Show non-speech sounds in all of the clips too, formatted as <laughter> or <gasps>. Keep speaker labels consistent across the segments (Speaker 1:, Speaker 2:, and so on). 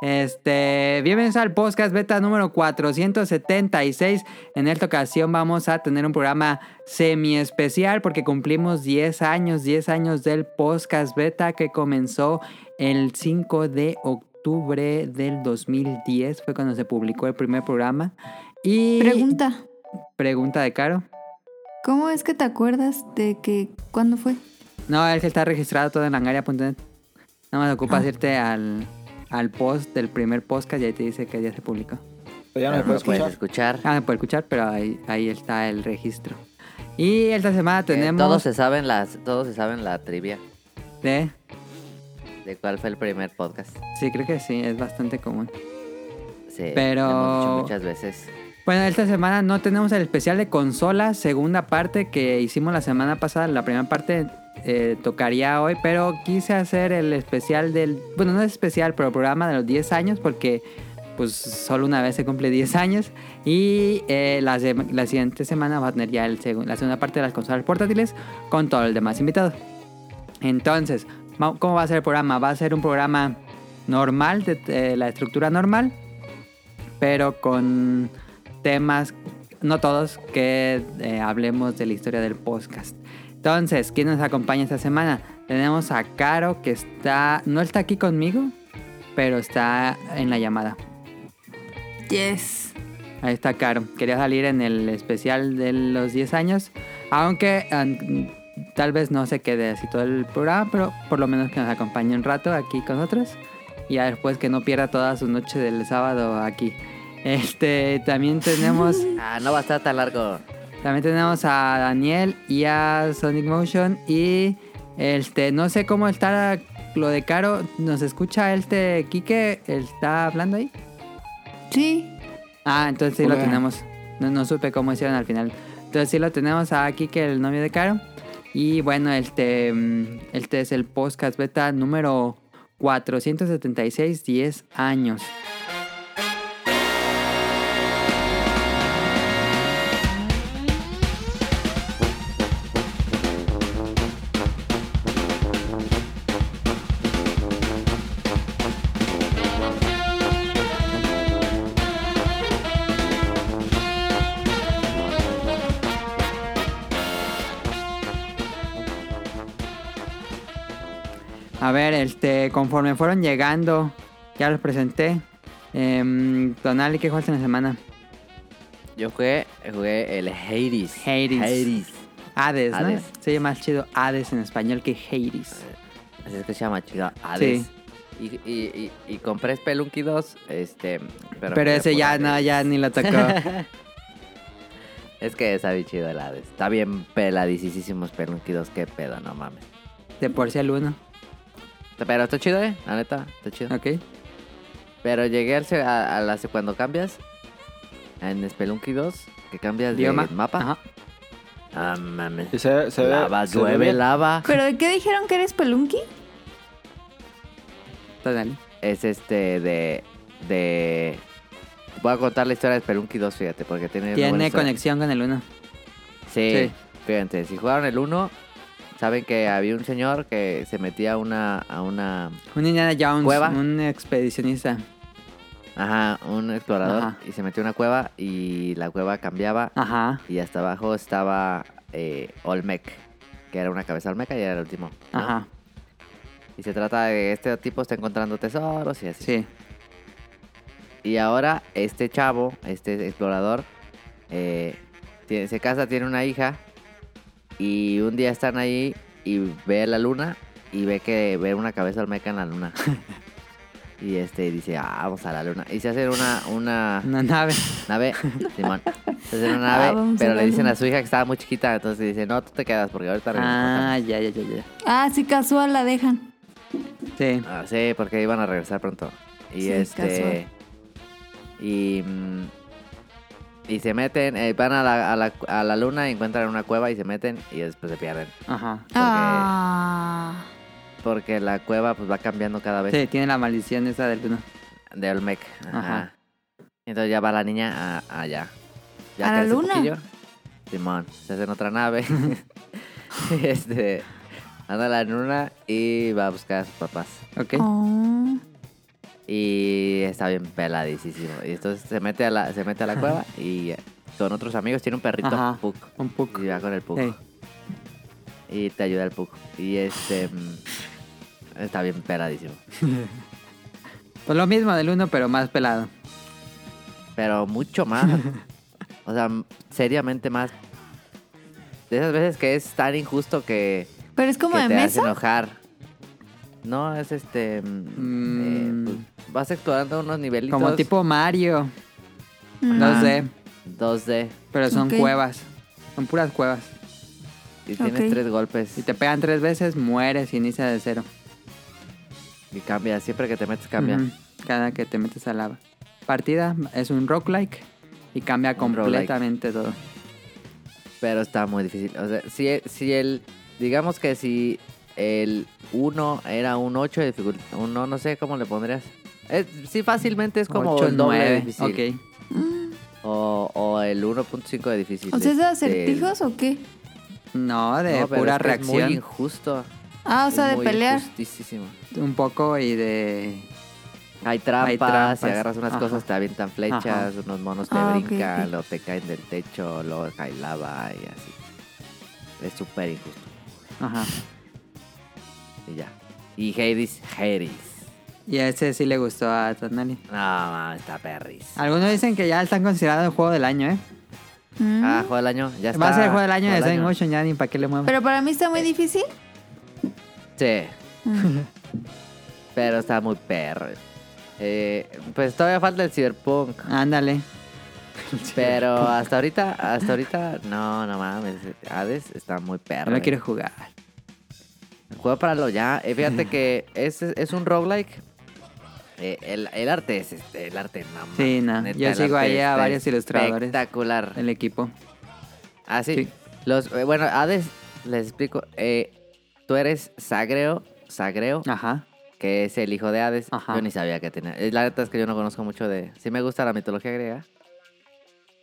Speaker 1: Este, bienvenidos al podcast beta número 476. En esta ocasión vamos a tener un programa semi especial porque cumplimos 10 años, 10 años del podcast beta que comenzó el 5 de octubre del 2010. Fue cuando se publicó el primer programa. Y
Speaker 2: Pregunta,
Speaker 1: pregunta de Caro.
Speaker 2: ¿cómo es que te acuerdas de que cuándo fue?
Speaker 1: No, es que está registrado todo en langaria.net. Nada más ocupas irte al, al post del primer podcast y ahí te dice que ya se publicó.
Speaker 3: Pero ya no me
Speaker 4: Pero
Speaker 3: puedo
Speaker 1: pues,
Speaker 4: no puedes
Speaker 3: escuchar.
Speaker 4: escuchar.
Speaker 1: Ah, me puede escuchar, pero ahí, ahí está el registro. Y esta semana tenemos...
Speaker 4: Eh, Todos se saben las, todos se saben la trivia
Speaker 1: de-
Speaker 4: de cuál fue el primer podcast.
Speaker 1: Sí, creo que sí, es bastante común.
Speaker 4: Sí,
Speaker 1: Pero-
Speaker 4: lo hemos dicho muchas veces.
Speaker 1: Bueno, esta semana no tenemos el especial de consolas, segunda parte que hicimos la semana pasada. La primera parte eh, tocaría hoy, pero quise hacer el especial del... Bueno, no es especial, pero programa de los 10 años porque pues solo una vez se cumple 10 años. Y eh, la, se- la siguiente semana va a tener ya el segun- la segunda parte de las consolas portátiles con todo el demás invitado. Entonces, ma- ¿cómo va a ser el programa? Va a ser un programa normal, de eh, la estructura normal, pero con temas, no todos, que eh, hablemos de la historia del podcast. Entonces, ¿quién nos acompaña esta semana? Tenemos a Caro que está, no está aquí conmigo, pero está en la llamada.
Speaker 2: Yes.
Speaker 1: Ahí está Caro. Quería salir en el especial de los 10 años, aunque an- tal vez no se quede así todo el programa, pero por lo menos que nos acompañe un rato aquí con nosotros y ya después que no pierda toda su noche del sábado aquí. Este, también tenemos
Speaker 4: Ah, no va a estar tan largo.
Speaker 1: También tenemos a Daniel y a Sonic Motion. Y este, no sé cómo está lo de Caro. ¿Nos escucha este Quique? ¿Está hablando ahí?
Speaker 2: Sí.
Speaker 1: Ah, entonces sí lo
Speaker 3: Hola.
Speaker 1: tenemos. No, no supe cómo hicieron al final. Entonces sí lo tenemos a Quique, el novio de Caro. Y bueno, este, mm, este es el podcast beta número 476, 10 años. A ver, este, conforme fueron llegando, ya los presenté. Em, Donali, ¿qué jugaste en la semana?
Speaker 4: Yo jugué, jugué el Hades.
Speaker 1: Hades. Hades, ¿no?
Speaker 4: Hades.
Speaker 1: Se llama más chido Hades en español que Hades.
Speaker 4: Así es que se llama chido. Hades.
Speaker 1: Sí.
Speaker 4: Y, y, y, y compré Spelunky 2, este... Pero,
Speaker 1: Pero ese
Speaker 4: puro
Speaker 1: ya,
Speaker 4: Hades.
Speaker 1: no, ya ni lo tocó.
Speaker 4: Es que está bien chido el Hades. Está bien peladicísimo Spelunky 2, qué pedo, no mames.
Speaker 1: De por sí al
Speaker 4: <laughs>
Speaker 1: uno,
Speaker 4: Pero está chido, ¿eh? La neta, está chido.
Speaker 1: ¿ok?
Speaker 4: Pero llegué al, se- a, a la se- cuando cambias en Spelunky 2, que cambias
Speaker 1: Idioma.
Speaker 4: de mapa.
Speaker 1: Ajá.
Speaker 4: Ah, mames.
Speaker 3: Y se, se ve-
Speaker 4: Lava,
Speaker 3: se
Speaker 4: llueve
Speaker 3: ve-
Speaker 4: lava.
Speaker 2: ¿Pero de qué dijeron que eres pelunqui?
Speaker 1: Donali.
Speaker 4: Es este de. de. Voy a contar la historia de Spelunky 2, fíjate, porque tiene. una buena
Speaker 1: Tiene
Speaker 4: historia.
Speaker 1: conexión con el uno.
Speaker 4: Sí,
Speaker 1: sí.
Speaker 4: Fíjate, si jugaron el 1, saben que había un señor que se metía a una. a una.
Speaker 1: Un Indiana Jones,
Speaker 4: Cueva.
Speaker 1: un expedicionista.
Speaker 4: Ajá, un explorador.
Speaker 1: Ajá.
Speaker 4: Y se metió a una cueva y la cueva cambiaba.
Speaker 1: Ajá,
Speaker 4: Y hasta abajo estaba eh, Olmec, que era una cabeza Olmeca y era el último. ¿no?
Speaker 1: ajá,
Speaker 4: Y se trata de que este tipo está encontrando tesoros y así.
Speaker 1: sí.
Speaker 4: Y ahora este chavo, este explorador, eh, tiene- se casa, tiene una hija. Y un día están ahí y ve la luna y ve que ve una cabeza olmeca en
Speaker 1: <laughs>
Speaker 4: la luna. y este dice, ah, vamos a la luna. Y se hacen una, una
Speaker 1: Una
Speaker 4: <laughs>
Speaker 1: nave.
Speaker 4: nave,
Speaker 2: <laughs>
Speaker 4: Simón. Se hacen una
Speaker 2: Ah,
Speaker 4: nave,
Speaker 2: vamos a
Speaker 4: pero
Speaker 2: la
Speaker 4: le dicen
Speaker 2: luna.
Speaker 4: a su hija que estaba muy chiquita. Entonces dice, no, tú te quedas porque ahorita regresamos.
Speaker 1: Ah, ya, ya, ya, ya.
Speaker 2: Ah, sí, casual la dejan.
Speaker 1: Sí.
Speaker 4: Ah, sí, porque iban a regresar pronto. Y
Speaker 2: Sí,
Speaker 4: este.
Speaker 2: casual.
Speaker 4: Y. mm, Y se meten, eh, van a la, a, la, a la luna y encuentran una cueva y se meten y después se pierden.
Speaker 1: Ajá.
Speaker 2: Ah.
Speaker 4: Porque la cueva pues va cambiando cada vez
Speaker 1: Sí, tiene la maldición esa del uno.
Speaker 4: de Olmec. Ajá.
Speaker 1: Ajá.
Speaker 4: Entonces ya va la niña a- allá. Ya
Speaker 2: ¿A la
Speaker 4: crece
Speaker 2: luna?
Speaker 4: poquillo. Simón, se hace en otra nave. <laughs> este. Oh. Anda a la luna y va a buscar a sus papás.
Speaker 1: ¿Ok?
Speaker 2: Oh.
Speaker 4: Y está bien peladísimo. Y entonces se mete a la, se mete a la cueva y con otros amigos tiene un perrito
Speaker 1: Ajá.
Speaker 4: Puck.
Speaker 1: Un poco.
Speaker 4: Y va con el Puck.
Speaker 1: Ey.
Speaker 4: Y te ayuda el Puck. Y este mm, está bien peladísimo.
Speaker 1: Pues lo mismo del uno, pero más pelado.
Speaker 4: Pero
Speaker 1: <laughs>
Speaker 4: mucho más. o sea, m- seriamente más. De esas veces que es tan injusto que,
Speaker 2: Pero es como
Speaker 4: que
Speaker 2: de
Speaker 4: te hace
Speaker 2: mesa.
Speaker 4: enojar. No, es este. mm,
Speaker 1: Mm.
Speaker 4: eh, pues, vas explorando unos nivelitos.
Speaker 1: Como tipo Mario.
Speaker 2: Mm.
Speaker 4: Ah.
Speaker 1: No sé,
Speaker 4: 2D.
Speaker 1: pero son
Speaker 2: Ok.
Speaker 1: cuevas. Son puras cuevas.
Speaker 4: Y tienes
Speaker 2: Ok.
Speaker 4: tres golpes.
Speaker 1: Si te pegan tres veces, mueres y inicia de cero.
Speaker 4: Y cambia, siempre que te metes cambia.
Speaker 1: Ujú, Cada que te metes a la partida es un roguelike y cambia
Speaker 4: Un roguelike.
Speaker 1: completamente todo.
Speaker 4: Pero está muy difícil. O sea, si, si el. Digamos que si el 1 era un 8 de dificultad. Uno, no sé cómo le pondrías. Es, sí, fácilmente es como
Speaker 1: Ocho,
Speaker 4: el doble de
Speaker 1: nueve,
Speaker 4: difícil.
Speaker 1: Ok.
Speaker 4: O, o el 1.5 de difícil.
Speaker 2: O sea, ¿es de
Speaker 4: Del-
Speaker 2: acertijos o qué?
Speaker 1: No, de
Speaker 4: No, pero
Speaker 1: pura
Speaker 4: es que Es
Speaker 1: reacción.
Speaker 4: muy injusto.
Speaker 2: Ah, o
Speaker 4: Es
Speaker 2: sea, de
Speaker 4: muy
Speaker 2: pelear.
Speaker 4: injustísimo.
Speaker 1: Un poco y de...
Speaker 4: Hay trampas,
Speaker 1: trampas.
Speaker 4: si agarras unas
Speaker 1: Ajá.
Speaker 4: cosas te avientan flechas,
Speaker 1: Ajá.
Speaker 4: unos monos te
Speaker 2: Ah, ok,
Speaker 4: brincan,
Speaker 2: ok.
Speaker 4: luego te caen del techo, luego cae lava y así. Es súper injusto.
Speaker 1: Ajá.
Speaker 4: Y ya. Y Hades, Hades.
Speaker 1: Y ese sí le gustó a Tonali.
Speaker 4: No, mames, está perris.
Speaker 2: Ah,
Speaker 1: Algunos dicen que ya están considerados el juego del año, ¿eh?
Speaker 2: Mm.
Speaker 4: Ah, juego del año, ya está.
Speaker 1: Va a ser el juego del año de
Speaker 4: Juego
Speaker 1: Sonic Motion, ya ni para qué le muevo.
Speaker 2: Pero para mí está muy difícil.
Speaker 4: Sí,
Speaker 2: Mm.
Speaker 4: pero está muy perro. Eh, pues todavía falta el Cyberpunk.
Speaker 1: Ándale.
Speaker 4: Pero hasta ahorita, hasta ahorita, no, no mames. Hades está muy perro.
Speaker 1: No lo
Speaker 4: eh.
Speaker 1: quiero jugar.
Speaker 4: Juega para lo ya. Eh, fíjate que es, es un roguelike. Eh, el, el arte es este, el arte no, mames,
Speaker 1: Sí, no.
Speaker 4: neta,
Speaker 1: Yo
Speaker 4: el
Speaker 1: sigo
Speaker 4: arte
Speaker 1: ahí a
Speaker 4: está
Speaker 1: varios ilustradores
Speaker 4: Espectacular.
Speaker 1: del equipo.
Speaker 4: Ah, sí.
Speaker 1: Sí.
Speaker 4: Los, eh, bueno, Hades, les explico. eh, tú eres Sagreo, Sagreo,
Speaker 1: Ajá.
Speaker 4: que es el hijo de Hades.
Speaker 1: Ajá.
Speaker 4: Yo ni sabía que tenía. eh, La neta es que yo no conozco mucho de. Sí me gusta la mitología griega.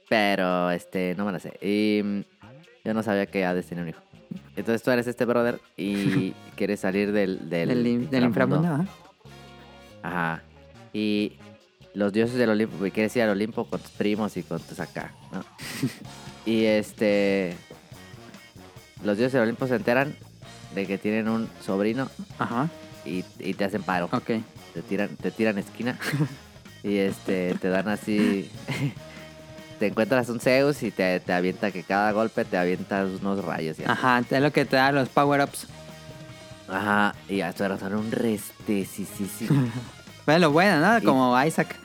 Speaker 4: Pero este, no me la sé. Y mm, yo no sabía que Hades tenía un hijo. Entonces tú eres este brother
Speaker 1: <laughs>
Speaker 4: y quieres salir del, del,
Speaker 1: del, in- del inframundo. ajá.
Speaker 4: Ajá. Y los dioses del Olimpo, porque quieres ir al Olimpo con tus primos y con tus acá,
Speaker 1: <laughs>
Speaker 4: ¿no? y este. Los dioses del Olimpo se enteran de que tienen un sobrino
Speaker 1: Ajá.
Speaker 4: y, y te hacen paro.
Speaker 1: Ok.
Speaker 4: Te tiran, te tiran esquina. <laughs> y este, te dan así. <laughs> te encuentras un Zeus y te, te avienta que cada golpe te avientas unos rayos. Y así.
Speaker 1: Ajá. Es lo que te da los power-ups.
Speaker 4: Ajá. Y a tu razón un reste, sí, sí, sí.
Speaker 1: <laughs> Bueno, lo bueno, ¿no?
Speaker 4: Y-
Speaker 1: Como Isaac.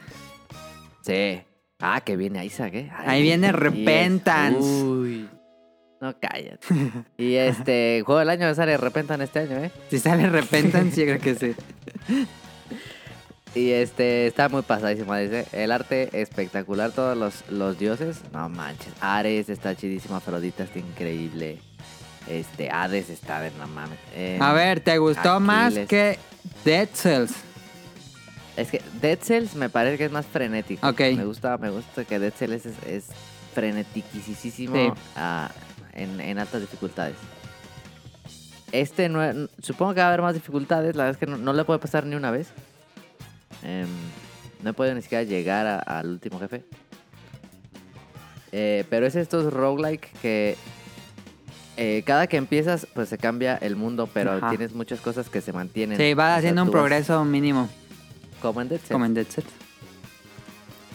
Speaker 4: Sí. Ah, que viene Isaac, ¿eh? Ay,
Speaker 1: Ahí viene
Speaker 4: y es-
Speaker 1: Repentance.
Speaker 4: Uy. No, cállate. Y este, juego del año sale Repentance este año, ¿eh?
Speaker 1: Si sale
Speaker 4: <laughs>
Speaker 1: Repentance, yo creo que sí.
Speaker 4: Y este, está muy pasadísimo, dice. El arte espectacular, todos los, los dioses. No manches. Ares está chidísimo, Afrodita está increíble. Este, Hades está de no mames. Eh,
Speaker 1: A ver, ¿te gustó más
Speaker 4: Aquiles.
Speaker 1: que Dead Cells?
Speaker 4: Es que Dead Cells me parece que es más frenético.
Speaker 1: Ok.
Speaker 4: Me gusta, me gusta que Dead Cells es, es frenetiquisísimo
Speaker 1: Sí.
Speaker 4: ah, en, en altas dificultades. Este no, supongo que va a haber más dificultades, la verdad es que no, no le puede pasar ni una vez. Em, no he podido ni siquiera llegar a- al último jefe. Eh, pero es estos roguelike que eh, cada que empiezas pues se cambia el mundo, pero
Speaker 1: Ajá.
Speaker 4: tienes muchas cosas que se mantienen.
Speaker 1: Sí,
Speaker 4: O
Speaker 1: va
Speaker 4: sea,
Speaker 1: haciendo un
Speaker 4: tú vas-
Speaker 1: progreso mínimo.
Speaker 4: Como en Dead Cells.
Speaker 1: Como en Dead Cells.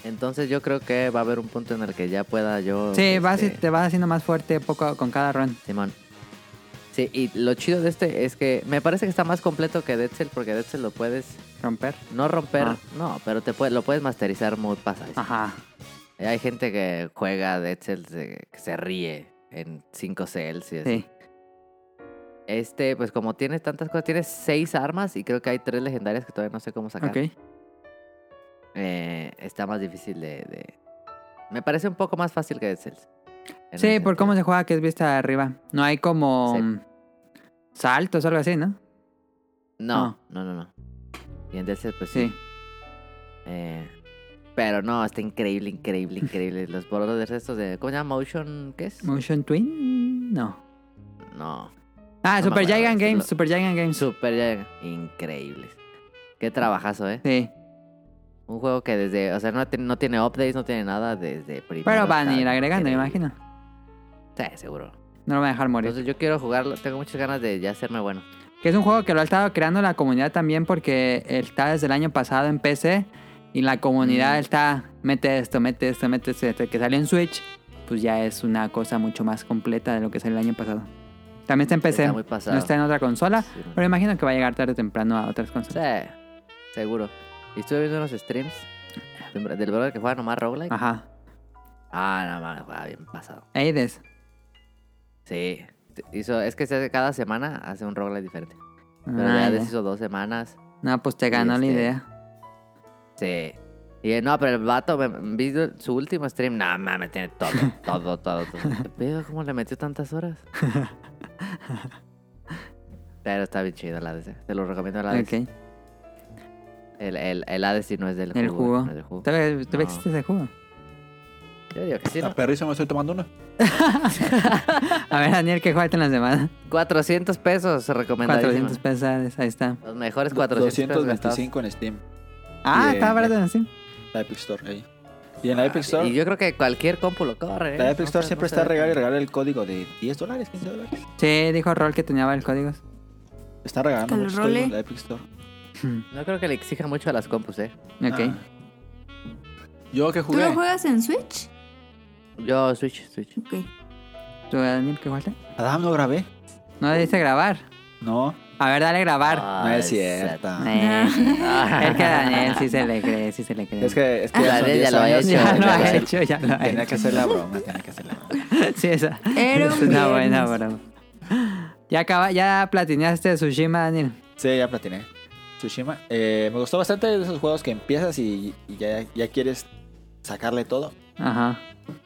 Speaker 4: Entonces yo creo que va a haber un punto en el que ya pueda yo...
Speaker 1: Sí, vas y
Speaker 4: este,
Speaker 1: te vas haciendo más fuerte poco a- con cada run.
Speaker 4: Simón. Sí, y lo chido de este es que me parece que está más completo que Dead Cell, porque Dead Cell lo puedes
Speaker 1: Romper.
Speaker 4: no romper,
Speaker 1: Ah.
Speaker 4: no, pero te puede- lo puedes masterizar muy pasado.
Speaker 1: Ajá.
Speaker 4: Hay gente que juega Dead Cell se- que se ríe en 5 cells y así.
Speaker 1: Sí.
Speaker 4: Este, pues como tienes tantas cosas, tienes 6 armas y creo que hay 3 legendarias que todavía no sé cómo sacar.
Speaker 1: Ok.
Speaker 4: Eh, está más difícil de, de- Me parece un poco más fácil que Dead Cells. en
Speaker 1: Sí,
Speaker 4: ese
Speaker 1: por cómo
Speaker 4: sentido.
Speaker 1: se juega, que es vista de arriba. No hay como
Speaker 4: Sí.
Speaker 1: mm, saltos o algo así, ¿no?
Speaker 4: No, no, no, no. Y en Dead Cells, pues sí.
Speaker 1: Ah. Sí.
Speaker 4: Eh, pero no, está increíble, increíble, increíble. Los brothers estos de... ¿Cómo se llama? ¿Motion qué es?
Speaker 1: Motion Twin. No.
Speaker 4: No.
Speaker 1: Ah,
Speaker 4: No me
Speaker 1: Super
Speaker 4: acuerdo
Speaker 1: Giant
Speaker 4: de
Speaker 1: Games.
Speaker 4: decirlo.
Speaker 1: Super Giant Games.
Speaker 4: Super increíbles. Qué trabajazo, ¿eh?
Speaker 1: Sí.
Speaker 4: Un juego que desde, o sea, no, te- no tiene updates, no tiene nada desde primero.
Speaker 1: Pero van a
Speaker 4: hasta
Speaker 1: ir agregando, me
Speaker 4: que-
Speaker 1: imagino.
Speaker 4: Sí, seguro.
Speaker 1: No lo van a dejar morir.
Speaker 4: Entonces yo quiero jugarlo, tengo muchas ganas de ya hacerme bueno.
Speaker 1: Que es un juego que lo ha estado creando la comunidad también porque está desde el año pasado en PC y la comunidad
Speaker 4: Mm.
Speaker 1: está, mete esto, mete esto, mete esto. Desde que salió en Switch, pues ya es una cosa mucho más completa de lo que salió el año pasado. También está en PC,
Speaker 4: Está muy pasado.
Speaker 1: Pues, eh, no está en otra consola,
Speaker 4: Sí.
Speaker 1: pero imagino que va a llegar tarde o temprano a otras consolas.
Speaker 4: Sí, seguro. Y estuve viendo unos streams del del brother que juega nomás roguelike.
Speaker 1: Ajá.
Speaker 4: Ah, no mames, juega bien pasado.
Speaker 1: Aides.
Speaker 4: Sí. Hizo, es que se hace- cada semana hace un roguelike diferente. Pero
Speaker 1: Ah,
Speaker 4: ya
Speaker 1: ya.
Speaker 4: deshizo dos semanas.
Speaker 1: No, pues te ganó la
Speaker 4: Este,
Speaker 1: idea.
Speaker 4: Sí. Y eh, no, pero el vato, me- vi su último stream. No mames,
Speaker 1: <laughs>
Speaker 4: tiene todo, todo, todo, todo. ¿Qué pedo? ¿Cómo le metió tantas horas? Pero está bien chido el Hades, eh. Te lo recomiendo el Hades.
Speaker 1: Ok.
Speaker 4: El, el, el Hades sí no es del
Speaker 1: El
Speaker 4: jugo,
Speaker 1: jugo.
Speaker 4: no es del jugo.
Speaker 1: ¿Todavía todavía
Speaker 4: No.
Speaker 1: existe ese este juego? <laughs>
Speaker 4: Yo digo que sí, ¿no?
Speaker 3: La perriza me estoy tomando una.
Speaker 1: A ver, Daniel, ¿qué jugaste en la semana?
Speaker 4: 400 pesos recomendadísimo.
Speaker 1: 400 pesos, ahí está.
Speaker 4: Los mejores 400 pesos gastados.
Speaker 3: 225 en Steam,
Speaker 1: Ah,
Speaker 3: Bien.
Speaker 1: está barato en Steam.
Speaker 3: la Epic Store. ahí. Y en la Epic Store,
Speaker 4: Y yo creo que cualquier compu lo corre. ¿eh?
Speaker 3: la Epic
Speaker 4: No
Speaker 3: Store
Speaker 4: sé-
Speaker 3: siempre
Speaker 4: no sé
Speaker 3: está
Speaker 4: de
Speaker 3: regalando
Speaker 4: qué.
Speaker 3: el código de 10 dólares, 15 dólares.
Speaker 1: Sí, dijo Rol que tenía varios códigos.
Speaker 3: Está regalando
Speaker 2: Que lo
Speaker 3: muchos
Speaker 2: role.
Speaker 3: códigos en la Epic Store.
Speaker 4: No creo que le exija mucho a las compus, ¿eh?
Speaker 1: Ok.
Speaker 3: Ah. Yo que
Speaker 2: ¿Tú
Speaker 3: jugué.
Speaker 2: lo juegas en Switch?
Speaker 4: Yo, Switch, Switch.
Speaker 2: Ok.
Speaker 1: ¿Tú, Daniel, qué jugaste?
Speaker 3: Adam, no grabé.
Speaker 1: No debiste grabar.
Speaker 3: No,
Speaker 1: A ver, dale grabar.
Speaker 3: no
Speaker 4: Ah,
Speaker 3: es cierto.
Speaker 1: Eh,
Speaker 4: Ah.
Speaker 1: es que Daniel sí se le cree, sí se le cree.
Speaker 3: Es que, es que
Speaker 4: La
Speaker 3: son
Speaker 4: de
Speaker 3: 10
Speaker 4: ella lo ha
Speaker 3: años,
Speaker 4: hecho,
Speaker 1: <laughs> ya
Speaker 3: tenía
Speaker 1: lo
Speaker 3: que
Speaker 1: ha
Speaker 3: hacer-
Speaker 1: hecho, ya lo ha
Speaker 3: <laughs> Tenía que
Speaker 1: hecho.
Speaker 3: hacer la broma, tenía que hacer la broma.
Speaker 1: Sí, esa.
Speaker 2: Era un
Speaker 1: Es una buena
Speaker 2: viernes.
Speaker 1: broma. Ya, acaba, ya platineaste Tsushima, Daniel.
Speaker 3: Sí, ya platiné. Tsushima. Eh, me gustó bastante de esos juegos que empiezas y, y ya, ya quieres sacarle todo.
Speaker 1: Ajá.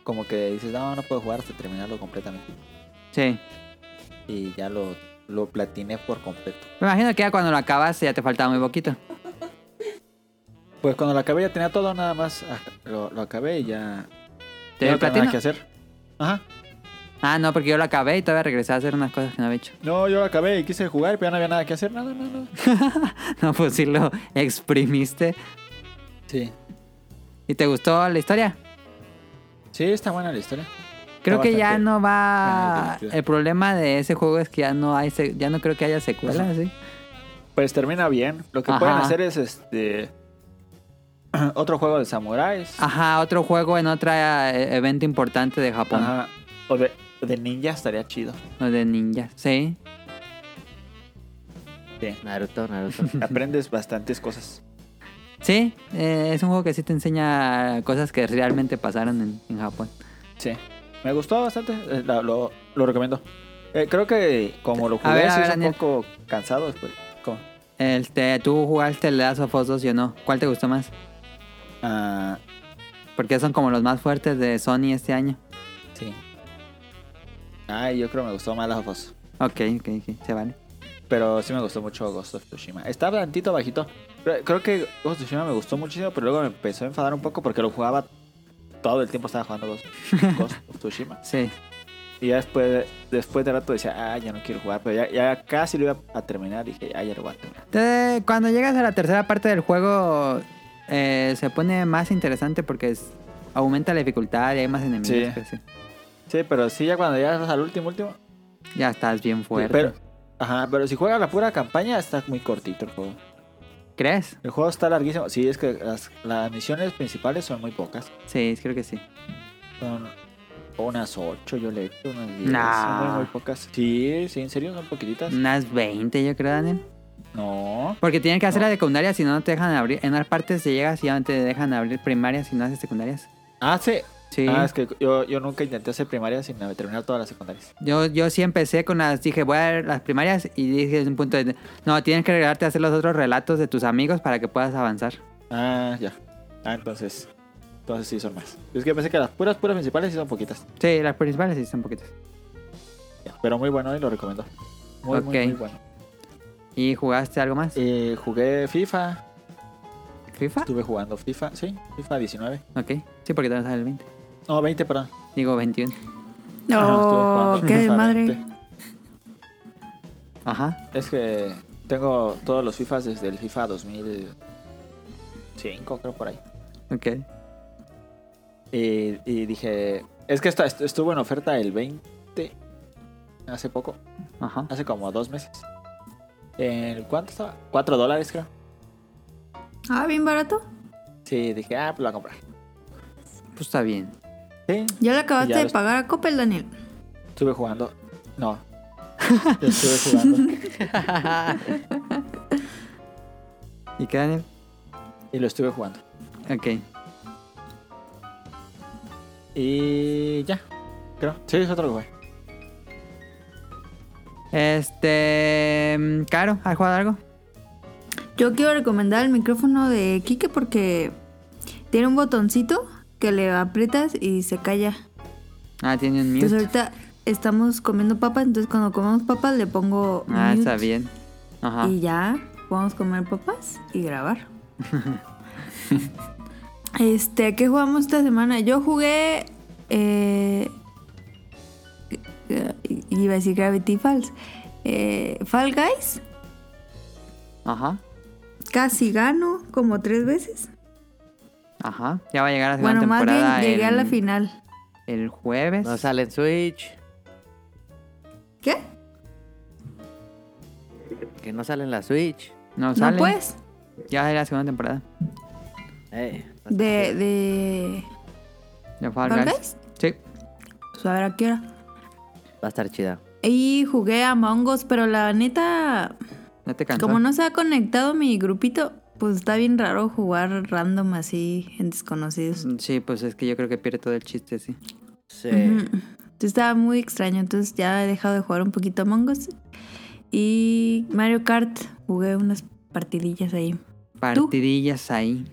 Speaker 3: Como que dices, no, no puedo jugar hasta terminarlo completamente.
Speaker 1: Sí.
Speaker 3: Y ya lo, lo platiné por completo.
Speaker 1: Me imagino que ya cuando lo acabaste ya te faltaba muy poquito.
Speaker 3: Pues cuando lo acabé ya tenía todo, nada más ah, lo, lo acabé y ya...
Speaker 1: ¿Te dio
Speaker 3: ya no tenía nada
Speaker 1: platino?
Speaker 3: que hacer. Ajá.
Speaker 1: Ah, no, porque yo lo acabé y todavía regresé a hacer unas cosas que no había hecho. <laughs>
Speaker 3: No, yo lo acabé y quise jugar, pero ya no había nada que hacer, nada, nada, nada.
Speaker 1: No, pues sí lo exprimiste.
Speaker 3: Sí.
Speaker 1: ¿Y te gustó la historia?
Speaker 3: Sí, está buena la historia.
Speaker 1: Creo
Speaker 3: Está
Speaker 1: que ya
Speaker 3: bastante-
Speaker 1: no
Speaker 3: buena
Speaker 1: va.
Speaker 3: y divertida.
Speaker 1: El problema de ese juego es que ya no hay, se- ya no creo que haya secuela,
Speaker 3: Ajá.
Speaker 1: ¿sí?
Speaker 3: Pues termina bien. Lo que
Speaker 1: Ajá.
Speaker 3: pueden hacer es este... <clears throat> Otro juego de samuráis.
Speaker 1: Ajá, otro juego en otro evento importante de Japón,
Speaker 3: Ajá. O de, de ninja estaría chido.
Speaker 1: o de ninjas, sí. <laughs>
Speaker 4: Naruto, Naruto.
Speaker 3: Aprendes bastantes cosas.
Speaker 1: Sí, eh, es un juego que sí te enseña cosas que realmente pasaron en, en Japón.
Speaker 3: Sí. Me gustó bastante. eh, la- lo, lo recomiendo. Eh, creo que como lo
Speaker 1: A ver,
Speaker 3: jugué,
Speaker 1: a
Speaker 3: sí
Speaker 1: ver,
Speaker 3: es un
Speaker 1: Daniel.
Speaker 3: poco cansado después. ¿Cómo?
Speaker 1: Este, ¿Tú jugaste el Last of Us 2 y o no? ¿Cuál te gustó más?
Speaker 3: Ah,
Speaker 1: Porque son como los más fuertes de Sony este año.
Speaker 3: sí. Ay, yo creo que me gustó más Last of Us.
Speaker 1: Ok, ok, ok, se vale.
Speaker 3: Pero sí me gustó mucho Ghost of Tsushima. Está tantito bajito. Pero Creo que Ghost of Tsushima me gustó muchísimo, pero luego me empezó a enfadar un poco porque lo jugaba todo el tiempo. Estaba
Speaker 1: <laughs>
Speaker 3: jugando Ghost, Ghost of Tsushima.
Speaker 1: Sí,
Speaker 3: Y ya después, después de rato decía, ah, ya no quiero jugar, pero ya, ya casi lo iba a terminar. Dije, ah, ya lo voy a terminar.
Speaker 1: Te- cuando llegas a la tercera parte del juego, eh, se pone más interesante porque es- aumenta la dificultad y hay más enemigos.
Speaker 3: Sí.
Speaker 1: pues, sí.
Speaker 3: Sí, pero sí, ya cuando llegas al último, último.
Speaker 1: Ya estás bien fuerte.
Speaker 3: Pero, ajá, pero si juegas la pura campaña, está muy cortito el juego.
Speaker 1: ¿Crees?
Speaker 3: El juego está larguísimo. Sí, es que las, las misiones principales son muy pocas.
Speaker 1: Sí, creo que sí.
Speaker 3: Son unas 8, yo le he hecho unas 10.
Speaker 1: Nah. Mm.
Speaker 3: Son muy, muy pocas. Sí, sí, en serio, son poquititas.
Speaker 1: Unas 20, yo creo, Daniel.
Speaker 3: No.
Speaker 1: Porque tienen que hacer
Speaker 3: No.
Speaker 1: la secundaria si no, no te dejan abrir. En las partes te llegas y ya no te dejan abrir primarias si no haces secundarias.
Speaker 3: Ah, sí.
Speaker 1: Sí.
Speaker 3: Ah, es que yo, yo nunca intenté hacer primaria sin terminar todas las secundarias.
Speaker 1: Yo, yo sí empecé con las, dije, voy a ver las primarias y dije desde un punto de... No, tienes que regresarte a hacer los otros relatos de tus amigos para que puedas avanzar.
Speaker 3: Ah, ya. Ah, entonces. Entonces sí son más. Es que pensé que las puras, puras principales sí son poquitas.
Speaker 1: Sí, las principales sí son poquitas.
Speaker 3: Ya, Pero muy bueno y lo recomiendo. Muy, muy,
Speaker 1: Ok.
Speaker 3: muy, bueno.
Speaker 1: ¿Y jugaste algo más?
Speaker 3: Eh, jugué FIFA.
Speaker 1: ¿FIFA?
Speaker 3: Estuve jugando FIFA. Sí, FIFA 19.
Speaker 1: Ok. Sí, porque todavía sale el 20.
Speaker 3: No, 20, perdón.
Speaker 1: Digo 21.
Speaker 3: Ajá, estuve
Speaker 2: No,
Speaker 3: jugando
Speaker 2: Oh, qué
Speaker 3: FIFA
Speaker 2: madre.
Speaker 3: 20.
Speaker 1: Ajá.
Speaker 3: Es que tengo todos los FIFAs desde el FIFA 2013 5, creo por ahí.
Speaker 1: Ok.
Speaker 3: Y, y dije, es que esto, esto estuvo en oferta el 20, hace poco,
Speaker 1: Ajá.
Speaker 2: Ah.
Speaker 3: hace como dos meses. ¿En cuánto estaba? 4 dólares, creo.
Speaker 2: Ah, bien barato.
Speaker 3: Sí, dije, ah, pues lo voy a comprar.
Speaker 1: Pues está bien.
Speaker 3: Sí,
Speaker 2: Ya le acabaste
Speaker 3: Ya
Speaker 2: de
Speaker 3: los-
Speaker 2: pagar a Coppel, Daniel.
Speaker 3: estuve jugando. No, estuve jugando.
Speaker 2: <laughs>
Speaker 1: ¿Y qué, Daniel?
Speaker 3: Y lo estuve jugando.
Speaker 1: Ok.
Speaker 3: Y ya, creo. Sí, es otro que jugué.
Speaker 1: Este. mm, Caro, ¿has jugado algo?
Speaker 2: Yo quiero recomendar el micrófono de Kike porque tiene un botoncito que le aprietas y se calla.
Speaker 1: Ah, tiene un
Speaker 2: Entonces
Speaker 1: mute.
Speaker 2: ahorita estamos comiendo papas, entonces cuando comemos papas le pongo
Speaker 1: Ah,
Speaker 2: mute
Speaker 1: está bien. Ajá.
Speaker 2: y ya vamos a comer papas
Speaker 1: <laughs>
Speaker 2: y grabar. este, ¿a ¿qué jugamos esta semana? Yo jugué eh, eh, iba a decir Gravity Falls. Eh, Fall Guys,
Speaker 1: Ajá.
Speaker 2: casi gano como tres veces.
Speaker 1: Ajá. Ya va a llegar la segunda
Speaker 2: Bueno, más bien
Speaker 1: temporada.
Speaker 2: llegué a
Speaker 1: el-
Speaker 2: la final.
Speaker 1: El jueves.
Speaker 4: No sale en Switch.
Speaker 2: ¿Qué?
Speaker 4: Que no sale en la Switch.
Speaker 1: No
Speaker 2: No
Speaker 1: sale.
Speaker 2: pues.
Speaker 1: Ya va a la segunda temporada.
Speaker 4: Eh, no sé
Speaker 2: De,
Speaker 4: qué.
Speaker 2: de...
Speaker 1: De Fall
Speaker 2: ¿Fall
Speaker 1: Guys.
Speaker 2: Guys?
Speaker 1: Sí.
Speaker 2: Pues a ver a qué hora.
Speaker 4: Va a estar chida.
Speaker 2: Y jugué a Mongos, pero la neta,
Speaker 1: No te cansó.
Speaker 2: como no se ha conectado mi grupito, pues está bien raro jugar random así en desconocidos.
Speaker 1: Sí, pues es que yo creo que pierde todo el chiste, sí.
Speaker 4: Sí.
Speaker 2: Ujú. Entonces, Estaba muy extraño, entonces ya he dejado de jugar un poquito a Mongos. Y Mario Kart, jugué unas partidillas ahí.
Speaker 1: Partidillas ahí.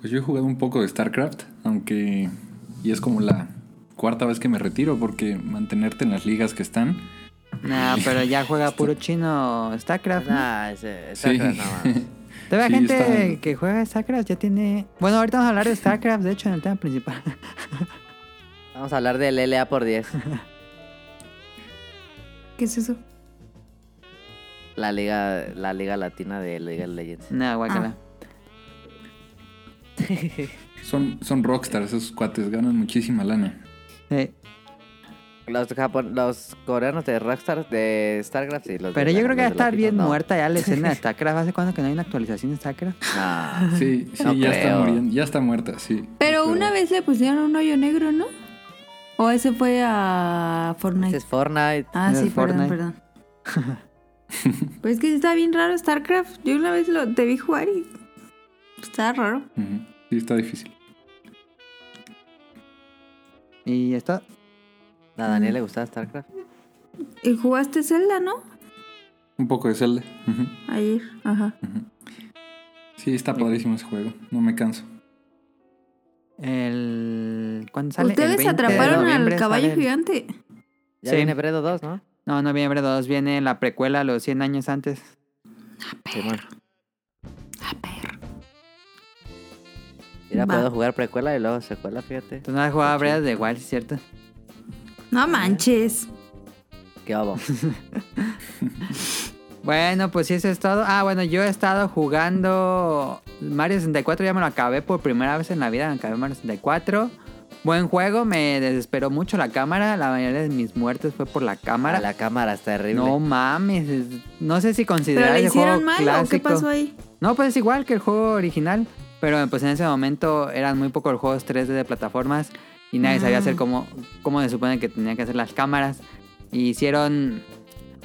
Speaker 5: Pues yo he jugado un poco de StarCraft, aunque. Y es como la cuarta vez que me retiro, porque mantenerte en las ligas que están.
Speaker 1: No, pero ya juega puro chino StarCraft. ¿no?
Speaker 4: Ah, Nah, ese, esa
Speaker 5: sí.
Speaker 4: cosa, no mames.
Speaker 1: Todavía hay
Speaker 5: Sí,
Speaker 1: gente
Speaker 5: está-
Speaker 1: que juega StarCraft ya tiene. Bueno, ahorita vamos a hablar de StarCraft, de hecho, en el tema principal.
Speaker 4: Vamos a hablar del LA por 10.
Speaker 2: ¿Qué es eso?
Speaker 4: La liga, la liga latina de League of Legends.
Speaker 1: no, guácala.
Speaker 5: <laughs> Son, son rockstars esos cuates, ganan muchísima lana.
Speaker 1: Sí.
Speaker 4: Los, Japón, los coreanos de Rockstar, de StarCraft, sí. Los
Speaker 1: Pero
Speaker 4: de-
Speaker 1: yo creo
Speaker 4: los
Speaker 1: que va a
Speaker 4: de los
Speaker 1: estar bien
Speaker 4: ojitos, no.
Speaker 1: muerta ya la escena de StarCraft. ¿Hace cuándo que no hay una actualización de StarCraft?
Speaker 4: No.
Speaker 5: Sí, sí,
Speaker 4: No
Speaker 5: ya está
Speaker 4: creo.
Speaker 5: muriendo, ya está muerta, sí.
Speaker 2: Pero
Speaker 5: Es
Speaker 1: Este,
Speaker 2: una
Speaker 5: verdad.
Speaker 2: vez le pusieron un hoyo negro, ¿no? O ese fue a
Speaker 4: Ese
Speaker 2: Fortnite.
Speaker 4: es Fortnite.
Speaker 2: Ah,
Speaker 1: Ese
Speaker 2: sí,
Speaker 1: es Fortnite.
Speaker 2: perdón, perdón. pues es que sí está bien raro StarCraft. Yo una vez lo, te vi jugar y está raro.
Speaker 5: <laughs> Ujú. Sí, está difícil.
Speaker 1: Y está.
Speaker 4: A Daniel le gustaba StarCraft.
Speaker 2: Y jugaste Zelda, ¿no?
Speaker 5: Un poco de Zelda. ujú,
Speaker 2: Ayer, ajá.
Speaker 5: ujú. Sí, está padrísimo ese juego, no me canso.
Speaker 1: El. ¿Cuándo sale? El
Speaker 2: Ustedes
Speaker 1: 20 de
Speaker 2: atraparon al
Speaker 1: noviembre
Speaker 2: caballo
Speaker 1: sale el-
Speaker 2: gigante.
Speaker 4: Ya
Speaker 1: Sí.
Speaker 4: viene Bredo 2, ¿no?
Speaker 1: No, noviembre 2 viene la precuela, los 100 años antes.
Speaker 4: Simón.
Speaker 2: Ah, perro.
Speaker 4: Mira,
Speaker 2: Va.
Speaker 4: puedo jugar precuela y luego secuela, fíjate.
Speaker 1: Tú no has jugado a Breath of the Wild, ¿cierto?
Speaker 2: No manches.
Speaker 4: ¿Qué
Speaker 2: <laughs>
Speaker 4: hago?
Speaker 1: Bueno, pues sí, eso es todo. Ah, bueno, yo he estado jugando Mario 64, ya me lo acabé por primera vez en la vida, me acabé Mario 64. Buen juego, me desesperó mucho la cámara, la mayoría de mis muertes fue por la cámara.
Speaker 4: Ah, La cámara está terrible.
Speaker 1: No mames, es- no sé si
Speaker 2: ¿Pero
Speaker 1: considerar
Speaker 2: le
Speaker 1: el juego
Speaker 2: hicieron mal
Speaker 1: clásico.
Speaker 2: o qué pasó ahí?
Speaker 1: No, pues es igual que el juego original, pero pues en ese momento eran muy pocos los juegos 3D de plataformas y nadie sabía
Speaker 2: Ah.
Speaker 1: hacer cómo, cómo se supone que tenían que hacer las cámaras. Y hicieron,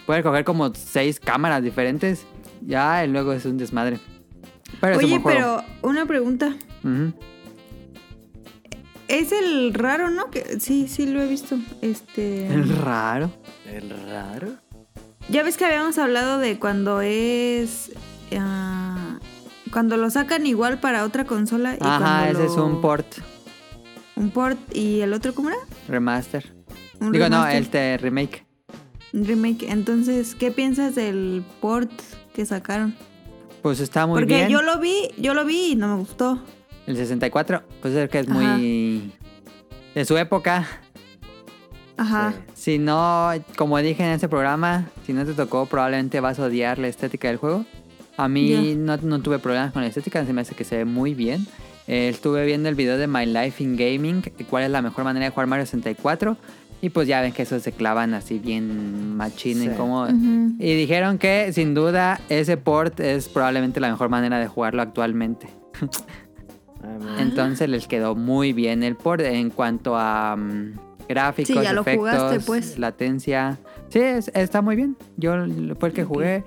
Speaker 1: puedes coger como seis cámaras diferentes, ya y luego es un desmadre. Pero es
Speaker 2: Oye,
Speaker 1: un buen juego.
Speaker 2: pero una pregunta.
Speaker 1: Ujú.
Speaker 2: Es el raro, ¿no? Que, sí, sí lo he visto. Este.
Speaker 1: Es raro.
Speaker 4: ¿El raro?
Speaker 2: Ya ves que habíamos hablado de cuando es. ah, cuando lo sacan igual para otra consola. Y
Speaker 1: Ajá,
Speaker 2: cuando
Speaker 1: ese
Speaker 2: lo-
Speaker 1: es un port
Speaker 2: Un port. ¿Y el otro cómo era?
Speaker 1: remaster.
Speaker 2: Un
Speaker 1: Digo, no,
Speaker 2: remaster,
Speaker 1: este remake.
Speaker 2: un remake. Entonces, ¿qué piensas del port que sacaron?
Speaker 1: Pues está muy
Speaker 2: Porque
Speaker 1: bien.
Speaker 2: yo lo vi, yo lo vi y no me gustó.
Speaker 1: El 64, pues es que es muy... De su época.
Speaker 2: Ajá.
Speaker 4: Sí.
Speaker 1: Si no, como dije en este programa, si no te tocó, probablemente vas a odiar la estética del juego. A mí
Speaker 2: Ya.
Speaker 1: no, no tuve problemas con la estética, se me hace que se ve muy bien. Eh, estuve viendo el video de My Life in Gaming, eh, cuál es la mejor manera de jugar Mario 64. Y pues ya ven que esos se clavan así bien machín en
Speaker 4: Sí.
Speaker 1: cómo-
Speaker 2: Ujú.
Speaker 1: Y dijeron que sin duda ese port es probablemente la mejor manera de jugarlo actualmente.
Speaker 4: Ah,
Speaker 2: Ah.
Speaker 1: Entonces les quedó muy bien el port en cuanto a mm, gráficos,
Speaker 2: Sí, ya lo
Speaker 1: efectos,
Speaker 2: jugaste, pues.
Speaker 1: latencia. Sí, es- está muy bien. Yo l- fue el que
Speaker 2: Ok.
Speaker 1: jugué,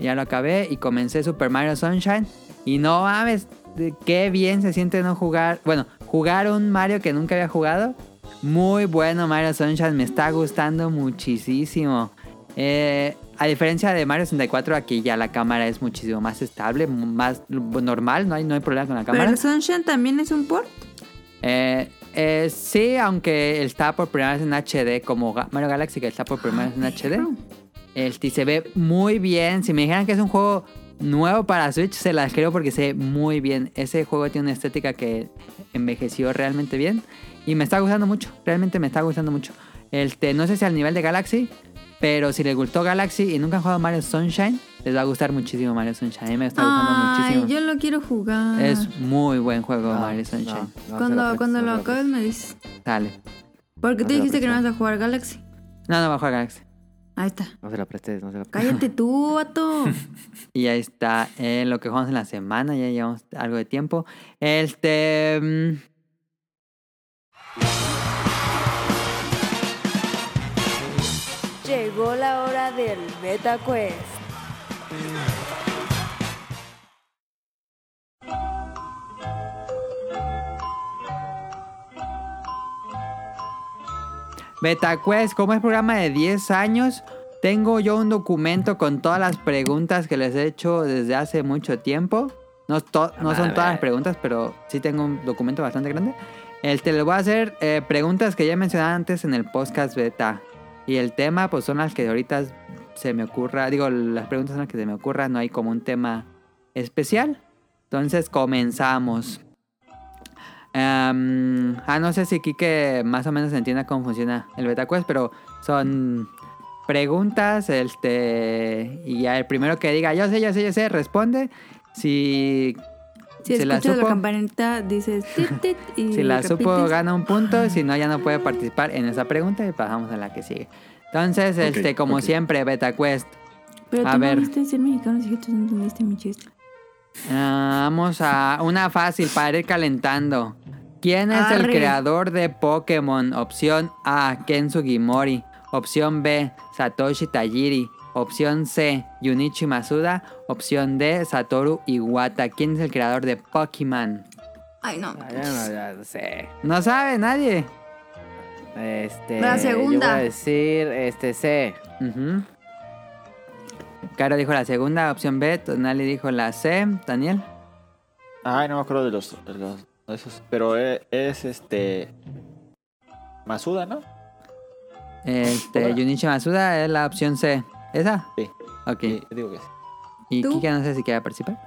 Speaker 1: ya lo acabé y comencé Super Mario Sunshine. Y no mames, de- qué bien se siente no jugar. Bueno, jugar un Mario que nunca había jugado. Muy bueno Mario Sunshine, me está gustando muchísimo. Eh, a diferencia de Mario 64, aquí ya la cámara es muchísimo más estable, m- más normal, no hay, no hay problema con la
Speaker 2: ¿Pero
Speaker 1: cámara.
Speaker 2: el Sunshine también es un port?
Speaker 1: Eh, eh, sí, aunque está por primera vez en HD, como Ga- Mario Galaxy, que está por primera vez en HD. Este, y se ve muy bien. Si me dijeran que es un juego nuevo para Switch, se las creo porque se ve muy bien. Ese juego tiene una estética que envejeció realmente bien. Y me está gustando mucho, realmente me está gustando mucho. Este, no sé si al nivel de Galaxy, pero si les gustó Galaxy y nunca han jugado Mario Sunshine, les va a gustar muchísimo Mario Sunshine. A mí me está gustando
Speaker 2: Ay,
Speaker 1: muchísimo.
Speaker 2: yo lo quiero jugar.
Speaker 1: Es muy buen juego
Speaker 4: No, pues
Speaker 1: Mario
Speaker 4: no,
Speaker 1: Sunshine.
Speaker 4: no se lo
Speaker 2: Cuando,
Speaker 4: prestes,
Speaker 2: cuando
Speaker 4: no
Speaker 2: lo
Speaker 4: se lo
Speaker 2: acabes me dices.
Speaker 1: Dale. Sale.
Speaker 2: Porque tú
Speaker 4: No se lo
Speaker 2: dijiste que no
Speaker 4: prestes.
Speaker 2: vas a jugar Galaxy.
Speaker 1: No, no va a jugar Galaxy.
Speaker 2: Ahí está.
Speaker 4: No se lo prestes, no se lo
Speaker 1: <laughs>
Speaker 4: prestes.
Speaker 2: Cállate tú, vato.
Speaker 1: Y ahí está eh, lo que jugamos en la semana, ya llevamos algo de tiempo. Este. mm,
Speaker 6: Llegó la hora del MetaQuest.
Speaker 1: BetaQuest, como es programa de 10 años, tengo yo un documento con todas las preguntas que les he hecho desde hace mucho tiempo. No, es to- no son todas las preguntas, pero sí tengo un documento bastante grande. El te les voy a hacer eh, preguntas que ya mencionaba antes en el podcast beta. Y el tema, pues son las que ahorita se me ocurra. Digo, las preguntas son las que se me ocurran, no hay como un tema especial. Entonces comenzamos. Em, ah, no sé si Kike más o menos entienda cómo funciona el BetaQuest, pero son preguntas, este, y ya el primero que diga, yo sé, yo sé, yo sé, responde. Si,
Speaker 2: Si
Speaker 1: Se la
Speaker 2: escuchas la,
Speaker 1: supo.
Speaker 2: campanita, dices tit, tit, y
Speaker 1: si la
Speaker 2: repites. Ah.
Speaker 1: supo, gana un punto, si no, ya no puede participar en esa pregunta y pasamos a la que sigue. Entonces,
Speaker 5: Ok,
Speaker 1: este, como
Speaker 5: ok.
Speaker 1: siempre, BetaQuest,
Speaker 2: Pero tú
Speaker 1: A
Speaker 2: no
Speaker 1: ver.
Speaker 2: viste ser mexicano, así que tú no entendiste mi chiste.
Speaker 1: Ah, vamos a una fácil para ir calentando. ¿Quién es el
Speaker 2: Arre.
Speaker 1: creador de Pokémon? Opción A, Ken Sugimori. Opción B, Satoshi Tajiri. Opción C, Junichi Masuda. Opción D, Satoru Iwata. ¿Quién es el creador de Pokémon?
Speaker 2: Ay, no.
Speaker 4: Ah, ya no, ya no sé.
Speaker 1: No sabe nadie.
Speaker 4: Este,
Speaker 2: La segunda.
Speaker 4: Yo voy a decir, este, C.
Speaker 1: Ujú. Caro dijo la segunda, opción B. Tonali dijo la C. Daniel.
Speaker 3: Ay, no me acuerdo de los. De los de esos, pero e- es, este. Masuda, ¿no?
Speaker 1: Este,
Speaker 3: Hola.
Speaker 1: Junichi Masuda es la opción C. ¿Esa?
Speaker 3: Sí.
Speaker 1: Ok.
Speaker 3: Sí, digo que sí.
Speaker 1: Y
Speaker 2: ¿Tú?
Speaker 1: Kika no sé si quiere participar.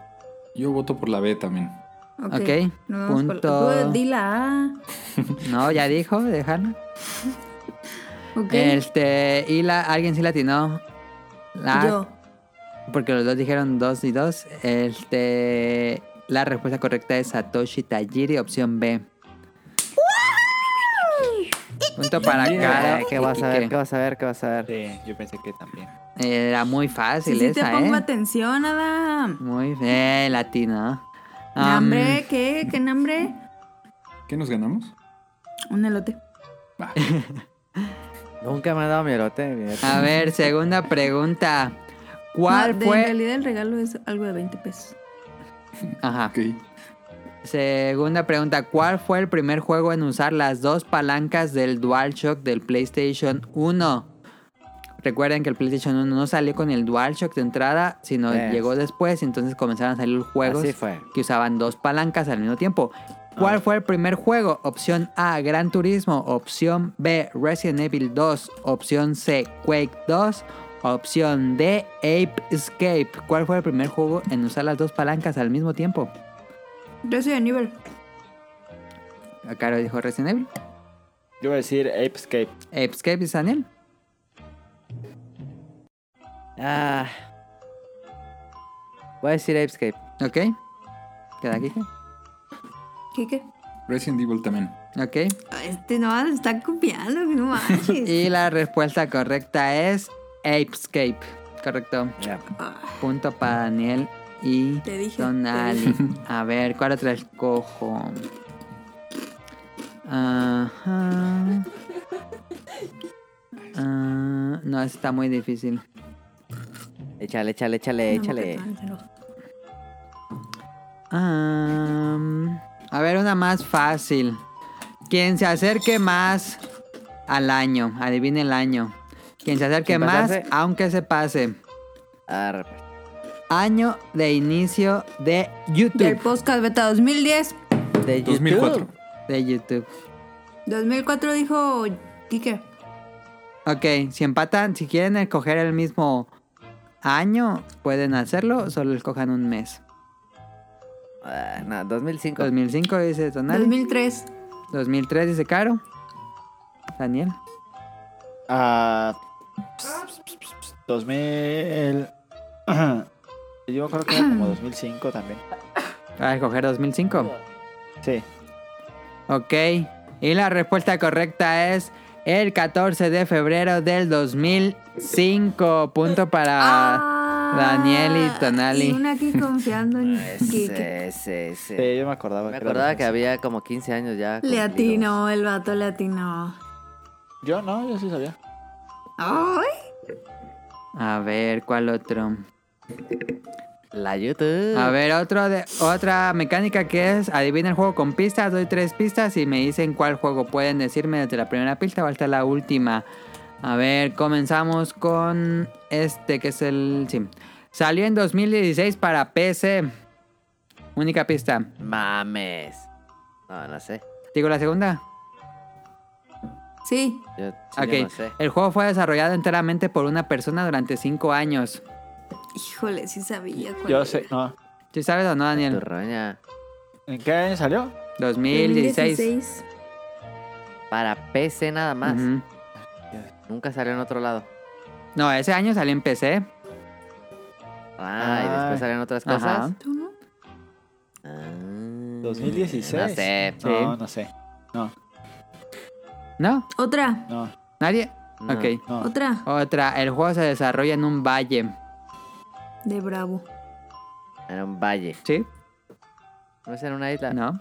Speaker 5: Yo voto por la B también.
Speaker 2: Ok.
Speaker 1: Ok,
Speaker 2: Nos vamos por-
Speaker 1: punto.
Speaker 2: Tú di la A.
Speaker 1: No, ya dijo, déjalo.
Speaker 2: Ok.
Speaker 1: Este, y la, alguien sí latinó. La,
Speaker 2: Yo.
Speaker 1: Porque los dos dijeron dos y dos. Este, la respuesta correcta es Satoshi Tajiri, opción B. Punto para
Speaker 4: Eh,
Speaker 1: Caro
Speaker 4: ¿Qué
Speaker 1: y
Speaker 4: vas a ver?
Speaker 1: Quique.
Speaker 4: ¿Qué vas a ver? ¿Qué vas a ver?
Speaker 3: Sí, yo pensé que también.
Speaker 1: Era muy fácil
Speaker 2: Si sí, te
Speaker 1: esa,
Speaker 2: pongo
Speaker 1: ¿eh?
Speaker 2: atención, Adam.
Speaker 1: Muy bien, latino. Am,
Speaker 2: ¿Hambre? ¿Qué? ¿Qué hambre?
Speaker 5: ¿Qué nos ganamos?
Speaker 2: Un elote.
Speaker 5: Va.
Speaker 4: Nunca me han dado mi elote. mi elote.
Speaker 1: Um, a ver, segunda pregunta. ¿Cuál
Speaker 2: No, de- En
Speaker 1: fue?
Speaker 2: realidad el regalo es algo de 20 pesos.
Speaker 4: Ah.
Speaker 1: Ajá.
Speaker 5: Ok.
Speaker 1: Segunda pregunta, ¿cuál fue el primer juego en usar las dos palancas del DualShock del PlayStation 1? Recuerden que el PlayStation 1 no salió con el DualShock de entrada, sino
Speaker 4: Yes.
Speaker 1: llegó después, entonces comenzaron a salir juegos
Speaker 4: Así fue.
Speaker 1: que usaban dos palancas al mismo tiempo. ¿Cuál fue el primer juego? Opción A, Gran Turismo. Opción B, Resident Evil 2. Opción C, Quake 2. Opción D, Ape Escape. ¿Cuál fue el primer juego en usar las dos palancas al mismo tiempo?
Speaker 2: Yo soy de nivel.
Speaker 1: Ah, Caro dijo Resident Evil. Eh,
Speaker 3: Yo voy a decir Ape Escape.
Speaker 1: Escape es Daniel.
Speaker 4: Ah. Voy a decir Apescape.
Speaker 1: ¿Ok? ¿Queda aquí?
Speaker 2: ¿Qué qué?
Speaker 5: Resident Evil también.
Speaker 1: ¿Ok?
Speaker 2: Este no me está copiando, que no manches.
Speaker 1: <laughs> Y la respuesta correcta es Apescape. Correcto.
Speaker 4: Ya.
Speaker 1: Punto para Daniel y
Speaker 2: Te dije, te
Speaker 1: Tonali. A ver, ¿cuál otra escojo?
Speaker 2: <laughs>
Speaker 1: Ajá. Ah, no, esta está muy difícil.
Speaker 4: Échale, échale, échale, échale.
Speaker 1: Am, a ver, una más fácil. Quien se acerque más al año, adivine el año. Quien se acerque
Speaker 4: Sin
Speaker 1: más,
Speaker 4: pasarse.
Speaker 1: aunque se pase.
Speaker 4: Arre,
Speaker 1: Año de inicio de
Speaker 2: Del
Speaker 1: YouTube.
Speaker 2: podcast beta 2010.
Speaker 4: pues. De YouTube.
Speaker 5: 2004.
Speaker 1: De YouTube.
Speaker 2: 2004 dijo Kike.
Speaker 1: Ok, si empatan, si quieren escoger el mismo año, pueden hacerlo, solo escojan un mes.
Speaker 4: Ah, no, 2005.
Speaker 1: 2005 dice Tonali.
Speaker 2: 2003.
Speaker 1: 2003 dice Caro. Daniel.
Speaker 3: Ah, ps- ps- ps- ps- 2000. <clears throat> Yo creo que era como 2005 también.
Speaker 1: Va a escoger 2005.
Speaker 3: Sí.
Speaker 1: Ok. Y la respuesta correcta es el 14 de febrero del 2005. Punto
Speaker 2: Ah.
Speaker 1: para... Ah, Daniel y Tonali.
Speaker 2: Y una aquí confiando en Kike.
Speaker 4: Ese, ese, ese.
Speaker 3: Sí, yo me acordaba.
Speaker 4: Me
Speaker 3: que era
Speaker 4: acordaba que
Speaker 3: 2005.
Speaker 4: había como 15 años ya.
Speaker 2: Le
Speaker 4: cumplidos.
Speaker 2: atinó, el vato le atinó.
Speaker 3: Yo no, yo sí sabía.
Speaker 2: ¡Ay!
Speaker 1: A ver, ¿cuál otro?
Speaker 4: La YouTube.
Speaker 1: A ver, otro de, otra mecánica que es adivina el juego con pistas. Doy tres pistas y me dicen cuál juego pueden decirme desde la primera pista o hasta la última. A ver, comenzamos con este que es el. Sí. Salió en 2016 para PC. Única pista.
Speaker 4: Mames. No, no sé.
Speaker 1: ¿Digo la segunda?
Speaker 2: Sí.
Speaker 4: Yo, sí, yo
Speaker 1: Ok.
Speaker 4: no sé.
Speaker 1: El juego fue desarrollado enteramente por una persona durante cinco años.
Speaker 2: Híjole, sí sabía cuál
Speaker 3: Yo
Speaker 2: era.
Speaker 3: sé, no.
Speaker 1: ¿Sí sabes o no,
Speaker 4: Tu
Speaker 1: Daniel?
Speaker 4: roña.
Speaker 3: ¿En qué año salió?
Speaker 1: 2016.
Speaker 4: Para PC nada más.
Speaker 1: Ujú.
Speaker 4: Nunca salió en otro lado.
Speaker 1: No, ese año salió en PC.
Speaker 4: Ah, y
Speaker 3: Ay.
Speaker 4: después salen otras
Speaker 1: Ajá.
Speaker 4: cosas.
Speaker 2: ¿Tú no?
Speaker 4: Ah,
Speaker 3: 2016.
Speaker 4: No sé.
Speaker 3: No, no sé.
Speaker 1: ¿No?
Speaker 2: Otra,
Speaker 3: No,
Speaker 1: ¿Nadie?
Speaker 4: No.
Speaker 1: Ok.
Speaker 3: no.
Speaker 2: otra.
Speaker 1: Otra, el juego se desarrolla en un valle.
Speaker 2: De Bravo.
Speaker 4: Era un valle.
Speaker 1: ¿Sí?
Speaker 4: ¿No es en una isla?
Speaker 1: No.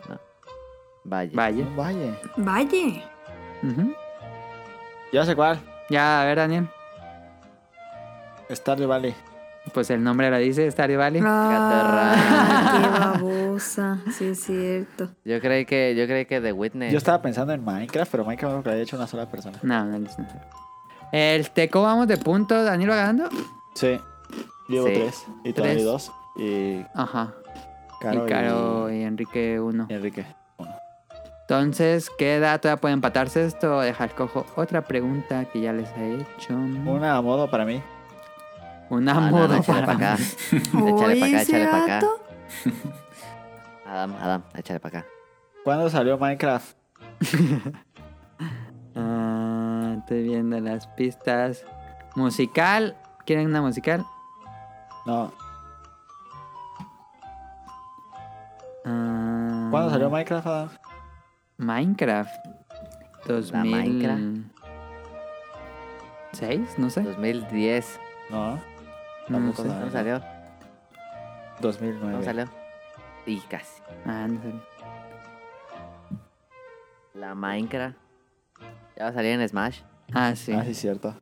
Speaker 4: Valle.
Speaker 1: Valle.
Speaker 3: Un valle.
Speaker 2: Valle.
Speaker 1: Ujú.
Speaker 3: Ya sé cuál.
Speaker 1: Ya, a ver, Daniel.
Speaker 3: Stardew Valley.
Speaker 1: Pues el nombre lo dice, Stardew Valley.
Speaker 2: Ah, qué babosa. Sí, es cierto.
Speaker 4: Yo creí que, yo creí que The
Speaker 1: Eh.
Speaker 4: Witness.
Speaker 3: Yo estaba pensando en Minecraft, pero Minecraft creo que lo había hecho una sola persona.
Speaker 1: No, no dice. Este, ¿cómo vamos de puntos? ¿Daniel va ganando?
Speaker 3: Sí. Llevo
Speaker 4: Sí.
Speaker 3: tres. Y todavía
Speaker 1: Tres.
Speaker 3: dos. Y
Speaker 1: Ajá.
Speaker 3: Caro
Speaker 1: y Caro y Enrique uno.
Speaker 3: y Enrique.
Speaker 1: Entonces, queda, todavía puede empatarse esto. Dejar cojo otra pregunta que ya les he hecho. Una,
Speaker 3: Una a modo para mí.
Speaker 4: Ah, no, no,
Speaker 1: modo
Speaker 4: échale
Speaker 1: para, <laughs>
Speaker 4: para acá. échale
Speaker 2: Oye,
Speaker 4: para
Speaker 2: ese
Speaker 4: acá, échale para acá.
Speaker 2: vato.
Speaker 4: Adam, Adam, échale para acá.
Speaker 3: ¿Cuándo salió Minecraft?
Speaker 1: Ah, estoy viendo las pistas. Musical. ¿Quieren una musical?
Speaker 3: No.
Speaker 1: Ah,
Speaker 3: ¿Cuándo salió Minecraft, Adam?
Speaker 1: Minecraft. 2000...
Speaker 4: Minecraft.
Speaker 1: ¿Seis? No sé.
Speaker 4: 2010.
Speaker 3: No.
Speaker 1: No
Speaker 3: Tampoco
Speaker 1: sé.
Speaker 4: ¿Cómo salió?
Speaker 3: 2009.
Speaker 4: ¿Cómo salió? Y casi.
Speaker 1: Ah, no sé.
Speaker 4: La Minecraft. Ya va a salir en Smash.
Speaker 1: Ah, sí.
Speaker 3: Ah, sí, cierto.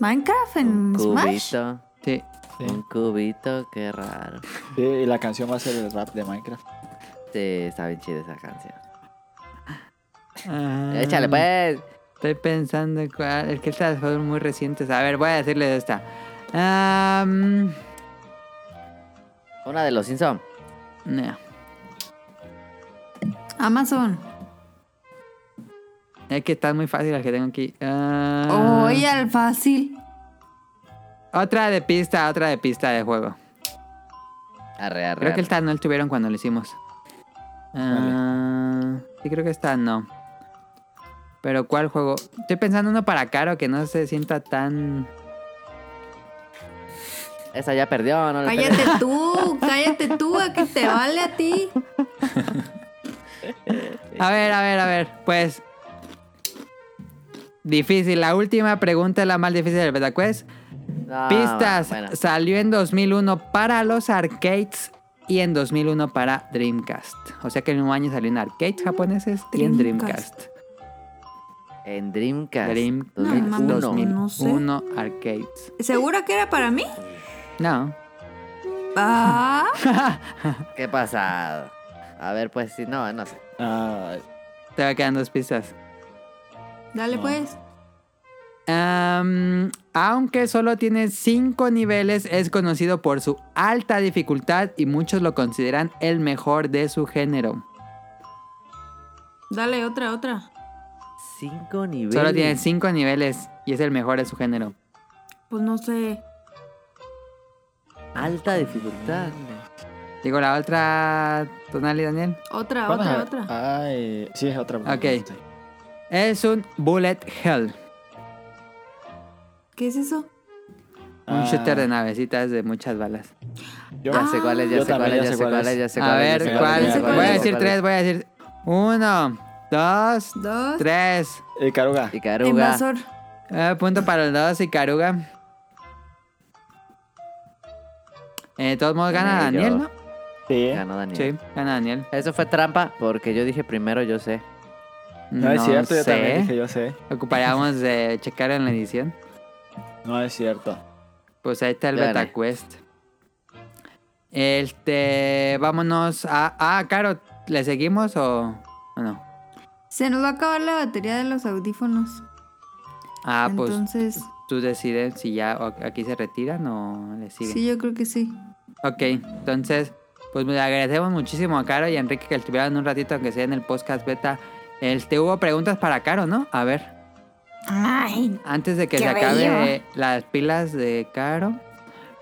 Speaker 2: Minecraft
Speaker 4: Un
Speaker 2: en Smash.
Speaker 4: cubito.
Speaker 1: Sí.
Speaker 3: Sí.
Speaker 4: Un cubito, qué raro.
Speaker 3: Sí, y la canción va a ser el rap de Minecraft.
Speaker 4: Sí, está bien chida esa canción.
Speaker 1: Ah,
Speaker 4: Échale, pues.
Speaker 1: Estoy pensando en cuál. Es que estas fueron muy recientes. A ver, voy a decirles esta. Ah, mm,
Speaker 4: Una de los Simpsons.
Speaker 1: no.
Speaker 2: Amazon.
Speaker 1: Es que están muy fáciles las que tengo aquí. Ah,
Speaker 2: Oye, al fácil.
Speaker 1: Otra de pista, otra de pista de juego.
Speaker 4: Arre, arre.
Speaker 1: Creo que
Speaker 4: arre.
Speaker 1: esta no la tuvieron cuando lo hicimos. Ah, sí, creo que esta no. Pero ¿cuál juego? Estoy pensando uno para Caro que no se sienta tan...
Speaker 4: Esa ya perdió, ¿no? le
Speaker 2: Cállate
Speaker 4: perdió.
Speaker 2: tú, cállate tú, a que te vale a ti.
Speaker 1: A ver, a ver, a ver. Pues. Difícil. La última pregunta es la más difícil del MetaQuest.
Speaker 4: No,
Speaker 1: Pistas.
Speaker 4: Ah, bueno, bueno.
Speaker 1: Salió en 2001 para los arcades y en 2001 para Dreamcast. O sea que en un año salió en arcades japoneses y en
Speaker 2: Mm, Dreamcast.
Speaker 1: Dreamcast.
Speaker 4: En Dreamcast.
Speaker 1: Dreamcast
Speaker 2: No, mames,
Speaker 4: 2001.
Speaker 1: 2001
Speaker 2: no sé.
Speaker 1: arcades.
Speaker 2: ¿Segura que era para mí?
Speaker 1: No.
Speaker 2: Ah,
Speaker 4: ¿Qué pasado? A ver, pues sí, no, no sé.
Speaker 3: Ah,
Speaker 1: Te va quedando dos pistas.
Speaker 2: dale
Speaker 3: No.
Speaker 2: pues.
Speaker 1: Am, aunque solo tiene 5 niveles, es conocido por su alta dificultad y muchos lo consideran el mejor de su género.
Speaker 2: Dale otra, otra.
Speaker 4: Cinco niveles.
Speaker 1: Solo tiene 5 niveles y es el mejor de su género.
Speaker 2: Pues no sé.
Speaker 4: Alta dificultad.
Speaker 1: Digo la otra, Tonali Daniel.
Speaker 2: Otra,
Speaker 3: vamos a
Speaker 2: Ah, otra,
Speaker 3: ver. ah.
Speaker 2: otra.
Speaker 3: Ay, sí, es otra.
Speaker 1: Ok. Es un Bullet Hell,
Speaker 2: ¿Qué es eso?
Speaker 3: Ah.
Speaker 1: un shooter de navecitas de muchas balas.
Speaker 3: Yo,
Speaker 1: Ah.
Speaker 2: Ah.
Speaker 4: Ya sé cuál es, ya
Speaker 3: Yo
Speaker 4: sé cuál
Speaker 3: también
Speaker 4: es, ya sé cuál es, ya sé cuál
Speaker 1: A
Speaker 4: es, ya
Speaker 1: ver,
Speaker 4: sé
Speaker 1: ¿cuál?
Speaker 4: es, ya sé
Speaker 1: Voy a
Speaker 4: es,
Speaker 1: decir
Speaker 4: cuál es.
Speaker 1: tres, voy a decir uno, dos,
Speaker 2: Dos.
Speaker 1: tres.
Speaker 3: Eh, Caruga.
Speaker 4: Y Caruga.
Speaker 2: Invasor.
Speaker 1: Ah, punto para el 2 y Caruga. Eh, de todos modos gana
Speaker 4: Gané yo.
Speaker 1: Daniel, ¿no?
Speaker 3: Sí.
Speaker 4: Ganó Daniel.
Speaker 1: Sí, gana Daniel.
Speaker 4: Eso fue trampa porque yo dije primero, yo sé.
Speaker 3: No, es cierto, yo también dije
Speaker 1: sé.
Speaker 3: yo sé.
Speaker 1: Ocuparíamos de checar en la edición.
Speaker 3: No es cierto.
Speaker 1: Pues ahí está el
Speaker 4: Yo gané.
Speaker 1: Beta Quest. Este, vámonos a... Ah, Caro, ¿le seguimos o, o no?
Speaker 2: Se nos va a acabar la batería de los audífonos.
Speaker 1: Ah, pues
Speaker 2: Entonces,
Speaker 1: tú decides si ya o- aquí se retiran o le siguen.
Speaker 2: sí, yo creo que sí.
Speaker 1: Ok, entonces, pues le agradecemos muchísimo a Caro y a Enrique que estuvieran un ratito, aunque sea en el podcast beta. Este, hubo preguntas para Caro, ¿no? A ver,
Speaker 6: Ay,
Speaker 1: antes de que
Speaker 6: Qué
Speaker 1: se acabe
Speaker 6: bello.
Speaker 1: eh, las pilas de Caro.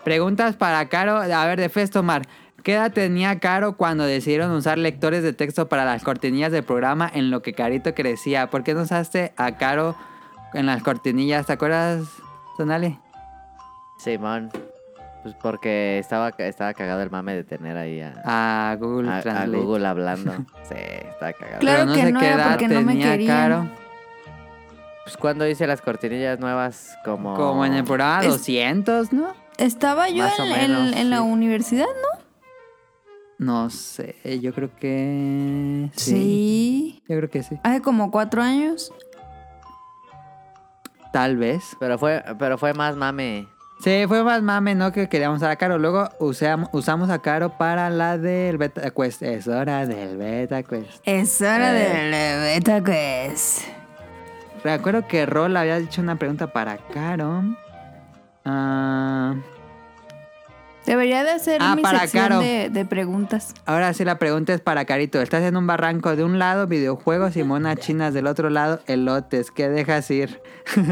Speaker 1: Preguntas para Caro, a ver, de Festomar. ¿Qué edad tenía Caro cuando decidieron usar lectores de texto para las cortinillas del programa en lo que Carito crecía? ¿Por qué no usaste a Caro en las cortinillas? ¿Te acuerdas, Tonale?
Speaker 4: Simón. Pues porque estaba, estaba cagado el mame de tener ahí a,
Speaker 1: A Google
Speaker 4: a- a
Speaker 1: Translate.
Speaker 4: Google hablando. sí, estaba cagado.
Speaker 2: Claro.
Speaker 1: Pero no
Speaker 2: que
Speaker 1: sé
Speaker 2: no
Speaker 1: qué
Speaker 2: era
Speaker 1: edad
Speaker 2: porque no me
Speaker 1: tenía
Speaker 2: querían.
Speaker 1: Caro.
Speaker 4: Pues cuando hice las cortinillas nuevas como...
Speaker 1: Como en el programa
Speaker 2: Es-
Speaker 1: 200, ¿no?
Speaker 2: Estaba yo
Speaker 4: Más o
Speaker 2: en, en-
Speaker 4: menos,
Speaker 2: en la
Speaker 4: sí.
Speaker 2: universidad, ¿no?
Speaker 1: No sé, yo creo que... Sí. Yo creo que sí.
Speaker 2: Hace como cuatro años.
Speaker 1: Tal vez.
Speaker 4: Pero fue, pero fue más mame.
Speaker 1: Sí, fue más mame, ¿no? Que queríamos a Caro. Luego usamos, usamos a Caro para la del Beta Quest. Es hora del Beta Quest.
Speaker 2: Es hora
Speaker 4: Eh.
Speaker 2: de beta quest.
Speaker 1: Recuerdo que Rol había hecho una pregunta para Caro. Ah,
Speaker 2: Debería de hacer
Speaker 1: Ah,
Speaker 2: mi
Speaker 1: para
Speaker 2: sección
Speaker 1: Caro.
Speaker 2: de, de preguntas.
Speaker 1: ahora sí la pregunta es para Carito. Estás en un barranco de un lado, videojuegos y monas chinas del otro lado, elotes. ¿Qué dejas ir?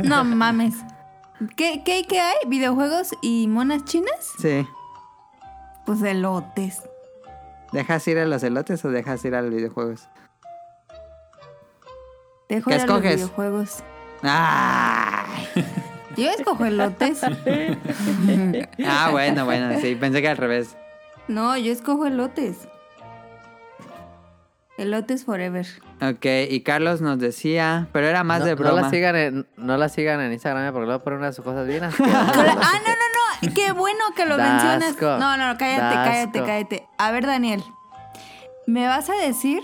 Speaker 2: No mames. ¿Qué, qué, qué hay? ¿Videojuegos y monas chinas?
Speaker 1: Sí.
Speaker 2: Pues elotes.
Speaker 1: ¿Dejas ir a los elotes o dejas ir a los videojuegos?
Speaker 2: Dejo
Speaker 1: ¿Qué
Speaker 2: de los
Speaker 1: escoges?
Speaker 2: videojuegos.
Speaker 1: ¡Ay!
Speaker 2: Yo escojo elotes.
Speaker 4: <laughs>
Speaker 1: Ah, bueno, bueno, sí, pensé que al revés.
Speaker 2: No, yo escojo elotes. Elotes forever.
Speaker 1: Ok, y Carlos nos decía, pero era más
Speaker 4: no,
Speaker 1: de broma.
Speaker 4: No la, sigan en, no la sigan en Instagram eh, porque luego ponen unas cosas bien
Speaker 2: Pero-
Speaker 4: asquerosas.
Speaker 2: ah, no, no, no. Qué bueno que lo
Speaker 4: <laughs> Da
Speaker 2: mencionas.
Speaker 4: asco.
Speaker 2: No, no, no, cállate,
Speaker 4: Da
Speaker 2: cállate,
Speaker 4: asco.
Speaker 2: cállate. A ver, Daniel. ¿Me vas a decir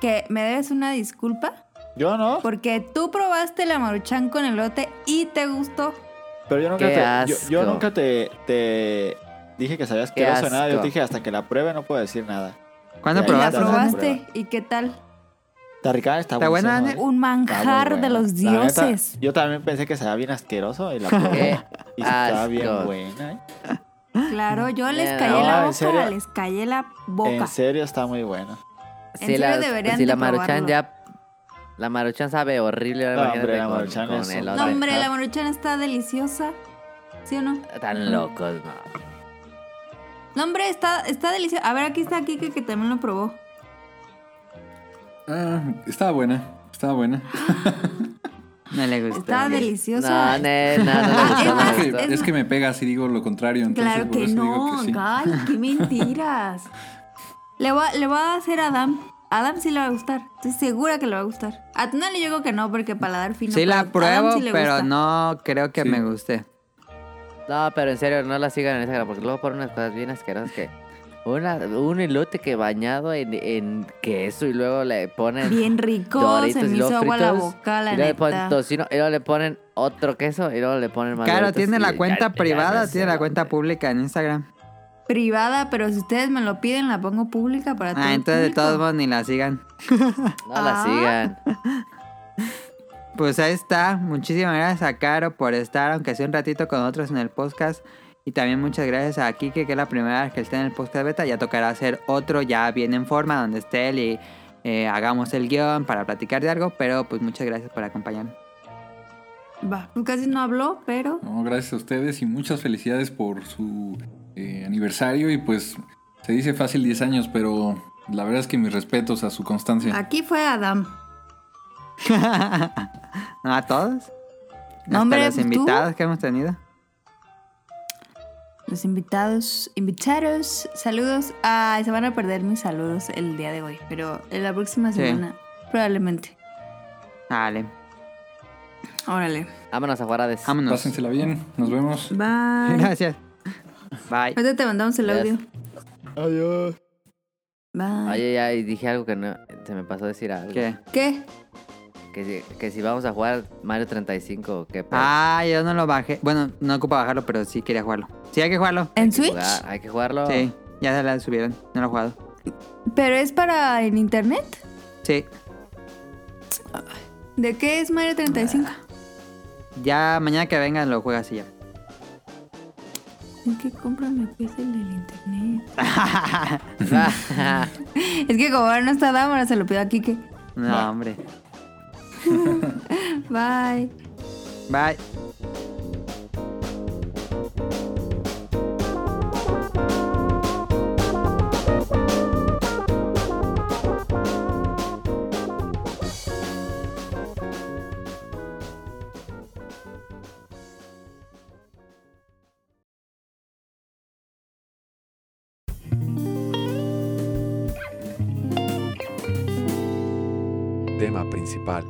Speaker 2: que me debes una disculpa?
Speaker 3: Yo no,
Speaker 2: Porque tú probaste la maruchan con elote y te gustó.
Speaker 3: pero yo nunca
Speaker 4: Qué
Speaker 3: te. Yo, yo
Speaker 4: asco.
Speaker 3: nunca te, te dije que sabías que
Speaker 4: Qué
Speaker 3: era nada. Yo
Speaker 4: asco.
Speaker 3: te dije hasta que la pruebe no puedo decir nada.
Speaker 1: ¿Cuándo
Speaker 3: Ya, ya
Speaker 2: La
Speaker 1: probaste?
Speaker 3: está.
Speaker 1: Dani?
Speaker 2: probaste. ¿Y qué tal?
Speaker 3: Está rica, está,
Speaker 1: ¿Está buena, Dani?
Speaker 3: buenísima, ¿eh?
Speaker 2: Un
Speaker 3: Está muy
Speaker 2: manjar de
Speaker 3: buena.
Speaker 2: los
Speaker 3: La neta,
Speaker 2: dioses.
Speaker 3: yo también pensé que sabía bien asqueroso y la
Speaker 4: <laughs>
Speaker 3: probé. y estaba
Speaker 4: asco.
Speaker 3: bien buena. ¿eh?
Speaker 2: Claro, yo les
Speaker 4: No,
Speaker 2: callé
Speaker 3: en
Speaker 2: la boca,
Speaker 3: serio.
Speaker 2: les callé la
Speaker 3: En
Speaker 2: boca.
Speaker 3: serio, está muy buena.
Speaker 2: en serio deberían
Speaker 4: si
Speaker 2: de
Speaker 4: la maruchan
Speaker 2: probarlo.
Speaker 4: ya... La maruchan sabe horrible. ahora
Speaker 3: No,
Speaker 4: imagínate
Speaker 3: hombre, la
Speaker 4: con-
Speaker 3: Maruchan
Speaker 4: con
Speaker 3: es un-
Speaker 4: elote.
Speaker 2: No, hombre, la maruchan está deliciosa. ¿Sí o no?
Speaker 4: Tan locos, no.
Speaker 2: No, hombre, está, está deliciosa. A ver, aquí está Kike que también lo probó.
Speaker 5: Ah, estaba buena, estaba buena.
Speaker 1: No le gustó.
Speaker 2: Estaba delicioso.
Speaker 4: No, ne- no, no
Speaker 5: <laughs>
Speaker 4: le gustó, no
Speaker 2: Ah,
Speaker 5: Es
Speaker 4: le
Speaker 5: que,
Speaker 4: gustó.
Speaker 5: es que me pega si digo lo contrario, entonces
Speaker 2: Claro
Speaker 5: por
Speaker 2: que
Speaker 5: eso digo
Speaker 2: no,
Speaker 5: que sí.
Speaker 2: Gal, qué mentiras. le, va, le va a hacer a Adam. A Adam sí le va a gustar. Estoy segura que le va a gustar. A Tuna le digo que no, porque paladar fino.
Speaker 1: Sí
Speaker 2: pero a
Speaker 1: la
Speaker 2: Adam
Speaker 1: pruebo,
Speaker 2: sí le
Speaker 1: pero
Speaker 2: gusta.
Speaker 1: no creo que
Speaker 5: Sí.
Speaker 1: me guste.
Speaker 4: No, pero en serio, no la sigan en Instagram porque luego ponen unas cosas bien asquerosas que. Una, un elote que bañado en, en queso y luego le
Speaker 1: <laughs>
Speaker 4: ponen.
Speaker 2: Bien rico,
Speaker 4: Doritos
Speaker 2: se me
Speaker 4: y luego
Speaker 2: hizo agua la
Speaker 4: fritos,
Speaker 2: boca, la
Speaker 4: y luego le ponen
Speaker 2: neta.
Speaker 4: tocino, y luego le ponen otro queso y luego le ponen más.
Speaker 1: Claro,
Speaker 4: Doritos
Speaker 1: tiene
Speaker 4: y
Speaker 1: la
Speaker 4: ya-
Speaker 1: cuenta
Speaker 4: ya no
Speaker 1: privada,
Speaker 4: sé,
Speaker 1: tiene la
Speaker 4: güey.
Speaker 1: cuenta pública en Instagram.
Speaker 2: Privada, pero si ustedes me lo piden, la pongo pública para todo
Speaker 1: Ah,
Speaker 2: el
Speaker 1: entonces de
Speaker 2: público.
Speaker 1: todos modos ni la sigan.
Speaker 4: No la
Speaker 2: Ah.
Speaker 4: sigan.
Speaker 1: Pues ahí está. Muchísimas gracias a Caro por estar, aunque sea un ratito con nosotros en el podcast. Y también muchas gracias a Kike, que es la primera vez que está en el podcast beta. Ya tocará hacer otro ya bien en forma, donde esté él y eh, hagamos el guión para platicar de algo. Pero pues muchas gracias por acompañarnos.
Speaker 2: Va, pues casi no habló, pero
Speaker 5: No, gracias a ustedes y muchas felicidades por su eh, aniversario y pues se dice fácil 10 años, pero la verdad es que mis respetos a su constancia.
Speaker 2: aquí fue Adam.
Speaker 1: <laughs> ¿No a todos?
Speaker 2: No,
Speaker 1: Hasta
Speaker 2: hombre,
Speaker 1: los
Speaker 2: pues, tú.
Speaker 1: invitados que hemos tenido.
Speaker 2: Los invitados, invitados, saludos. Ay, se van a perder mis saludos el día de hoy, pero en la próxima
Speaker 1: Sí.
Speaker 2: semana, probablemente.
Speaker 1: Dale,
Speaker 2: Órale.
Speaker 4: Vámonos a Juárez.
Speaker 1: vámonos.
Speaker 5: Pásensela bien, nos vemos.
Speaker 1: <laughs>
Speaker 2: Bye.
Speaker 1: Gracias. Bye.
Speaker 2: Ahorita te mandamos el
Speaker 4: Gracias.
Speaker 2: audio. Bye.
Speaker 4: Oye, ya y dije algo que no. Se me pasó decir algo.
Speaker 1: ¿Qué?
Speaker 2: ¿Qué?
Speaker 4: Que si, que si vamos a jugar Mario 35, que
Speaker 1: Ah, yo no lo bajé. Bueno, no ocupa bajarlo, pero sí quería jugarlo. Sí, hay que jugarlo.
Speaker 2: ¿En Switch?
Speaker 4: hay que jugarlo.
Speaker 1: Sí, ya se la subieron. No lo he jugado.
Speaker 2: ¿Pero es para en internet?
Speaker 1: Sí,
Speaker 2: ¿De qué es Mario 35?
Speaker 1: ya mañana que vengan lo juegas y ya.
Speaker 2: Es que cómprame pues el del internet. <laughs> Es que como ahora no está Dámara, se lo pido a Kike.
Speaker 1: No, hombre.
Speaker 2: Bye.
Speaker 1: Bye.
Speaker 7: Tema principal.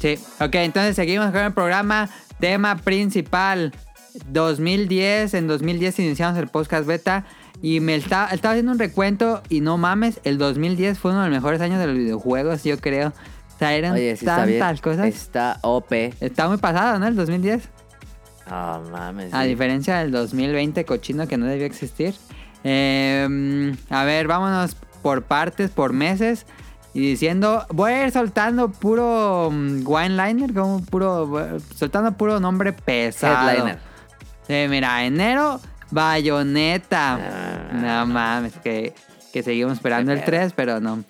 Speaker 1: Sí, ok, entonces seguimos con el programa. Tema principal: 2010. En 2010 iniciamos el podcast beta. Y me estaba, estaba haciendo un recuento. Y no mames, el 2010 fue uno de los mejores años de los videojuegos, yo creo. O sea, eran
Speaker 4: Oye, sí está
Speaker 1: tantas
Speaker 4: bien.
Speaker 1: cosas.
Speaker 4: Está OP.
Speaker 1: Está muy pasado, ¿no? El 2010.
Speaker 4: Ah, mames.
Speaker 1: A
Speaker 4: sí.
Speaker 1: diferencia del 2020 cochino que no debió existir. Eh, a ver, vámonos por partes, por meses. Y diciendo, voy a ir soltando puro mm, one-liner, como puro, soltando puro nombre pesado.
Speaker 4: Headliner.
Speaker 1: Eh, mira, enero, bayoneta.
Speaker 4: Ah.
Speaker 1: no mames, que, que seguimos esperando el
Speaker 4: pedo.
Speaker 1: 3, pero no.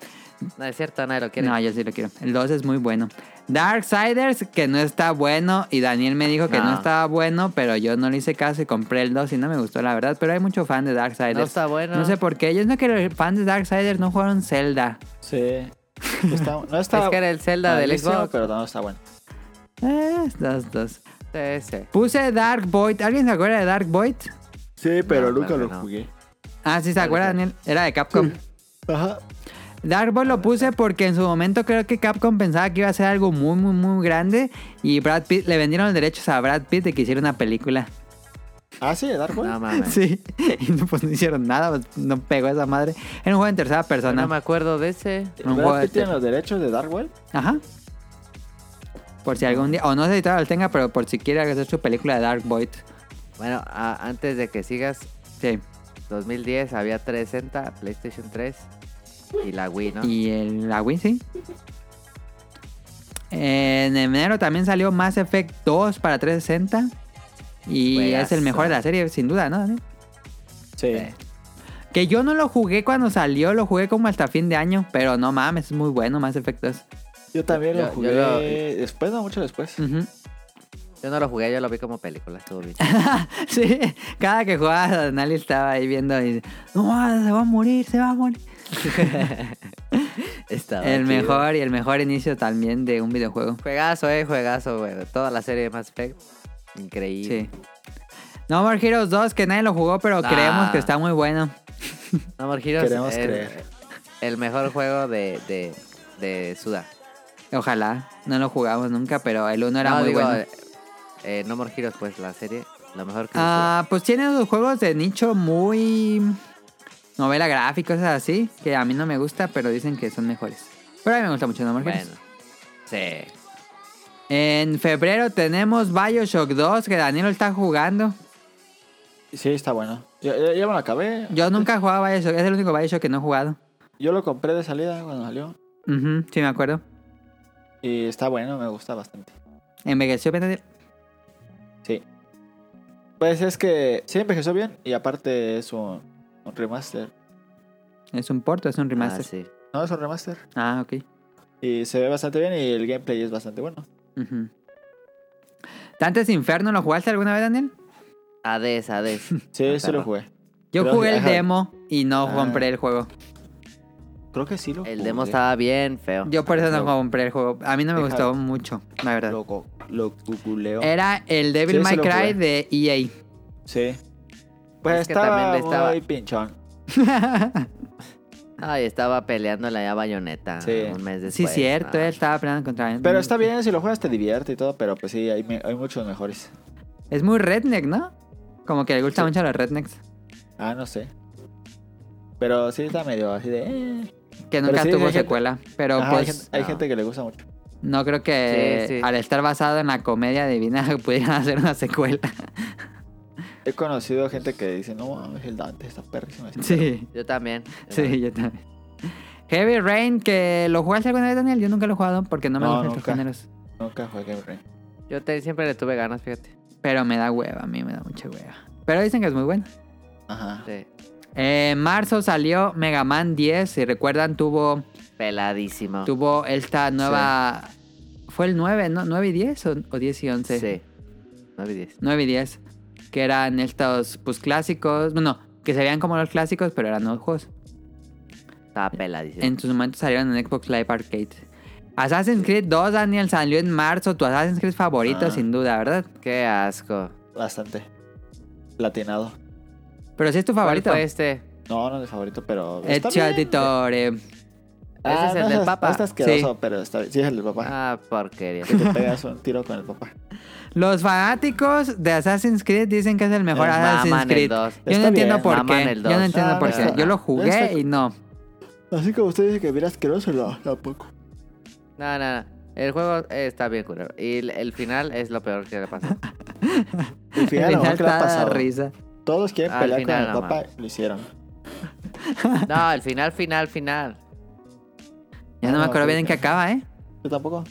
Speaker 4: No es cierto, nadie lo quiere.
Speaker 1: No, yo sí lo quiero. El 2 es muy bueno. Darksiders, que no está bueno. Y Daniel me dijo que no,
Speaker 4: No.
Speaker 1: estaba bueno, pero yo no le hice caso y compré el 2 y no me gustó, la verdad. Pero hay mucho fan de Darksiders.
Speaker 4: No está bueno.
Speaker 1: No sé por qué. Ellos no que los fans de Darksiders no jugaron Zelda.
Speaker 3: Sí. Está- no está
Speaker 4: <laughs> es que era el Zelda del
Speaker 3: malísimo,
Speaker 4: Xbox.
Speaker 3: Pero no está bueno.
Speaker 1: Eh, dos, dos.
Speaker 4: Ese.
Speaker 1: Puse Dark Void. ¿Alguien se acuerda de Dark Void?
Speaker 3: Sí,
Speaker 4: pero No, nunca claro lo que no.
Speaker 3: jugué.
Speaker 1: Ah, sí, se acuerda,
Speaker 4: Ahorita.
Speaker 1: Daniel. Era de Capcom.
Speaker 3: Ajá.
Speaker 1: Dark Void
Speaker 4: Ah,
Speaker 1: lo puse porque en su momento creo que Capcom pensaba que iba a ser algo muy, muy, muy grande. Y Brad Pitt, le vendieron los derechos a Brad Pitt de que hiciera una película.
Speaker 3: Ah, sí, Dark Web.
Speaker 4: No mames.
Speaker 1: <laughs> Sí, y no, pues no hicieron nada, pues, no pegó esa madre. Era un juego en tercera
Speaker 4: Yo
Speaker 1: persona.
Speaker 4: No me acuerdo de ese.
Speaker 1: un
Speaker 3: ¿Verdad
Speaker 1: juego
Speaker 3: que
Speaker 1: de
Speaker 3: tienen
Speaker 1: te-
Speaker 3: los derechos de Dark Web?
Speaker 1: Ajá. Por si algún día, o no sé si todavía lo tenga, pero por si quiere hacer su película de Dark Void.
Speaker 4: Bueno, a- antes de que sigas,
Speaker 1: Sí.
Speaker 4: 2010 había 360, PlayStation 3 y la Wii, ¿no?
Speaker 1: Y el, la Wii, sí. En enero también salió Mass Effect 2 para 360. Y es el
Speaker 4: Juegazo.
Speaker 1: mejor de la serie, sin duda, ¿no? Daniel?
Speaker 3: Sí.
Speaker 1: Que yo no lo jugué cuando salió, lo jugué como hasta fin de año, pero no mames, es muy bueno Mass Effect 2.
Speaker 3: Yo también lo
Speaker 4: Yo- yo
Speaker 3: jugué.
Speaker 4: lo-
Speaker 3: Después, no, mucho después.
Speaker 1: Ujú.
Speaker 4: Yo no lo jugué, yo lo vi como película, estuvo
Speaker 1: <laughs>
Speaker 4: bien.
Speaker 1: Sí, cada que jugaba, Nali estaba ahí viendo y dice, no, se va a morir, se va a morir.
Speaker 4: Estaba
Speaker 1: el
Speaker 4: chido.
Speaker 1: mejor y el mejor inicio también de un videojuego.
Speaker 4: Juegazo, eh, juegazo, güey. Toda la serie de Mass Effect. Increíble.
Speaker 1: Sí. No More Heroes 2, que nadie lo jugó, pero
Speaker 4: Nah.
Speaker 1: creemos que está muy bueno.
Speaker 4: No More Heroes
Speaker 3: Queremos
Speaker 4: es
Speaker 3: creer.
Speaker 4: el mejor juego de, de, de Suda.
Speaker 1: Ojalá, no lo jugamos nunca, pero el uno era
Speaker 4: no,
Speaker 1: muy
Speaker 4: digo,
Speaker 1: bueno.
Speaker 4: eh, no More Heroes, pues la serie, lo mejor que
Speaker 1: Ah, pues tiene unos juegos de nicho muy... Novela gráfica, cosas así, que a mí no me gusta, pero dicen que son mejores. Pero a mí me gusta mucho No
Speaker 4: hizo.
Speaker 1: More Heroes.
Speaker 4: Bueno. Sí.
Speaker 1: En febrero tenemos Bioshock 2, que Daniel lo está jugando.
Speaker 3: Sí, está bueno. Yo, yo- yo me lo acabé.
Speaker 1: Yo nunca he jugado a Bioshock, es el único Bioshock que no he jugado.
Speaker 3: Yo lo compré de salida cuando salió.
Speaker 1: Ujú, sí, me acuerdo.
Speaker 3: Y está bueno, me gusta bastante.
Speaker 1: Envejeció bien. Daniel.
Speaker 3: Sí. Pues es que sí envejeció bien y aparte es un, un remaster.
Speaker 1: Es un porto, es un
Speaker 4: Ah,
Speaker 1: remaster.
Speaker 4: sí.
Speaker 3: No, es un remaster.
Speaker 1: Ah, ok.
Speaker 3: Y se ve bastante bien y el gameplay es bastante bueno.
Speaker 1: Ujú. Dantes Inferno, ¿lo jugaste alguna vez, Daniel? <laughs>
Speaker 4: Hades, Hades.
Speaker 3: Sí,
Speaker 4: Ah,
Speaker 3: sí lo
Speaker 4: perro.
Speaker 3: jugué.
Speaker 1: Yo
Speaker 3: Creo
Speaker 1: jugué
Speaker 3: que-
Speaker 1: el
Speaker 3: ajá.
Speaker 1: demo y no
Speaker 3: Ah.
Speaker 1: compré el juego.
Speaker 3: Creo que sí lo jugué.
Speaker 4: El demo estaba bien feo.
Speaker 1: Yo por eso no
Speaker 3: Luego-
Speaker 1: compré el juego. A mí no me
Speaker 3: Deja-
Speaker 1: gustó mucho, la verdad.
Speaker 3: Lo, go- lo googleo.
Speaker 4: Er-
Speaker 1: Era el Devil
Speaker 3: Sí, sí
Speaker 1: May
Speaker 3: lo
Speaker 1: Cry
Speaker 3: jugué.
Speaker 1: de E EA.
Speaker 3: Sí. Pues
Speaker 4: Es que
Speaker 3: estaba,
Speaker 4: también le estaba-
Speaker 3: muy pinchón.
Speaker 4: Ay, estaba peleándole allá a Bayonetta
Speaker 3: Sí.
Speaker 4: un mes después.
Speaker 1: sí, cierto,
Speaker 4: Ah,
Speaker 1: él estaba peleando contra él.
Speaker 4: Mm.
Speaker 3: Pero está bien, si lo juegas te divierte y todo, pero pues sí, hay, me- hay muchos mejores.
Speaker 1: Es muy redneck, ¿no? Como que le gusta mucho a los rednecks.
Speaker 3: Ah, no sé. Pero sí está medio así de... eh.
Speaker 1: Que
Speaker 3: Pero
Speaker 1: nunca
Speaker 3: sí,
Speaker 1: tuvo
Speaker 3: hay gente-
Speaker 1: secuela. Pero
Speaker 3: Ajá, hay,
Speaker 1: pues
Speaker 3: gente, hay
Speaker 4: no.
Speaker 3: gente que le gusta mucho.
Speaker 1: no creo que
Speaker 4: Sí, sí.
Speaker 1: al estar basado en la comedia divina <laughs> pudieran hacer una
Speaker 4: <laughs>
Speaker 1: secuela.
Speaker 3: He conocido gente que dice, no, mames, el Dante está perrísimo. este pedo".
Speaker 1: Sí,
Speaker 4: Yo también. yo
Speaker 1: sí,
Speaker 4: también.
Speaker 1: yo también. Heavy Rain, que lo jugaste alguna vez, Daniel. Yo nunca lo he jugado porque no me
Speaker 3: No,
Speaker 1: gustan estos
Speaker 3: nunca.
Speaker 1: géneros.
Speaker 3: Nunca jugué Game Ring.
Speaker 4: Yo te- siempre le tuve ganas, fíjate.
Speaker 1: Pero me da hueva, a mí me da mucha hueva. Pero dicen que es muy bueno.
Speaker 3: Ajá.
Speaker 4: Sí.
Speaker 1: Eh, en marzo salió Mega Man 10. Si recuerdan, tuvo,
Speaker 4: Peladísimo.
Speaker 1: tuvo esta nueva. Fue el 9, ¿no? ¿9 y 10 o, o 10 y 11?
Speaker 4: Sí. 9 y 10.
Speaker 1: 9 y 10. Que eran estos, pues clásicos. Bueno, que se veían como los clásicos, pero eran nuevos juegos.
Speaker 4: Estaba peladísimo.
Speaker 1: En sus momentos salieron en Xbox Live Arcade. Assassin's Creed 2, Daniel, salió en marzo. Tu Assassin's Creed favorito,
Speaker 3: Ah.
Speaker 1: sin duda, ¿verdad?
Speaker 4: Qué asco.
Speaker 3: Bastante. Platinado.
Speaker 1: Pero sí es tu
Speaker 4: ¿Cuál
Speaker 1: favorito.
Speaker 4: fue este?
Speaker 3: No, no es mi favorito, pero... está
Speaker 1: Ezio
Speaker 3: bien.
Speaker 1: Auditore.
Speaker 3: Ah,
Speaker 4: Ese es el
Speaker 3: no
Speaker 4: del
Speaker 3: seas-
Speaker 4: Papa.
Speaker 3: No está asqueroso, pero está bien. Sí, es el del papá.
Speaker 4: Ah,
Speaker 1: <laughs>
Speaker 4: porquería.
Speaker 3: Que te pegas un tiro con el papá.
Speaker 1: Los fanáticos de Assassin's Creed dicen que es el mejor
Speaker 3: Eh,
Speaker 1: Assassin's
Speaker 4: maman el
Speaker 1: Creed.
Speaker 4: dos.
Speaker 1: Yo no
Speaker 3: Está
Speaker 1: entiendo
Speaker 3: bien,
Speaker 1: por
Speaker 4: maman
Speaker 1: qué.
Speaker 4: el
Speaker 1: Yo no
Speaker 4: dos.
Speaker 1: entiendo
Speaker 3: Ah,
Speaker 1: por qué.
Speaker 3: está-
Speaker 1: Yo lo jugué
Speaker 3: está-
Speaker 1: y no.
Speaker 3: Así como usted dice que viera asqueroso, no, tampoco.
Speaker 4: No, no, no. El juego eh, está bien culero. Y el, el final es lo peor que le
Speaker 1: <laughs>
Speaker 4: pasó.
Speaker 3: Y
Speaker 1: Al <laughs>
Speaker 3: fíjate lo
Speaker 1: final
Speaker 3: mejor que le ha
Speaker 1: está
Speaker 3: pasado.
Speaker 1: risa.
Speaker 3: Todos quieren
Speaker 4: Al
Speaker 3: pelear
Speaker 4: final,
Speaker 3: con
Speaker 4: no
Speaker 3: el papá, lo hicieron.
Speaker 4: No, el final, final, final.
Speaker 1: Ya no
Speaker 3: Ah,
Speaker 1: me acuerdo
Speaker 3: ok,
Speaker 1: bien en qué
Speaker 3: ok.
Speaker 1: acaba, ¿eh?
Speaker 3: Yo tampoco.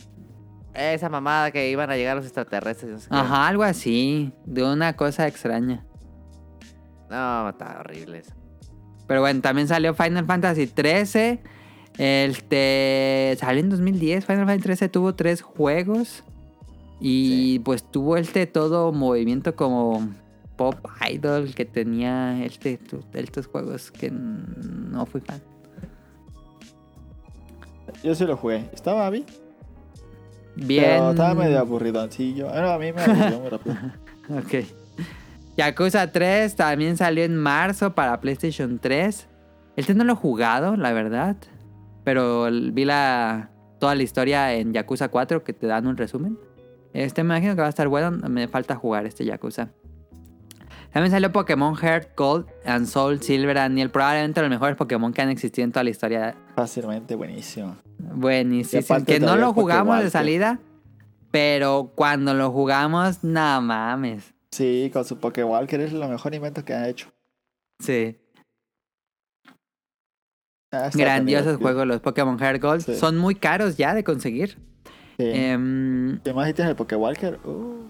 Speaker 4: Esa mamada que iban a llegar los extraterrestres. no sé qué.
Speaker 1: Ajá, algo así. De una cosa extraña.
Speaker 4: No, está horrible eso.
Speaker 1: Pero bueno, también salió Final Fantasy XIII. Este. Salió en 2010. Final Fantasy XIII tuvo tres juegos. Y pues tuvo este todo movimiento como Pop Idol que tenía este, tu- estos juegos que no fui fan.
Speaker 3: Yo sí lo jugué. Estaba bien.
Speaker 1: Bien.
Speaker 3: Pero estaba medio aburridoncillo. Bueno, a mí me aburrió muy
Speaker 4: <laughs>
Speaker 3: rápido.
Speaker 1: Ok. Yakuza 3 también salió en marzo para PlayStation 3. Este no lo he jugado, la verdad. Pero l- vi la, toda la historia en Yakuza 4 que te dan un resumen. Este me imagino que va a estar bueno. Me falta jugar este Yakuza. También salió Pokémon Heart, Gold and Soul, Silver, Daniel. Probablemente los mejores Pokémon que han existido en toda la historia
Speaker 3: Fácilmente, buenísimo. Y
Speaker 1: Buenísimo.
Speaker 3: aparte
Speaker 1: Que no
Speaker 3: todavía
Speaker 1: lo
Speaker 3: fue que
Speaker 1: jugamos de
Speaker 3: Walter.
Speaker 1: salida. Pero cuando lo jugamos, nada mames.
Speaker 3: Sí, con su Pokewalker es lo mejor invento que ha hecho.
Speaker 1: Sí.
Speaker 3: Ah, está
Speaker 1: Grandiosos
Speaker 3: también
Speaker 1: juegos los Pokémon Heart Gold.
Speaker 3: Sí.
Speaker 1: Son muy caros ya de conseguir.
Speaker 3: Sí.
Speaker 1: Em,
Speaker 3: Y más si tienes el Pokewalker, uh,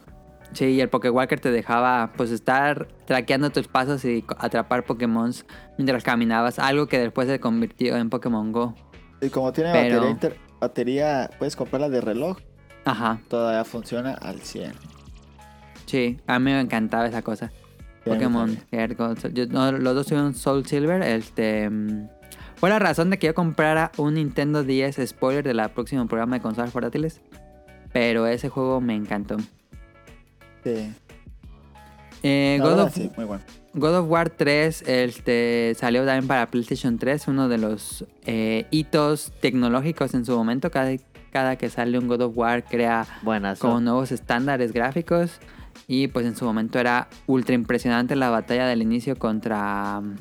Speaker 1: sí, y el Pokéwalker te dejaba pues estar traqueando tus pasos y co- atrapar Pokémon mientras caminabas. Algo que después se convirtió en Pokémon Go.
Speaker 3: y como tiene
Speaker 1: Pero-
Speaker 3: batería inter- batería, puedes comprarla de reloj,
Speaker 1: Ajá,
Speaker 3: todavía funciona al 100. Sí,
Speaker 1: sí. A mí me encantaba esa cosa.
Speaker 3: a mí
Speaker 1: Pokémon
Speaker 3: también.
Speaker 1: Heart Gold Soul. Yo- no, los dos tuvieron Soul Silver. Este mm, fue la razón de que yo comprara un Nintendo 10 spoiler de la próxima programa de consolas portátiles. Pero ese juego me encantó.
Speaker 3: Sí.
Speaker 1: Eh,
Speaker 3: La
Speaker 1: God,
Speaker 3: verdad,
Speaker 1: of,
Speaker 3: sí, muy bueno.
Speaker 1: God of War 3 este, salió también para PlayStation 3, uno de los eh, hitos tecnológicos en su momento. Cada, cada que sale un God of War crea
Speaker 4: Buenas.
Speaker 1: con nuevos estándares gráficos. Y pues en su momento era ultra impresionante la batalla del inicio contra mm,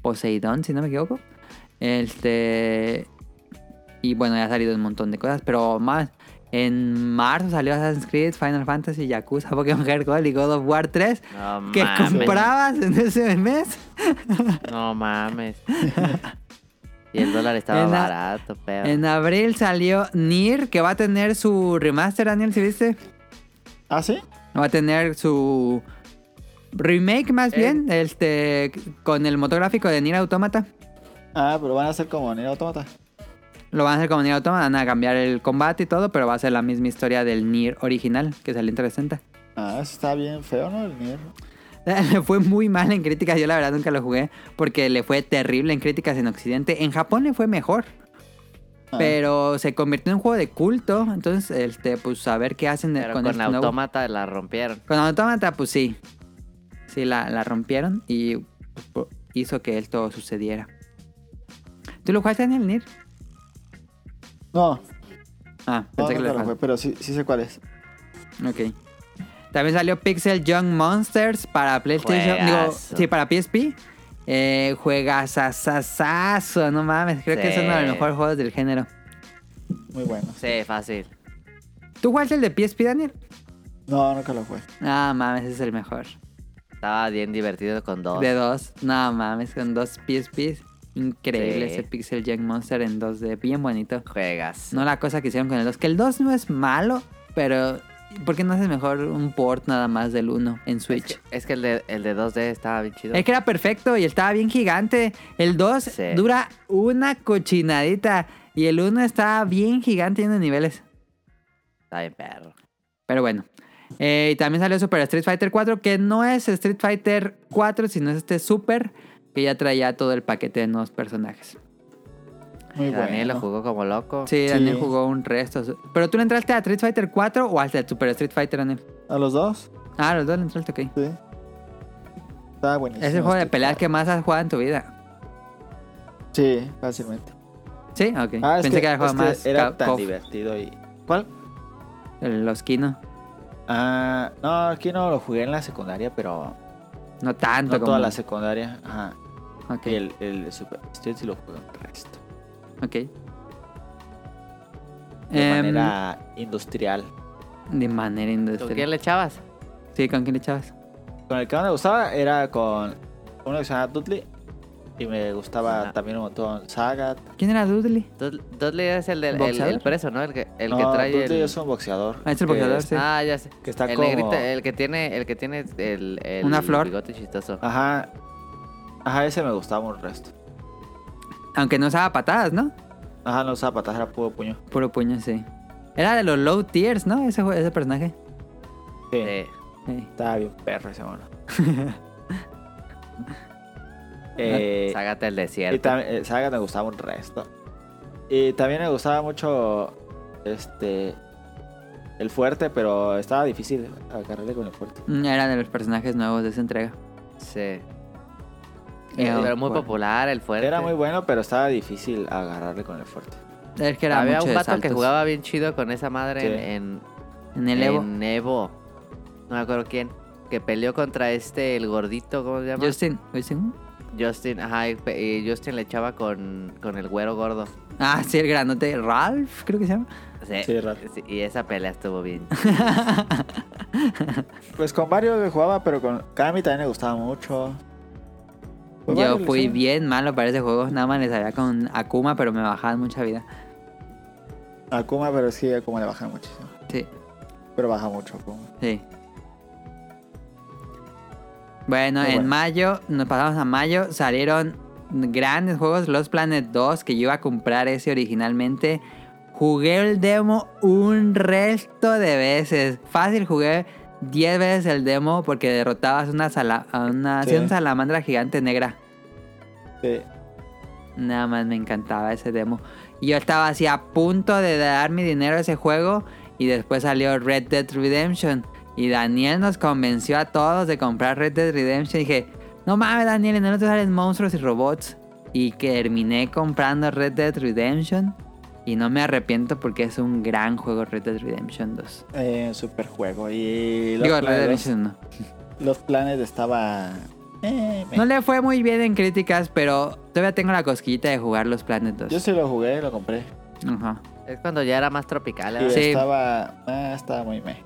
Speaker 1: Poseidón, si no me equivoco. Este. Y bueno, ya ha salido un montón de cosas, pero más. En marzo salió Assassin's Creed, Final Fantasy, Yakuza, <laughs> Pokémon Heart Gold y God of War 3.
Speaker 4: No
Speaker 1: Que
Speaker 4: mames.
Speaker 1: comprabas en ese mes.
Speaker 4: No mames. y el dólar estaba
Speaker 1: En la-
Speaker 4: barato, pero.
Speaker 1: En abril salió Nier, que va a tener su remaster, Daniel, si viste.
Speaker 3: ¿Ah, sí?
Speaker 1: Va a tener su remake más
Speaker 4: Eh.
Speaker 1: bien, este con el motor gráfico de Nier Automata.
Speaker 3: Ah, pero van a ser como Nier Automata.
Speaker 1: Lo van a hacer como Nier Automata, van a cambiar el combate y todo, pero va a ser la misma historia del Nier original, que salió en 360.
Speaker 3: Ah, eso está bien feo, ¿no? El Nier.
Speaker 1: <laughs> Le fue muy mal en críticas, yo la verdad nunca lo jugué, porque le fue terrible en críticas en Occidente. En Japón le fue mejor,
Speaker 3: Ah,
Speaker 1: pero se convirtió en un juego de culto, entonces este pues a ver qué hacen
Speaker 4: pero
Speaker 1: con,
Speaker 4: con,
Speaker 1: este nuevo-
Speaker 4: automata la rompieron.
Speaker 1: Con Automata, pues sí. Sí, la, la rompieron y po- hizo que esto sucediera. ¿Tú lo jugaste, Daniel Nir?
Speaker 3: No,
Speaker 1: Ah,
Speaker 3: no,
Speaker 1: pensé que
Speaker 3: nunca
Speaker 1: lo
Speaker 3: lo fue,
Speaker 1: jugaste.
Speaker 3: pero sí, sí sé cuál es.
Speaker 1: Ok. También salió Pixel Young Monsters para PlayStation. Digo,
Speaker 4: Juegazo.
Speaker 1: sí, para PSP. Eh, juegazazazazo, no mames. Creo que es uno de los
Speaker 4: Sí.
Speaker 1: mejores juegos del género.
Speaker 3: Muy bueno.
Speaker 4: Sí, fácil.
Speaker 1: ¿Tú jugaste el de PSP, Daniel?
Speaker 3: No, nunca lo fue.
Speaker 1: Ah, mames, es el mejor.
Speaker 4: Estaba bien divertido con dos.
Speaker 1: De dos. No mames, con dos PSPs. Increíble
Speaker 4: Sí.
Speaker 1: ese Pixel Young Monster en 2D. Bien bonito.
Speaker 4: Juegas.
Speaker 1: No la cosa que hicieron con el 2. Que el 2 no es malo, pero ¿por qué no haces mejor un port nada más del 1 en
Speaker 4: es,
Speaker 1: Switch?
Speaker 4: que, es que el de, el de 2D estaba bien chido.
Speaker 1: Es que era perfecto y estaba bien gigante. El 2
Speaker 4: Sí.
Speaker 1: dura una cochinadita y el 1 está bien gigante lleno de niveles.
Speaker 4: Está bien, perro.
Speaker 1: Pero bueno. Eh, y también salió Super Street Fighter 4, que no es Street Fighter 4, sino es este Super, que ya traía todo el paquete de nuevos personajes.
Speaker 3: Muy
Speaker 4: Daniel
Speaker 3: bueno.
Speaker 4: lo jugó como loco.
Speaker 1: Sí, Daniel
Speaker 3: Sí.
Speaker 1: jugó un resto. ¿Pero tú le entraste a Street Fighter 4 o al de Super Street Fighter, Daniel?
Speaker 3: ¿A los dos?
Speaker 1: Ah, los dos le entraste, ok.
Speaker 3: Sí. Está buenísimo.
Speaker 1: Es el juego de
Speaker 3: este
Speaker 1: peleas
Speaker 3: juego.
Speaker 1: que más has jugado en tu vida.
Speaker 3: Sí, fácilmente.
Speaker 1: Sí, ok.
Speaker 3: Ah, es
Speaker 1: Pensé que, era el juego
Speaker 3: es
Speaker 1: más
Speaker 3: era
Speaker 1: ca-
Speaker 3: tan
Speaker 1: cof-
Speaker 3: divertido y... ¿Cuál?
Speaker 1: el- Los Kino.
Speaker 3: Ah, no, aquí no lo jugué en la secundaria, pero
Speaker 1: No tanto
Speaker 3: no
Speaker 1: como.
Speaker 3: toda la secundaria. Ajá.
Speaker 1: Ok,
Speaker 3: Y el, el Super Street sí lo jugué un resto.
Speaker 1: ok.
Speaker 3: De
Speaker 1: Em,
Speaker 3: manera industrial.
Speaker 1: de manera
Speaker 4: ¿Tú
Speaker 1: industrial.
Speaker 4: quién le echabas?
Speaker 1: Sí, ¿con quién le echabas?
Speaker 3: Con el que más me gustaba era con uno que se llama Dudley. Y me gustaba
Speaker 4: Ajá.
Speaker 3: también un montón Sagat.
Speaker 1: ¿Quién era Dudley?
Speaker 4: Dud- Dudley es el del el- el
Speaker 1: ¿Boxeador?
Speaker 4: preso, ¿no? El que, el
Speaker 3: No,
Speaker 4: que trae
Speaker 3: Dudley
Speaker 4: el...
Speaker 3: es un boxeador.
Speaker 1: Ah, es el
Speaker 3: que
Speaker 1: boxeador,
Speaker 3: es-
Speaker 1: sí.
Speaker 4: Ah, ya sé.
Speaker 3: Que está
Speaker 4: el
Speaker 3: como...
Speaker 4: negrito, el que tiene, el que tiene el, el
Speaker 1: Una flor.
Speaker 4: bigote chistoso.
Speaker 3: Ah, Ajá. Ajá, ese me gustaba un resto.
Speaker 1: Aunque no usaba patadas, ¿no?
Speaker 3: Ajá, no usaba patas, era puro puño.
Speaker 1: Puro puño, sí. Era de los low tiers, ¿no? Ese, jue- ese personaje.
Speaker 3: Sí.
Speaker 4: Sí.
Speaker 1: Sí.
Speaker 3: Estaba bien perro ese
Speaker 1: <laughs>
Speaker 3: mono. eh,
Speaker 4: Ságate el
Speaker 3: y
Speaker 4: desierto.
Speaker 3: también, eh, Saga me gustaba un resto. Y también me gustaba mucho este el fuerte, pero estaba difícil agarrarle con el fuerte.
Speaker 1: Mm, Era de los personajes nuevos de esa entrega.
Speaker 4: Sí.
Speaker 1: Y
Speaker 4: Eh,
Speaker 1: el
Speaker 4: pero muy
Speaker 1: fuerte.
Speaker 4: popular, el fuerte.
Speaker 3: Era muy bueno, pero estaba difícil agarrarle con el fuerte.
Speaker 1: Es que era
Speaker 4: Había
Speaker 1: mucho
Speaker 4: un
Speaker 1: de
Speaker 4: vato que
Speaker 1: saltos.
Speaker 4: jugaba bien chido con esa madre
Speaker 3: Sí.
Speaker 4: en,
Speaker 1: En
Speaker 4: en,
Speaker 1: el Evo.
Speaker 4: en Evo. No me acuerdo quién. Que peleó contra este, el gordito, ¿cómo se llama?
Speaker 1: Justin. Justin.
Speaker 4: Justin, ajá, y, pe- y Justin le echaba con, con el güero gordo.
Speaker 1: Ah, sí, el granote. Ralph, creo que se llama.
Speaker 4: Sí,
Speaker 3: Sí, rato.
Speaker 4: sí, y esa pelea estuvo bien.
Speaker 3: Pues con varios jugaba, pero con Kami también me gustaba mucho. Con
Speaker 1: Yo
Speaker 3: varios,
Speaker 1: fui
Speaker 3: sí.
Speaker 1: bien malo para ese juego. Nada más les sabía con Akuma, pero me bajaban mucha vida.
Speaker 3: Akuma, pero sí, Akuma le baja muchísimo.
Speaker 1: Sí,
Speaker 3: Pero baja mucho Akuma.
Speaker 1: sí. Bueno,
Speaker 3: Muy
Speaker 1: en
Speaker 3: bueno.
Speaker 1: mayo, nos pasamos a mayo, salieron grandes juegos. Los Planet 2, que yo iba a comprar ese originalmente. Jugué el demo un resto de veces. Fácil, jugué 10 veces el demo porque derrotabas una sala a una,
Speaker 3: Sí.
Speaker 1: hacía una salamandra gigante negra.
Speaker 3: Sí.
Speaker 1: Nada más me encantaba ese demo. Y yo estaba así a punto de dar mi dinero a ese juego. Y después salió Red Dead Redemption. Y Daniel nos convenció a todos de comprar Red Dead Redemption. Y dije, no mames Daniel, en el otro salen monstruos y robots. Y que terminé comprando Red Dead Redemption. Y no me arrepiento porque es un gran juego Red Dead Redemption 2.
Speaker 3: Eh, super juego. Y los,
Speaker 1: Digo, Red Dead
Speaker 3: planes,
Speaker 1: Redemption no.
Speaker 3: los planes estaba. eh, me-
Speaker 1: No le fue muy bien en críticas, pero todavía tengo la cosquillita de jugar los Planet 2.
Speaker 3: Yo sí lo jugué, lo compré.
Speaker 1: Ajá.
Speaker 4: Es cuando ya era más tropical. ¿eh?
Speaker 3: Y
Speaker 1: Sí.
Speaker 3: estaba. Ah, estaba muy me.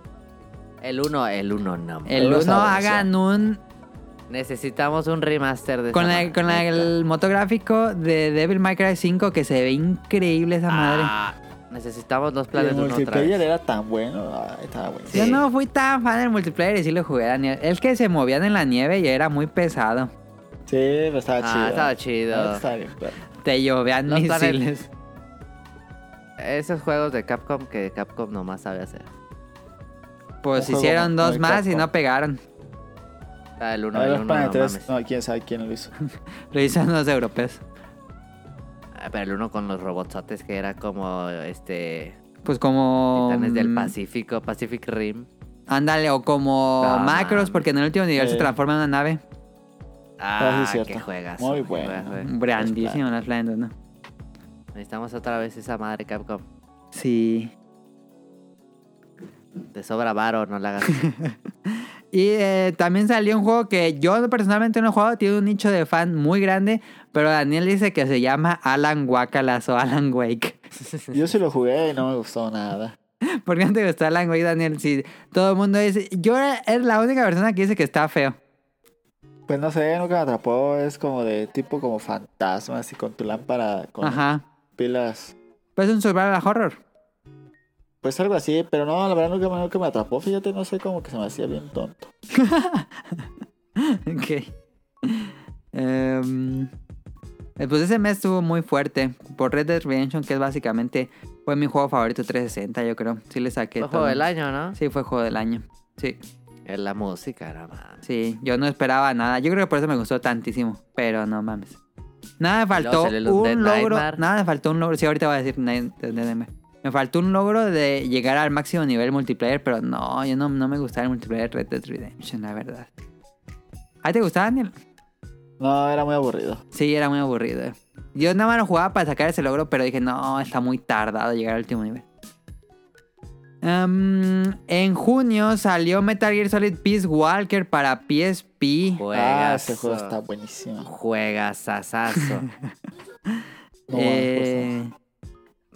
Speaker 4: El 1, el 1 no. man.
Speaker 1: El
Speaker 3: Pero
Speaker 1: 1
Speaker 3: sabroso.
Speaker 1: hagan un
Speaker 4: Eh, Necesitamos un remaster de
Speaker 1: Con,
Speaker 4: esa
Speaker 1: la-
Speaker 4: madre.
Speaker 1: con la- el motográfico de Devil May Cry 5 que se ve increíble esa madre.
Speaker 4: Ah, necesitamos dos
Speaker 3: Y El
Speaker 4: planes de uno otra
Speaker 3: multiplayer
Speaker 4: vez.
Speaker 3: era tan bueno. ay, estaba buenísimo.
Speaker 1: Yo
Speaker 4: sí.
Speaker 1: no fui tan fan del multiplayer y sí lo jugué, Daniel. Es que se movían en la nieve y era muy pesado.
Speaker 3: Sí, pero estaba
Speaker 4: Ah,
Speaker 3: chido.
Speaker 4: estaba chido.
Speaker 3: Ah, estaba bien, pero-
Speaker 1: Te llovían
Speaker 4: Los
Speaker 1: misiles.
Speaker 4: Esos juegos de Capcom que Capcom nomás sabe hacer.
Speaker 1: Pues
Speaker 3: Un juego
Speaker 1: hicieron
Speaker 3: muy-
Speaker 1: dos
Speaker 3: muy
Speaker 1: más y
Speaker 3: Capcom.
Speaker 1: no pegaron.
Speaker 4: Ah, el 1,
Speaker 3: A ver,
Speaker 4: el
Speaker 3: los
Speaker 4: 1 no
Speaker 3: planetas.
Speaker 4: mames.
Speaker 3: No, quién sabe quién lo hizo.
Speaker 1: Lo hicieron los europeos.
Speaker 4: Ah, Pero el 1 con los robotsotes que era como este...
Speaker 1: Pues como.
Speaker 4: Titanes del
Speaker 1: mm,
Speaker 4: Pacífico, Pacific Rim.
Speaker 1: Ándale, o como
Speaker 4: Ah,
Speaker 1: macros,
Speaker 4: mames.
Speaker 1: porque en el último nivel se
Speaker 3: Eh.
Speaker 1: transforma en una nave.
Speaker 4: Ah,
Speaker 3: Ah, sí, cierto.
Speaker 4: que juegas.
Speaker 3: Muy
Speaker 4: qué
Speaker 3: bueno.
Speaker 4: juegas, güey.
Speaker 1: Grandísimo las Planet, ¿no?
Speaker 4: Necesitamos otra vez esa madre Capcom.
Speaker 1: Sí.
Speaker 4: Te sobra varo, no
Speaker 1: <laughs>
Speaker 4: la hagas.
Speaker 1: Y eh, también salió un juego que yo personalmente no he jugado, tiene un nicho de fan muy grande, pero Daniel dice que se llama Alan Wakalas o <laughs> Alan Wake.
Speaker 3: Yo sí lo jugué y no me gustó nada.
Speaker 1: ¿Por qué no te gustó Alan Wake, Daniel? Si todo el mundo dice, yo era- es la única persona que dice que está feo.
Speaker 3: Pues no sé, nunca me atrapó. Es como de tipo como fantasma, así con tu lámpara, con
Speaker 1: Ajá.
Speaker 3: pilas.
Speaker 1: Pues es un survival horror. <laughs>
Speaker 3: Pues algo así, pero no, la verdad nunca, nunca me atrapó. Fíjate, no sé, como que se me hacía bien tonto.
Speaker 1: Ok. Em, eh, pues ese mes estuvo muy fuerte por Red Dead Redemption, que es básicamente fue mi juego favorito 360, yo creo. Sí le saqué
Speaker 4: Fue
Speaker 1: todo.
Speaker 4: juego del año, ¿no?
Speaker 1: Sí, fue juego del año. Sí.
Speaker 4: Es la música, nada más.
Speaker 1: Sí, yo no esperaba nada. Yo creo que por eso me gustó tantísimo. Pero no mames. Nada me faltó
Speaker 4: salió el Undead
Speaker 1: un logro.
Speaker 4: Nightmare.
Speaker 1: Nada me faltó un logro. Sí, ahorita voy a decir Night- Undead Nightmare. Me faltó un logro de llegar al máximo nivel multiplayer, pero no, yo no, no me gustaba el multiplayer de Red Dead Redemption, la verdad. ¿A ti te gustaba, Daniel?
Speaker 3: No, era muy aburrido.
Speaker 1: Sí, era muy aburrido. eh. Yo nada más lo jugaba para sacar ese logro, pero dije, no, está muy tardado llegar al último nivel. Em, en junio salió Metal Gear Solid Peace Walker para PSP.
Speaker 3: Ah,
Speaker 4: Juegas.
Speaker 3: ese juego está buenísimo.
Speaker 4: Juegas
Speaker 1: <laughs>
Speaker 4: asazo.
Speaker 3: No,
Speaker 1: Eh,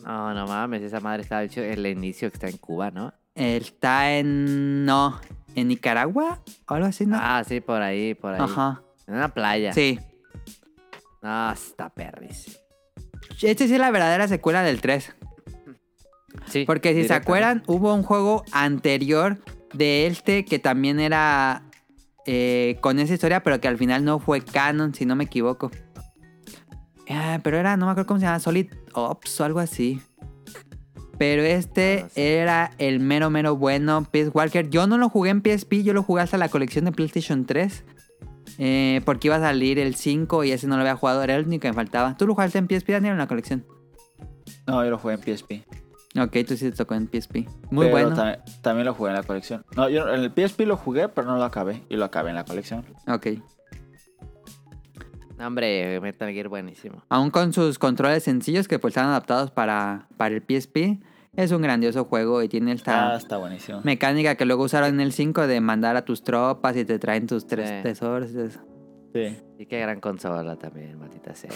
Speaker 4: no, no mames, esa madre está hecho el inicio que está en Cuba, ¿no?
Speaker 1: Eh, está en. No, en Nicaragua o algo así, ¿no?
Speaker 4: Ah, sí, por ahí, por ahí.
Speaker 1: Ajá.
Speaker 4: En una playa.
Speaker 1: Sí.
Speaker 4: No, está perrísimo.
Speaker 1: Esta sí es la verdadera secuela del 3.
Speaker 4: Sí,
Speaker 1: Porque si se
Speaker 4: directamente.
Speaker 1: acuerdan, hubo un juego anterior de este que también era eh, con esa historia, pero que al final no fue canon, si no me equivoco. Ah, pero era, no me acuerdo cómo se llamaba, Solid Ops o algo así. Pero este
Speaker 4: Ah, sí.
Speaker 1: era el mero, mero bueno, Peace Walker. Yo no lo jugué en PSP, yo lo jugué hasta la colección de PlayStation 3. eh, porque iba a salir el 5 y ese no lo había jugado, era el único que me faltaba. ¿Tú lo jugaste en PSP, Daniel, o en la colección?
Speaker 3: No, yo lo jugué en PSP.
Speaker 1: Ok, tú sí te tocó en PSP. Muy
Speaker 3: Pero
Speaker 1: bueno.
Speaker 3: También, también lo jugué en la colección. No, yo en el PSP lo jugué, pero no lo acabé. Y lo acabé en la colección.
Speaker 1: Ok.
Speaker 4: No, Hombre, Metal Gear buenísimo.
Speaker 1: Aún con sus controles sencillos que pues están adaptados para, para el PSP, es un grandioso juego y tiene
Speaker 3: Ah,
Speaker 1: esta
Speaker 3: está buenísimo.
Speaker 1: mecánica que luego usaron en el 5 de mandar a tus tropas y te traen tus tres
Speaker 4: Sí.
Speaker 1: tesoros. y eso.
Speaker 3: Sí.
Speaker 4: Y qué gran consola también,
Speaker 1: <laughs>
Speaker 4: matita sea.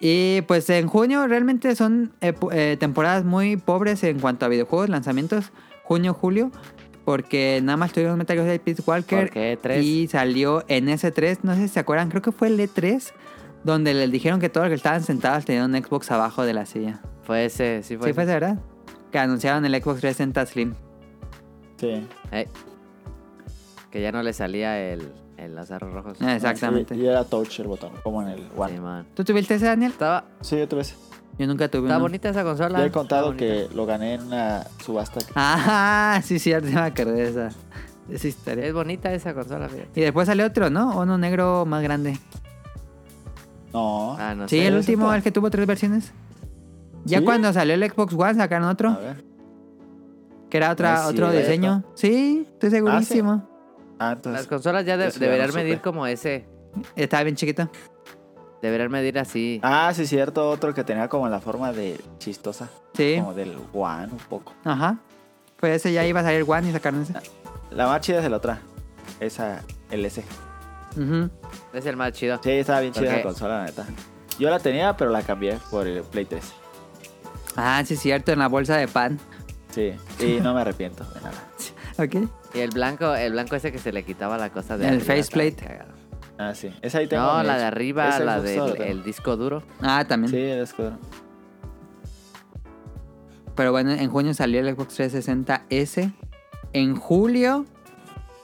Speaker 1: Y pues en junio realmente son eh, pu- eh, temporadas muy pobres en cuanto a videojuegos, lanzamientos, junio, julio, porque nada más tuvimos Metal Gear Solid Peace Walker,
Speaker 4: ¿Por qué? ¿Tres?
Speaker 1: Y salió en ese 3, no sé si se acuerdan, creo que fue el E3, donde les dijeron que todos los que estaban sentados tenían un Xbox abajo de la silla.
Speaker 4: Fue ese, sí fue
Speaker 1: Sí, fue
Speaker 4: ese.
Speaker 1: de verdad. Que anunciaron el Xbox 360 Slim.
Speaker 3: Sí.
Speaker 4: Ey. Que ya no le salía el, el Lázaro Rojos.
Speaker 1: Ah, Exactamente.
Speaker 3: Y, y era touch el botón, como en el One.
Speaker 4: Sí, man.
Speaker 1: ¿Tú tuviste ese, Daniel?
Speaker 4: Estaba,
Speaker 3: Sí, otra vez.
Speaker 1: Yo nunca tuve
Speaker 4: Está
Speaker 1: uno.
Speaker 4: bonita esa consola.
Speaker 3: Ya he
Speaker 4: está
Speaker 3: contado
Speaker 4: bonita.
Speaker 3: que lo gané en una subasta.
Speaker 1: Ah, <laughs> sí, cierto, ya me acordé de esa, de esa historia.
Speaker 4: Es bonita esa consola, fíjate.
Speaker 1: Y después salió otro, ¿no? Uno negro más grande.
Speaker 3: No.
Speaker 4: Ah, no
Speaker 1: sí,
Speaker 4: sé.
Speaker 1: el
Speaker 3: ¿es
Speaker 1: último,
Speaker 3: esta?
Speaker 1: el que tuvo tres versiones. Ya
Speaker 3: ¿Sí?
Speaker 1: cuando salió el Xbox One sacaron
Speaker 3: A
Speaker 1: otro,
Speaker 3: ver.
Speaker 1: que era otra,
Speaker 3: No es
Speaker 1: otro
Speaker 3: cierto.
Speaker 1: diseño. Sí, estoy segurísimo.
Speaker 3: Ah,
Speaker 4: Las
Speaker 3: entonces.
Speaker 4: consolas ya de-
Speaker 3: Eso ya
Speaker 4: deberían
Speaker 3: no supe.
Speaker 4: medir como ese.
Speaker 1: Estaba bien chiquito.
Speaker 4: Deberían medir así.
Speaker 3: Ah, sí, cierto. Otro que tenía como la forma de chistosa.
Speaker 1: Sí,
Speaker 3: Como del guan un poco.
Speaker 1: ajá. Pues ese ya iba a salir el One y sacaron ese.
Speaker 3: La más chida es la otra. Esa LS.
Speaker 1: Ujú.
Speaker 4: Es el más chido.
Speaker 3: Sí, estaba bien chida
Speaker 4: Ok.
Speaker 3: la consola, la neta. Yo la tenía, pero la cambié por el Play 3.
Speaker 1: Ah, sí, cierto, en la bolsa de pan. <laughs>
Speaker 3: Sí.
Speaker 4: <laughs>
Speaker 3: Y no me arrepiento de nada.
Speaker 1: Ok.
Speaker 4: Y el blanco, el blanco ese que se le quitaba la cosa de
Speaker 1: El
Speaker 4: arriba,
Speaker 1: faceplate.
Speaker 4: estaba cagado.
Speaker 3: Ah, sí. Esa ahí tengo.
Speaker 4: No,
Speaker 3: mi
Speaker 4: la
Speaker 3: ex-
Speaker 4: de arriba,
Speaker 3: esa
Speaker 4: la
Speaker 3: Xbox solo
Speaker 4: del
Speaker 3: tengo.
Speaker 4: el disco duro.
Speaker 1: Ah, también.
Speaker 3: Sí, el escudo.
Speaker 1: Pero bueno, en junio salió el Xbox 360S. En julio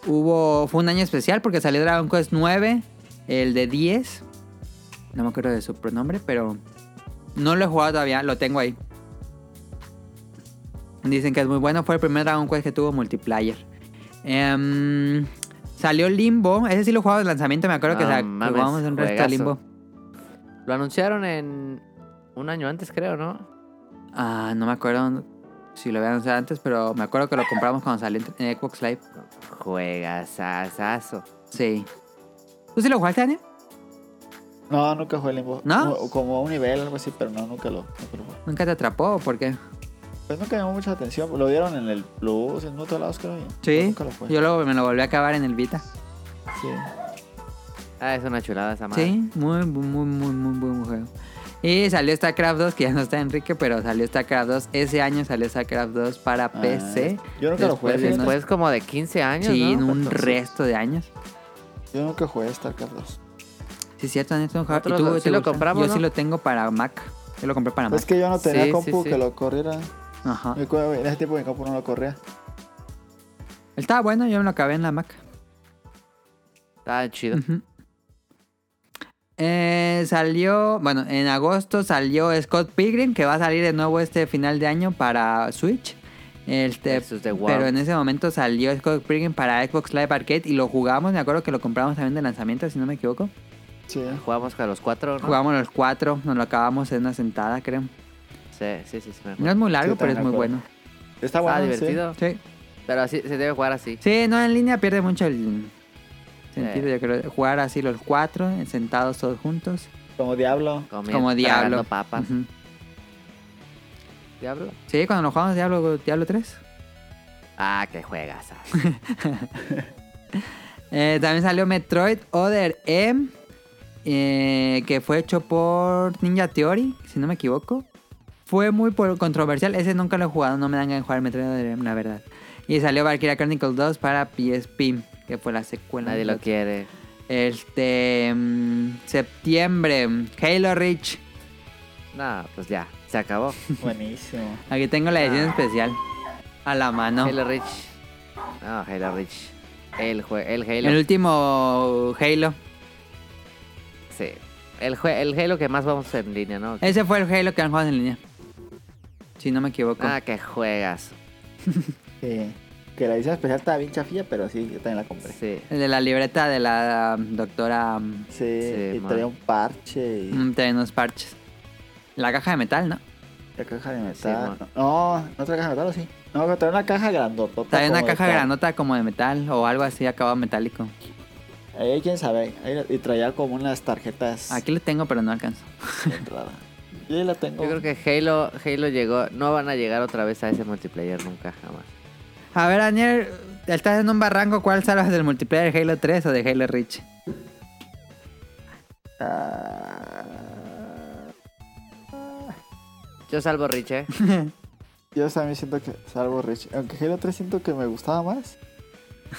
Speaker 1: hubo fue un año especial porque salió Dragon Quest 9, el de 10. No me acuerdo de su pronombre, pero no lo he jugado todavía, lo tengo ahí. Dicen que es muy bueno, fue el primer Dragon Quest que tuvo multiplayer. Em, salió Limbo, ese sí lo jugaba de lanzamiento, me acuerdo que
Speaker 4: No
Speaker 1: sa-
Speaker 4: mames,
Speaker 1: jugamos un resto a
Speaker 4: juegazo.
Speaker 1: Limbo.
Speaker 4: Lo anunciaron en un año antes, creo, ¿no?
Speaker 1: Ah, no me acuerdo si lo había anunciado antes, pero me acuerdo que lo compramos cuando salió en Xbox Live.
Speaker 4: Juegas asazo.
Speaker 1: Sí. ¿Tú sí lo jugaste, Daniel?
Speaker 3: No, nunca jugué Limbo.
Speaker 1: ¿No?
Speaker 3: Como- Como un nivel, algo así, pero no, nunca lo, nunca lo jugué.
Speaker 1: ¿Nunca te atrapó o por qué?
Speaker 3: Pues nunca me llamó mucha atención. Lo dieron en el Plus, en otro lado, creo. y pues
Speaker 1: Sí.
Speaker 3: Nunca lo jugué.
Speaker 1: Yo luego me lo volví a acabar en el Vita.
Speaker 3: Sí.
Speaker 4: Ah, es una chulada esa madre.
Speaker 1: Sí, muy, muy, muy, muy, muy buen juego. Y salió StarCraft 2, que ya no está Enrique, pero salió StarCraft 2. Ese año salió StarCraft 2 para
Speaker 3: Ah,
Speaker 1: PC.
Speaker 3: Yo nunca lo jugué.
Speaker 1: Después de-
Speaker 3: fíjate.
Speaker 4: Después como de 15 años,
Speaker 1: Sí, en
Speaker 4: ¿no?
Speaker 1: un
Speaker 3: Entonces-
Speaker 1: resto de años.
Speaker 3: Yo nunca jugué StarCraft 2.
Speaker 1: Sí, es cierto, Daniel. tú no jugabas. ¿Y
Speaker 4: Nosotros
Speaker 1: tú
Speaker 4: lo-
Speaker 1: te
Speaker 4: sí lo
Speaker 1: gusta?
Speaker 4: compramos,
Speaker 1: Yo
Speaker 4: ¿no?
Speaker 1: sí lo tengo para Mac. Yo lo compré para
Speaker 3: Es
Speaker 1: Mac.
Speaker 3: que yo no tenía
Speaker 4: Ah, Sí, sí,
Speaker 3: compu
Speaker 4: sí. Ah.
Speaker 3: que lo corriera.
Speaker 1: Ajá.
Speaker 3: Mi co- En ese tiempo mi compu no lo corría.
Speaker 1: Estaba bueno, yo me lo acabé en la Mac.
Speaker 4: Está chido.
Speaker 1: Ujú. Eh, salió, bueno, en agosto salió Scott Pilgrim, que va a salir de nuevo este final de año para Switch. Este,
Speaker 4: Versus The Wild.
Speaker 1: pero en ese momento salió Scott Pilgrim para Xbox Live Arcade y lo jugamos, me acuerdo que lo compramos también de lanzamiento, si no me equivoco.
Speaker 3: Sí.
Speaker 4: Jugamos con los cuatro, ¿no?
Speaker 1: Jugamos los cuatro, nos lo acabamos en una sentada, creo.
Speaker 4: Sí, sí, sí. sí, me
Speaker 1: No
Speaker 4: acuerdo.
Speaker 1: es muy largo,
Speaker 3: Sí,
Speaker 1: pero es muy
Speaker 3: también me
Speaker 1: bueno.
Speaker 3: acuerdo. Está
Speaker 4: Está
Speaker 3: bueno. sí.
Speaker 4: divertido.
Speaker 1: Sí.
Speaker 4: Pero así se debe jugar así.
Speaker 1: Sí, no, en línea pierde mucho el sentido, yo creo. Jugar así los cuatro, sentados todos juntos,
Speaker 3: Como Diablo. <laughs>
Speaker 4: Comiendo,
Speaker 1: como
Speaker 4: tragando
Speaker 1: diablo.
Speaker 4: papas.
Speaker 1: Ujú.
Speaker 4: ¿Diablo?
Speaker 1: Sí, cuando lo jugamos Diablo, Diablo 3.
Speaker 4: Ah,
Speaker 3: <laughs>
Speaker 4: que juegas. ah.
Speaker 1: Eh, también salió Metroid Other M, eh, que fue hecho por Ninja Theory, si no me equivoco. Fue muy por- controversial, ese nunca lo he jugado, no me dan ganas de jugar Metroid Other M, la verdad. Y salió Valkyria Chronicles 2 para PSP, que fue la secuela.
Speaker 4: Nadie
Speaker 1: de
Speaker 4: lo
Speaker 1: otro.
Speaker 4: quiere.
Speaker 1: Este. mm, septiembre, mm, Halo Reach.
Speaker 4: No, pues ya, se acabó.
Speaker 3: Buenísimo.
Speaker 1: Aquí tengo la edición especial a la mano.
Speaker 4: Ah. Halo Reach. No, Halo Reach. El, jue- el Halo.
Speaker 1: El último Halo.
Speaker 4: Sí. El, jue- el Halo que más vamos en línea, ¿no?
Speaker 1: Ese fue el Halo que han jugado en línea. Si no me equivoco.
Speaker 4: Ah, que juegas.
Speaker 3: Sí. Que la edición especial estaba bien chafilla, pero sí, yo también la compré. Sí.
Speaker 4: Sí.
Speaker 1: El de la libreta de la um, doctora um,
Speaker 3: y
Speaker 4: man.
Speaker 3: traía un parche y
Speaker 1: mm, trae unos parches. La caja de metal, ¿no?
Speaker 3: la caja de
Speaker 4: Sí,
Speaker 3: metal. no, no traía caja de metal o sí. No, traía una caja grandota.
Speaker 1: Trae una caja granota como de metal o algo así acabado metálico.
Speaker 3: Ahí quién sabe. Ahí- y traía como unas tarjetas.
Speaker 1: Aquí lo tengo, pero no alcanzo.
Speaker 3: entrada. Yo la tengo.
Speaker 4: Yo creo que Halo, Halo llegó. No van a llegar otra vez a ese multiplayer nunca, jamás.
Speaker 1: A ver, Daniel, estás en un barranco. ¿Cuál salvas del multiplayer de Halo 3 o de Halo Reach? <laughs>
Speaker 4: Yo salvo
Speaker 3: <laughs>
Speaker 4: Rich, ¿eh?
Speaker 3: Yo también siento que salvo Rich. Aunque Halo 3 siento que me gustaba más.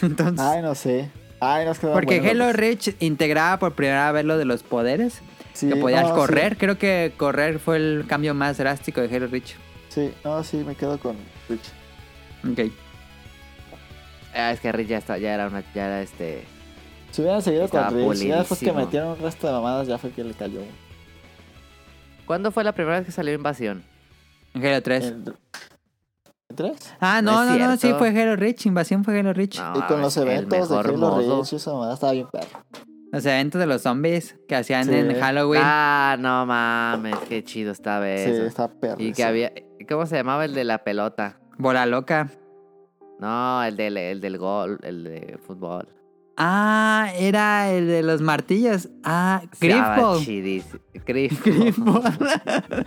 Speaker 1: Entonces,
Speaker 3: Ay, no sé. Ay, nos quedó
Speaker 1: porque Halo Reach integraba por primera vez lo de los poderes.
Speaker 3: sí,
Speaker 1: que podías
Speaker 3: no,
Speaker 1: correr. Creo que correr fue el cambio más drástico de Halo Reach.
Speaker 3: Sí, sí, no, sí, me quedo con Rich.
Speaker 1: Ok.
Speaker 4: Ah, es que Rich ya, está, ya era una. Ya era este.
Speaker 3: Si hubieran seguido
Speaker 4: Estaba
Speaker 3: con Rich, ya después que
Speaker 4: pulidísimo.
Speaker 3: metieron un resto de mamadas, ya fue que le cayó.
Speaker 4: ¿Cuándo fue la primera vez que salió Invasión?
Speaker 1: En Halo 3.
Speaker 3: El- ¿Tres?
Speaker 1: ah,
Speaker 4: no
Speaker 1: no,
Speaker 4: es
Speaker 1: no, no, sí
Speaker 4: cierto. Ah,
Speaker 1: fue Halo Reach. Invasión fue Halo Reach.
Speaker 4: No,
Speaker 3: Y con
Speaker 4: mames,
Speaker 3: los
Speaker 4: el
Speaker 3: eventos de
Speaker 4: mejor
Speaker 3: Halo
Speaker 4: modo.
Speaker 3: Reach, esa mamada estaba bien perra.
Speaker 1: Los eventos de los zombies que hacían
Speaker 3: Sí.
Speaker 1: en Halloween.
Speaker 4: Ah, no mames, qué chido estaba
Speaker 3: Sí,
Speaker 4: eso.
Speaker 3: está perra.
Speaker 4: y que
Speaker 3: esa.
Speaker 4: había... ¿Cómo se llamaba el de la pelota?
Speaker 1: Bola loca.
Speaker 4: No, el del, el del gol, el de fútbol.
Speaker 1: Ah, era el de los martillos. Ah,
Speaker 4: Estaba
Speaker 1: Griffball.
Speaker 4: chidísimo.
Speaker 1: <laughs>
Speaker 4: Griffball.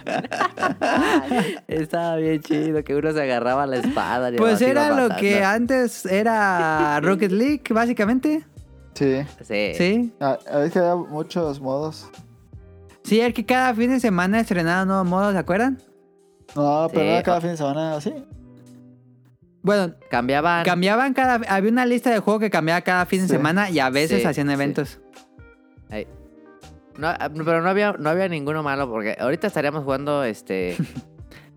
Speaker 1: Griffball.
Speaker 4: <laughs> Estaba bien chido que uno se agarraba la espada. y el
Speaker 1: pues
Speaker 4: otro iba
Speaker 1: era lo
Speaker 4: matando.
Speaker 1: que antes
Speaker 4: <laughs>
Speaker 1: era Rocket League, básicamente.
Speaker 3: Sí.
Speaker 4: Sí.
Speaker 1: Sí.
Speaker 3: A, a ver que había muchos modos.
Speaker 1: Sí, el que cada fin de semana estrenaba un nuevo modo, ¿se acuerdan?
Speaker 3: No, pero
Speaker 4: Sí.
Speaker 3: era cada fin de semana así.
Speaker 1: Bueno,
Speaker 4: Cambiaban.
Speaker 1: cambiaban cada. Había una lista de juegos que cambiaba cada fin de
Speaker 3: Sí.
Speaker 1: semana y a veces
Speaker 4: Ah, Sí,
Speaker 1: hacían
Speaker 4: sí.
Speaker 1: eventos.
Speaker 4: No, ah, pero no había, no había ninguno malo porque ahorita estaríamos jugando
Speaker 1: <laughs>
Speaker 4: este.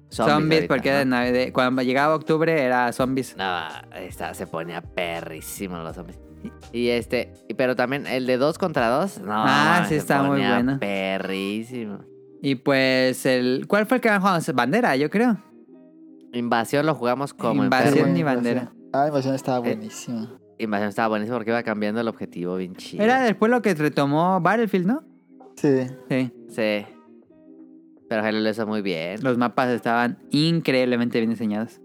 Speaker 1: Zombies,
Speaker 4: ahorita,
Speaker 1: porque
Speaker 4: ¿no?
Speaker 1: de nav- de- cuando llegaba octubre era zombies.
Speaker 4: No, esta- se ponía perrísimo los zombies. Y este, y- pero también el de dos contra dos. No,
Speaker 1: Ah,
Speaker 4: mames,
Speaker 1: sí
Speaker 4: se
Speaker 1: está muy
Speaker 4: ponía
Speaker 1: bueno.
Speaker 4: Perrísimo.
Speaker 1: Y pues el. ¿Cuál fue el que más jugamos? Bandera, yo creo.
Speaker 4: Invasión lo jugamos como
Speaker 1: Invasión.
Speaker 4: enfermo.
Speaker 1: ni bandera.
Speaker 3: Ah, Invasión estaba buenísima.
Speaker 4: Invasión estaba buenísimo porque iba cambiando el objetivo bien chido.
Speaker 1: Era después lo que retomó Battlefield, ¿no?
Speaker 3: Sí.
Speaker 1: Sí.
Speaker 4: Sí. Pero Halo lo hizo muy bien.
Speaker 1: Los mapas estaban increíblemente bien diseñados.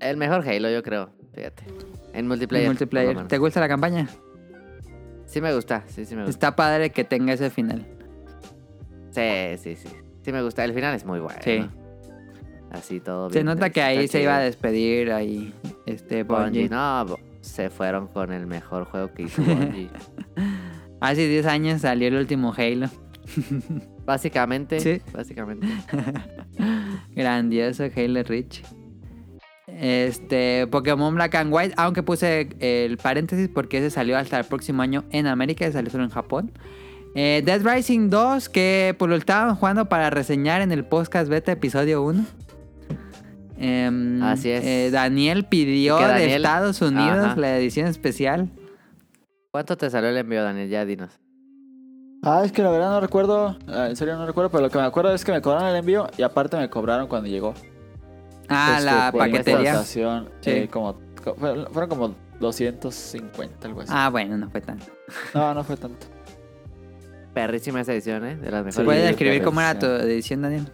Speaker 4: El mejor Halo, yo creo. Fíjate. En multiplayer.
Speaker 1: El
Speaker 4: por
Speaker 1: multiplayer.
Speaker 4: lo
Speaker 1: ¿Te
Speaker 4: menos.
Speaker 1: gusta la campaña?
Speaker 4: Sí me gusta, sí, sí me gusta.
Speaker 1: Está padre que tenga ese final.
Speaker 4: Sí, sí, sí. Sí me gusta. El final es muy bueno.
Speaker 1: Sí.
Speaker 4: Así todo
Speaker 1: Se
Speaker 4: bien,
Speaker 1: nota que
Speaker 4: está
Speaker 1: ahí se
Speaker 4: chido.
Speaker 1: iba a despedir ahí este
Speaker 4: Bungie,
Speaker 1: Bungie.
Speaker 4: no, bo- se fueron con el mejor juego que
Speaker 1: <laughs>
Speaker 4: hizo Bungie.
Speaker 1: Hace 10 años salió el último Halo.
Speaker 4: básicamente,
Speaker 1: Sí.
Speaker 4: básicamente.
Speaker 1: Grandioso Halo Reach. Este, Pokémon Black and White, aunque puse el paréntesis porque ese salió hasta el próximo año en América, salió solo en Japón. Eh, Dead Rising 2, que pues lo estaban jugando para reseñar en el podcast beta episodio 1. Em,
Speaker 4: Así es.
Speaker 1: eh, Daniel pidió
Speaker 4: Y que
Speaker 1: de
Speaker 4: Daniel-
Speaker 1: Estados Unidos
Speaker 4: Ajá.
Speaker 1: la edición especial.
Speaker 4: ¿Cuánto te salió el envío, Daniel? Ya dinos.
Speaker 3: Ah, es que la verdad no recuerdo. ah, En serio no recuerdo, pero lo que me acuerdo es que me cobraron el envío y aparte me cobraron cuando llegó.
Speaker 1: Ah,
Speaker 4: Pues
Speaker 3: Este,
Speaker 1: la
Speaker 3: por
Speaker 1: paquetería.
Speaker 3: importación,
Speaker 1: Sí.
Speaker 3: eh, como, co- fueron fueron como 250, algo así.
Speaker 1: Ah, bueno, no fue tan.
Speaker 3: No, no fue tanto.
Speaker 4: Perrísima esa edición, ¿eh? De las mejores.
Speaker 3: Sí,
Speaker 1: ¿Puedes
Speaker 3: de
Speaker 1: describir cómo era tu
Speaker 3: edición.
Speaker 1: edición, Daniel?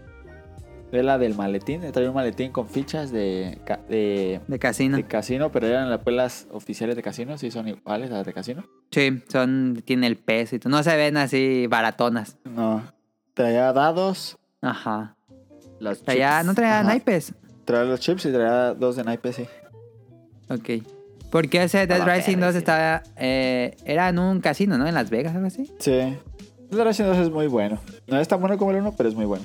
Speaker 3: Era la del maletín. eh, Traía un maletín con fichas de, ca- de,
Speaker 1: De casino.
Speaker 3: de casino, pero eran las pelas oficiales de casino. Sí, son iguales a las de casino.
Speaker 1: Sí, son, tiene el peso y todo. No se ven así baratonas.
Speaker 3: No. Traía dados,
Speaker 1: Ajá.
Speaker 4: Los
Speaker 1: Traía,
Speaker 4: chips.
Speaker 1: no traía
Speaker 3: Ajá.
Speaker 1: naipes.
Speaker 3: traía los chips y traía dos de naipes, sí.
Speaker 1: Ok. Porque ese Dead
Speaker 4: Estaba
Speaker 1: Rising 2
Speaker 4: perrísimo.
Speaker 1: estaba. eh, era en un casino, ¿no? En Las Vegas, algo así.
Speaker 3: Sí. El Horizon 2 es muy bueno. No es tan bueno como el 1, pero es muy bueno.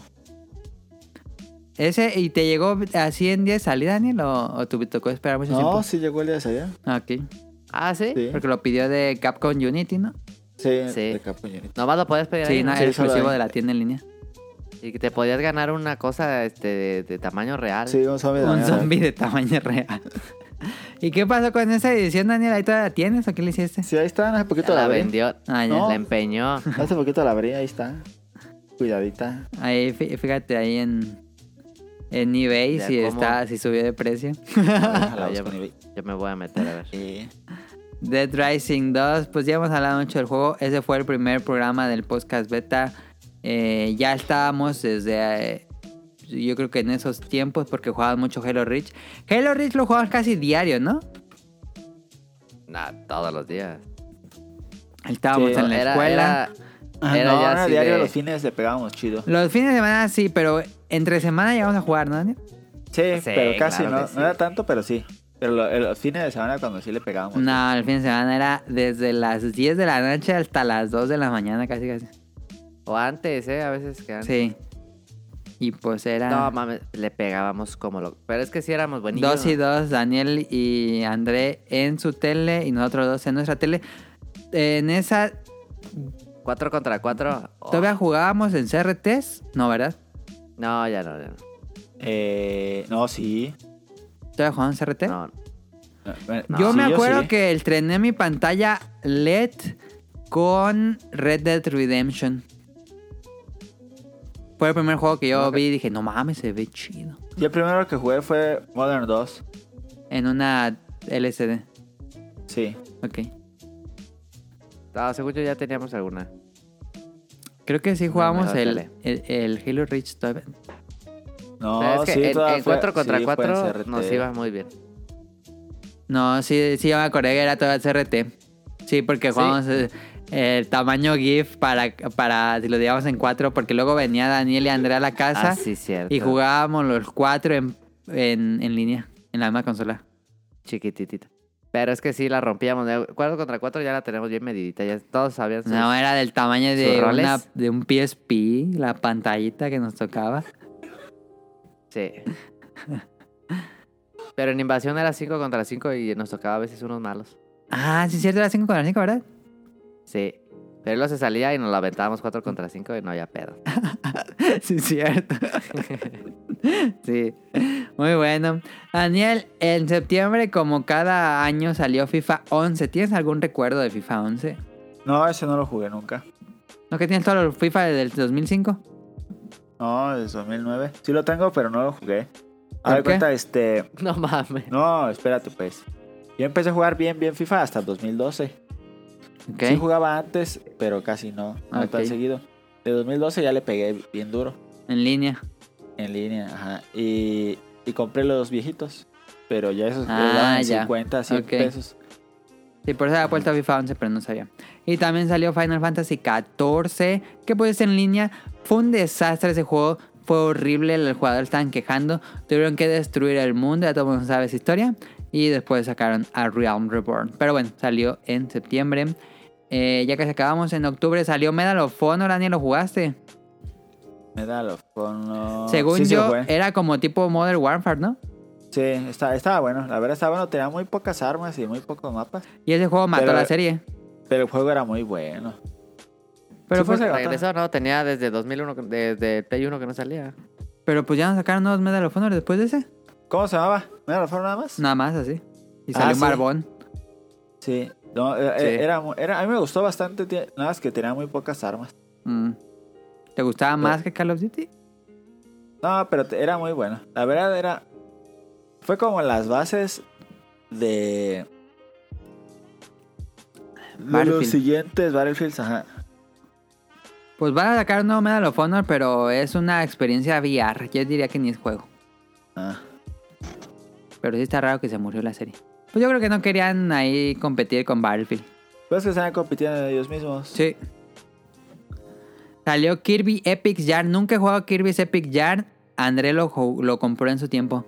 Speaker 1: Ese, ¿y te llegó así en 10 salida, Daniel? ¿O, o te tocó esperar mucho
Speaker 3: No,
Speaker 1: tiempo?
Speaker 3: sí llegó el día de salida.
Speaker 1: Ah, Ok.
Speaker 4: Ah, ¿sí?
Speaker 3: Sí.
Speaker 1: Porque lo pidió de Capcom Unity, ¿no?
Speaker 3: Sí,
Speaker 4: Sí.
Speaker 3: de Capcom Unity.
Speaker 4: Nomás lo podías pedir
Speaker 1: Sí,
Speaker 4: ahí,
Speaker 1: no,
Speaker 4: ¿no?
Speaker 1: era
Speaker 3: sí, solo
Speaker 1: exclusivo
Speaker 3: ahí.
Speaker 1: de la tienda en línea.
Speaker 4: Y que te podías ganar una cosa este, de, de tamaño real.
Speaker 3: Sí, un zombie de
Speaker 1: Un
Speaker 3: mañana.
Speaker 1: zombie de tamaño real. <laughs> ¿Y qué pasó con esa edición, Daniel? ¿Ahí todavía la tienes o qué le hiciste?
Speaker 3: Sí, ahí está, hace
Speaker 4: Ya
Speaker 3: poquito la,
Speaker 4: la
Speaker 3: abrí.
Speaker 4: vendió.
Speaker 1: Ah, ya.
Speaker 3: No.
Speaker 1: <laughs>
Speaker 4: La empeñó.
Speaker 3: Hace poquito la abrí, ahí está.
Speaker 4: <laughs>
Speaker 3: Cuidadita.
Speaker 1: Ahí, fí- fíjate, ahí en, en eBay,
Speaker 4: Ya,
Speaker 1: si,
Speaker 4: ¿cómo?
Speaker 1: está, si subió de precio.
Speaker 3: Déjala,
Speaker 4: ya
Speaker 3: busco en eBay.
Speaker 4: Yo me voy a meter a ver.
Speaker 3: Sí.
Speaker 1: Dead Rising 2, pues ya hemos hablado mucho del juego. Ese fue el primer programa del podcast beta. Eh, ya estábamos desde. eh, yo creo que en esos tiempos, porque jugaban mucho Halo Reach. Halo Reach lo jugabas casi diario, ¿no?
Speaker 4: Nah, todos los días.
Speaker 1: Estábamos
Speaker 3: Sí,
Speaker 1: en la
Speaker 4: Era-
Speaker 1: escuela. Ah,
Speaker 4: Era, era
Speaker 3: Ah, no,
Speaker 4: ya
Speaker 3: era
Speaker 4: así
Speaker 3: diario
Speaker 4: de-
Speaker 3: los fines le pegábamos chido.
Speaker 1: Los fines de semana sí, pero entre semana llegamos a jugar, ¿no, Daniel?
Speaker 3: Sí,
Speaker 4: Sí,
Speaker 3: pero casi,
Speaker 4: claro
Speaker 3: no,
Speaker 4: que sí.
Speaker 3: no era tanto, pero sí. Pero lo- el- los fines de semana cuando sí le pegábamos.
Speaker 1: No, el fin de semana era desde las 10 de la noche hasta las 2 de la mañana, casi, casi.
Speaker 4: O antes, ¿eh? A veces que antes.
Speaker 1: Sí. Y pues era
Speaker 4: No, mames, le pegábamos como lo... Pero es que sí éramos buenísimos.
Speaker 1: dos y dos, Daniel y André en su tele y nosotros dos en nuestra tele. En esa,
Speaker 4: Cuatro contra cuatro. Oh,
Speaker 1: ¿todavía jugábamos en CRTs? No, ¿verdad?
Speaker 4: No, ya no, ya no.
Speaker 3: Eh, no, sí.
Speaker 1: ¿Todavía jugábamos en CRT?
Speaker 4: No,
Speaker 3: No, bueno,
Speaker 1: Yo
Speaker 3: sí,
Speaker 1: me acuerdo
Speaker 3: sí.
Speaker 1: que estrené mi pantalla E LED con Red Dead Redemption. Fue el primer juego que yo vi y dije, no mames, se ve chido.
Speaker 3: Yo el primero que jugué fue Modern 2.
Speaker 1: En una LCD.
Speaker 3: Sí.
Speaker 1: Ok.
Speaker 4: No, según yo ya teníamos alguna.
Speaker 1: Creo que sí jugamos
Speaker 4: mejor
Speaker 1: el,
Speaker 4: tele.
Speaker 1: el, el Halo Reach todavía.
Speaker 3: No,
Speaker 4: Pero es que
Speaker 3: sí,
Speaker 4: en- en,
Speaker 3: todavía fue-
Speaker 4: 4 contra
Speaker 3: sí, fue en
Speaker 4: 4
Speaker 3: CRT.
Speaker 4: nos iba muy bien.
Speaker 1: No, sí, sí, yo me acordé que era todavía CRT. Sí, porque
Speaker 4: Sí.
Speaker 1: jugamos eh, el tamaño GIF para, para si lo digamos en cuatro, porque luego venía Daniel y Andrea a la casa
Speaker 4: Ah, sí, cierto.
Speaker 1: y jugábamos los cuatro en, en, en línea, en la misma consola.
Speaker 4: Chiquititita. Pero es que sí, la rompíamos. 4 contra 4 ya la tenemos bien medidita. Ya todos sabían. sus-
Speaker 1: No, era del tamaño de,
Speaker 4: ¿Sus roles?
Speaker 1: una- de un PSP, la pantallita que nos tocaba.
Speaker 4: Sí. Pero en invasión era 5 contra 5 y nos tocaba a veces unos malos.
Speaker 1: Ah, sí, es cierto, era 5 contra 5, ¿verdad?
Speaker 4: Sí. Pero luego se salía y nos la aventábamos 4 contra 5 y no había pedo. <laughs>
Speaker 1: <laughs> Sí, es cierto. sí. Muy bueno. Daniel, en septiembre, como cada año, salió FIFA 11. ¿Tienes algún recuerdo de FIFA 11?
Speaker 3: No, ese no lo jugué nunca.
Speaker 1: ¿No que tienes todos los FIFA del 2005?
Speaker 3: No, desde 2009. Sí lo tengo, pero no lo jugué. A
Speaker 1: ¿Por qué?
Speaker 3: ver, cuenta, este...
Speaker 4: No mames.
Speaker 3: No, espérate, pues. Yo empecé a jugar bien, bien FIFA hasta 2012.
Speaker 1: Ok.
Speaker 3: Sí jugaba antes, pero casi no, no
Speaker 1: Ok.
Speaker 3: tan seguido. De 2012 ya le pegué bien duro,
Speaker 1: en línea.
Speaker 3: en línea, ajá. Y, y compré los viejitos, pero ya esos
Speaker 1: Ah,
Speaker 3: eran
Speaker 1: ya.
Speaker 3: 50, 100
Speaker 1: Ok.
Speaker 3: pesos.
Speaker 1: Sí, por eso había puesto FIFA 11, pero no sabía. Y también salió Final Fantasy 14, que pues en línea fue un desastre ese juego. Fue horrible, los jugadores estaban quejando. Tuvieron que destruir el mundo, ya todo el mundo sabe esa historia. Y después sacaron a Realm Reborn. Pero bueno, salió en septiembre. Eh, ya que se acabamos en octubre, salió Medal of Honor, Daniel, ¿lo jugaste?
Speaker 3: Medal of Honor.
Speaker 1: Según
Speaker 3: Ah, Sí, sí lo
Speaker 1: yo, eh,
Speaker 3: jugué.
Speaker 1: era como tipo Modern Warfare, ¿no?
Speaker 3: Sí, está- estaba bueno. La verdad estaba bueno. Tenía muy pocas armas y muy pocos mapas.
Speaker 1: Y ese juego mató
Speaker 3: Pero-
Speaker 1: la serie.
Speaker 3: Pero el juego era muy bueno.
Speaker 1: Pero,
Speaker 3: Sí,
Speaker 1: pues,
Speaker 3: fue-
Speaker 4: Regresó, no, tenía desde 2001, que- desde el Play 1 que no salía.
Speaker 1: pero pues ya no sacaron nuevos Medal of Honor después de ese.
Speaker 3: ¿Cómo se llamaba? ¿Medal of Honor nada más?
Speaker 1: Nada más así. Y
Speaker 3: Ah,
Speaker 1: salió un
Speaker 3: sí.
Speaker 1: Barbón.
Speaker 3: Sí. No, eh,
Speaker 4: Sí.
Speaker 3: eh, Era, mu- era- a mí me gustó bastante, tie- nada más que tenía muy pocas armas.
Speaker 1: Mm. ¿Te gustaba más
Speaker 3: Eh.
Speaker 1: que Call of Duty?
Speaker 3: No, pero te- era muy bueno. La verdad era. Fue como las bases de. De
Speaker 1: Battlefield.
Speaker 3: los siguientes Battlefields, ajá.
Speaker 1: Pues van a sacar un nuevo Medal of Honor, pero es una experiencia VR. Yo diría que ni es juego.
Speaker 3: Ah,
Speaker 1: Pero sí está raro que se murió la serie. Pues yo creo que no querían ahí competir con Battlefield.
Speaker 3: Pues que estaban compitiendo ellos mismos.
Speaker 1: Sí. Salió Kirby Epic Yarn. Nunca he jugado Kirby's Epic Yarn. André lo, ju- lo compró en su tiempo.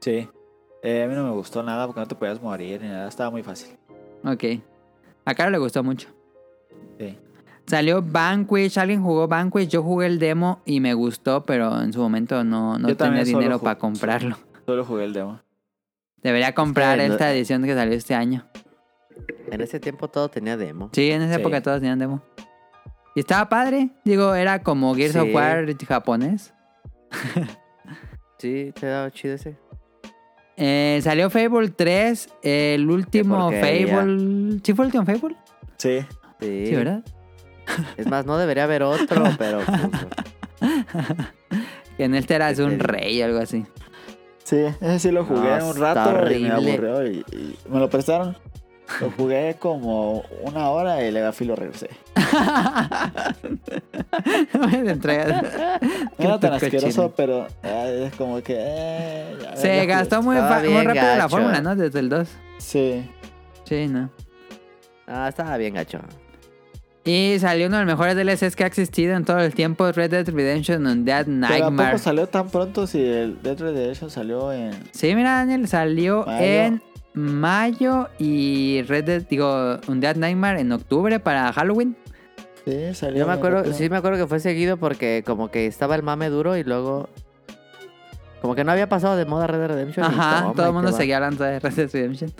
Speaker 3: Sí. Eh, a mí no me gustó nada porque no te podías morir ni nada. Estaba muy fácil.
Speaker 1: Ok. A Caro le gustó mucho.
Speaker 3: Sí.
Speaker 1: Salió Vanquish. ¿Alguien jugó Vanquish? Yo jugué el demo y me gustó, pero en su momento no, no
Speaker 3: Yo
Speaker 1: tenía
Speaker 3: también solo
Speaker 1: dinero
Speaker 3: ju-
Speaker 1: para comprarlo.
Speaker 3: Solo jugué el demo.
Speaker 1: Debería comprar
Speaker 4: Sí, no-
Speaker 1: esta edición que salió este año.
Speaker 4: En ese tiempo todo tenía demo.
Speaker 1: Sí, en esa
Speaker 3: Sí.
Speaker 1: época todos tenían demo. Y estaba padre. Digo, era como Gears of
Speaker 4: Sí.
Speaker 1: War japonés.
Speaker 4: Sí, te daba chido ese.
Speaker 1: Eh, salió Fable 3, el último
Speaker 4: porquería.
Speaker 1: Fable. ¿Sí fue el último Fable?
Speaker 3: Sí.
Speaker 4: Sí.
Speaker 1: Sí, ¿verdad?
Speaker 4: Es más, no debería haber <laughs> otro, pero. pues,
Speaker 1: Que en este eras
Speaker 4: Este-
Speaker 1: un rey o algo así. <laughs>
Speaker 3: Sí, ese sí lo jugué
Speaker 4: No,
Speaker 3: un
Speaker 4: está
Speaker 3: rato y
Speaker 4: horrible.
Speaker 3: me aburrió y, y me lo prestaron. Lo jugué como una hora y le al filo regresé.
Speaker 1: No me <laughs> entregas.
Speaker 3: No <laughs> era
Speaker 1: Qué
Speaker 3: tan asqueroso,
Speaker 1: cochino.
Speaker 3: pero ay, es como que... eh, ya- ya
Speaker 1: Se
Speaker 3: jugué.
Speaker 1: gastó muy,
Speaker 4: Estaba
Speaker 1: fa- muy
Speaker 4: bien
Speaker 1: rápido la
Speaker 4: gacho.
Speaker 1: fórmula, ¿no? Desde el 2.
Speaker 3: Sí.
Speaker 1: Sí, no.
Speaker 4: ah, estaba bien gacho.
Speaker 1: Y salió uno de los mejores DLCs que ha existido en todo el tiempo: Red Dead Redemption on Dead
Speaker 3: Pero ¿a
Speaker 1: Nightmare.
Speaker 3: poco salió tan pronto si el Dead Redemption salió en...
Speaker 1: Sí, mira, Daniel, salió
Speaker 3: Mayo.
Speaker 1: en mayo y Red Dead, digo, Undead Nightmare en octubre para Halloween.
Speaker 3: Sí, salió
Speaker 4: Yo me
Speaker 3: en
Speaker 4: acuerdo,
Speaker 3: octubre.
Speaker 4: sí me acuerdo que fue seguido porque como que estaba el mame duro y luego. Como que no había pasado de moda Red Dead Redemption. y
Speaker 1: Ajá,
Speaker 4: toma,
Speaker 1: todo el
Speaker 4: y
Speaker 1: mundo
Speaker 4: te va.
Speaker 1: seguía hablando de Red Dead Redemption.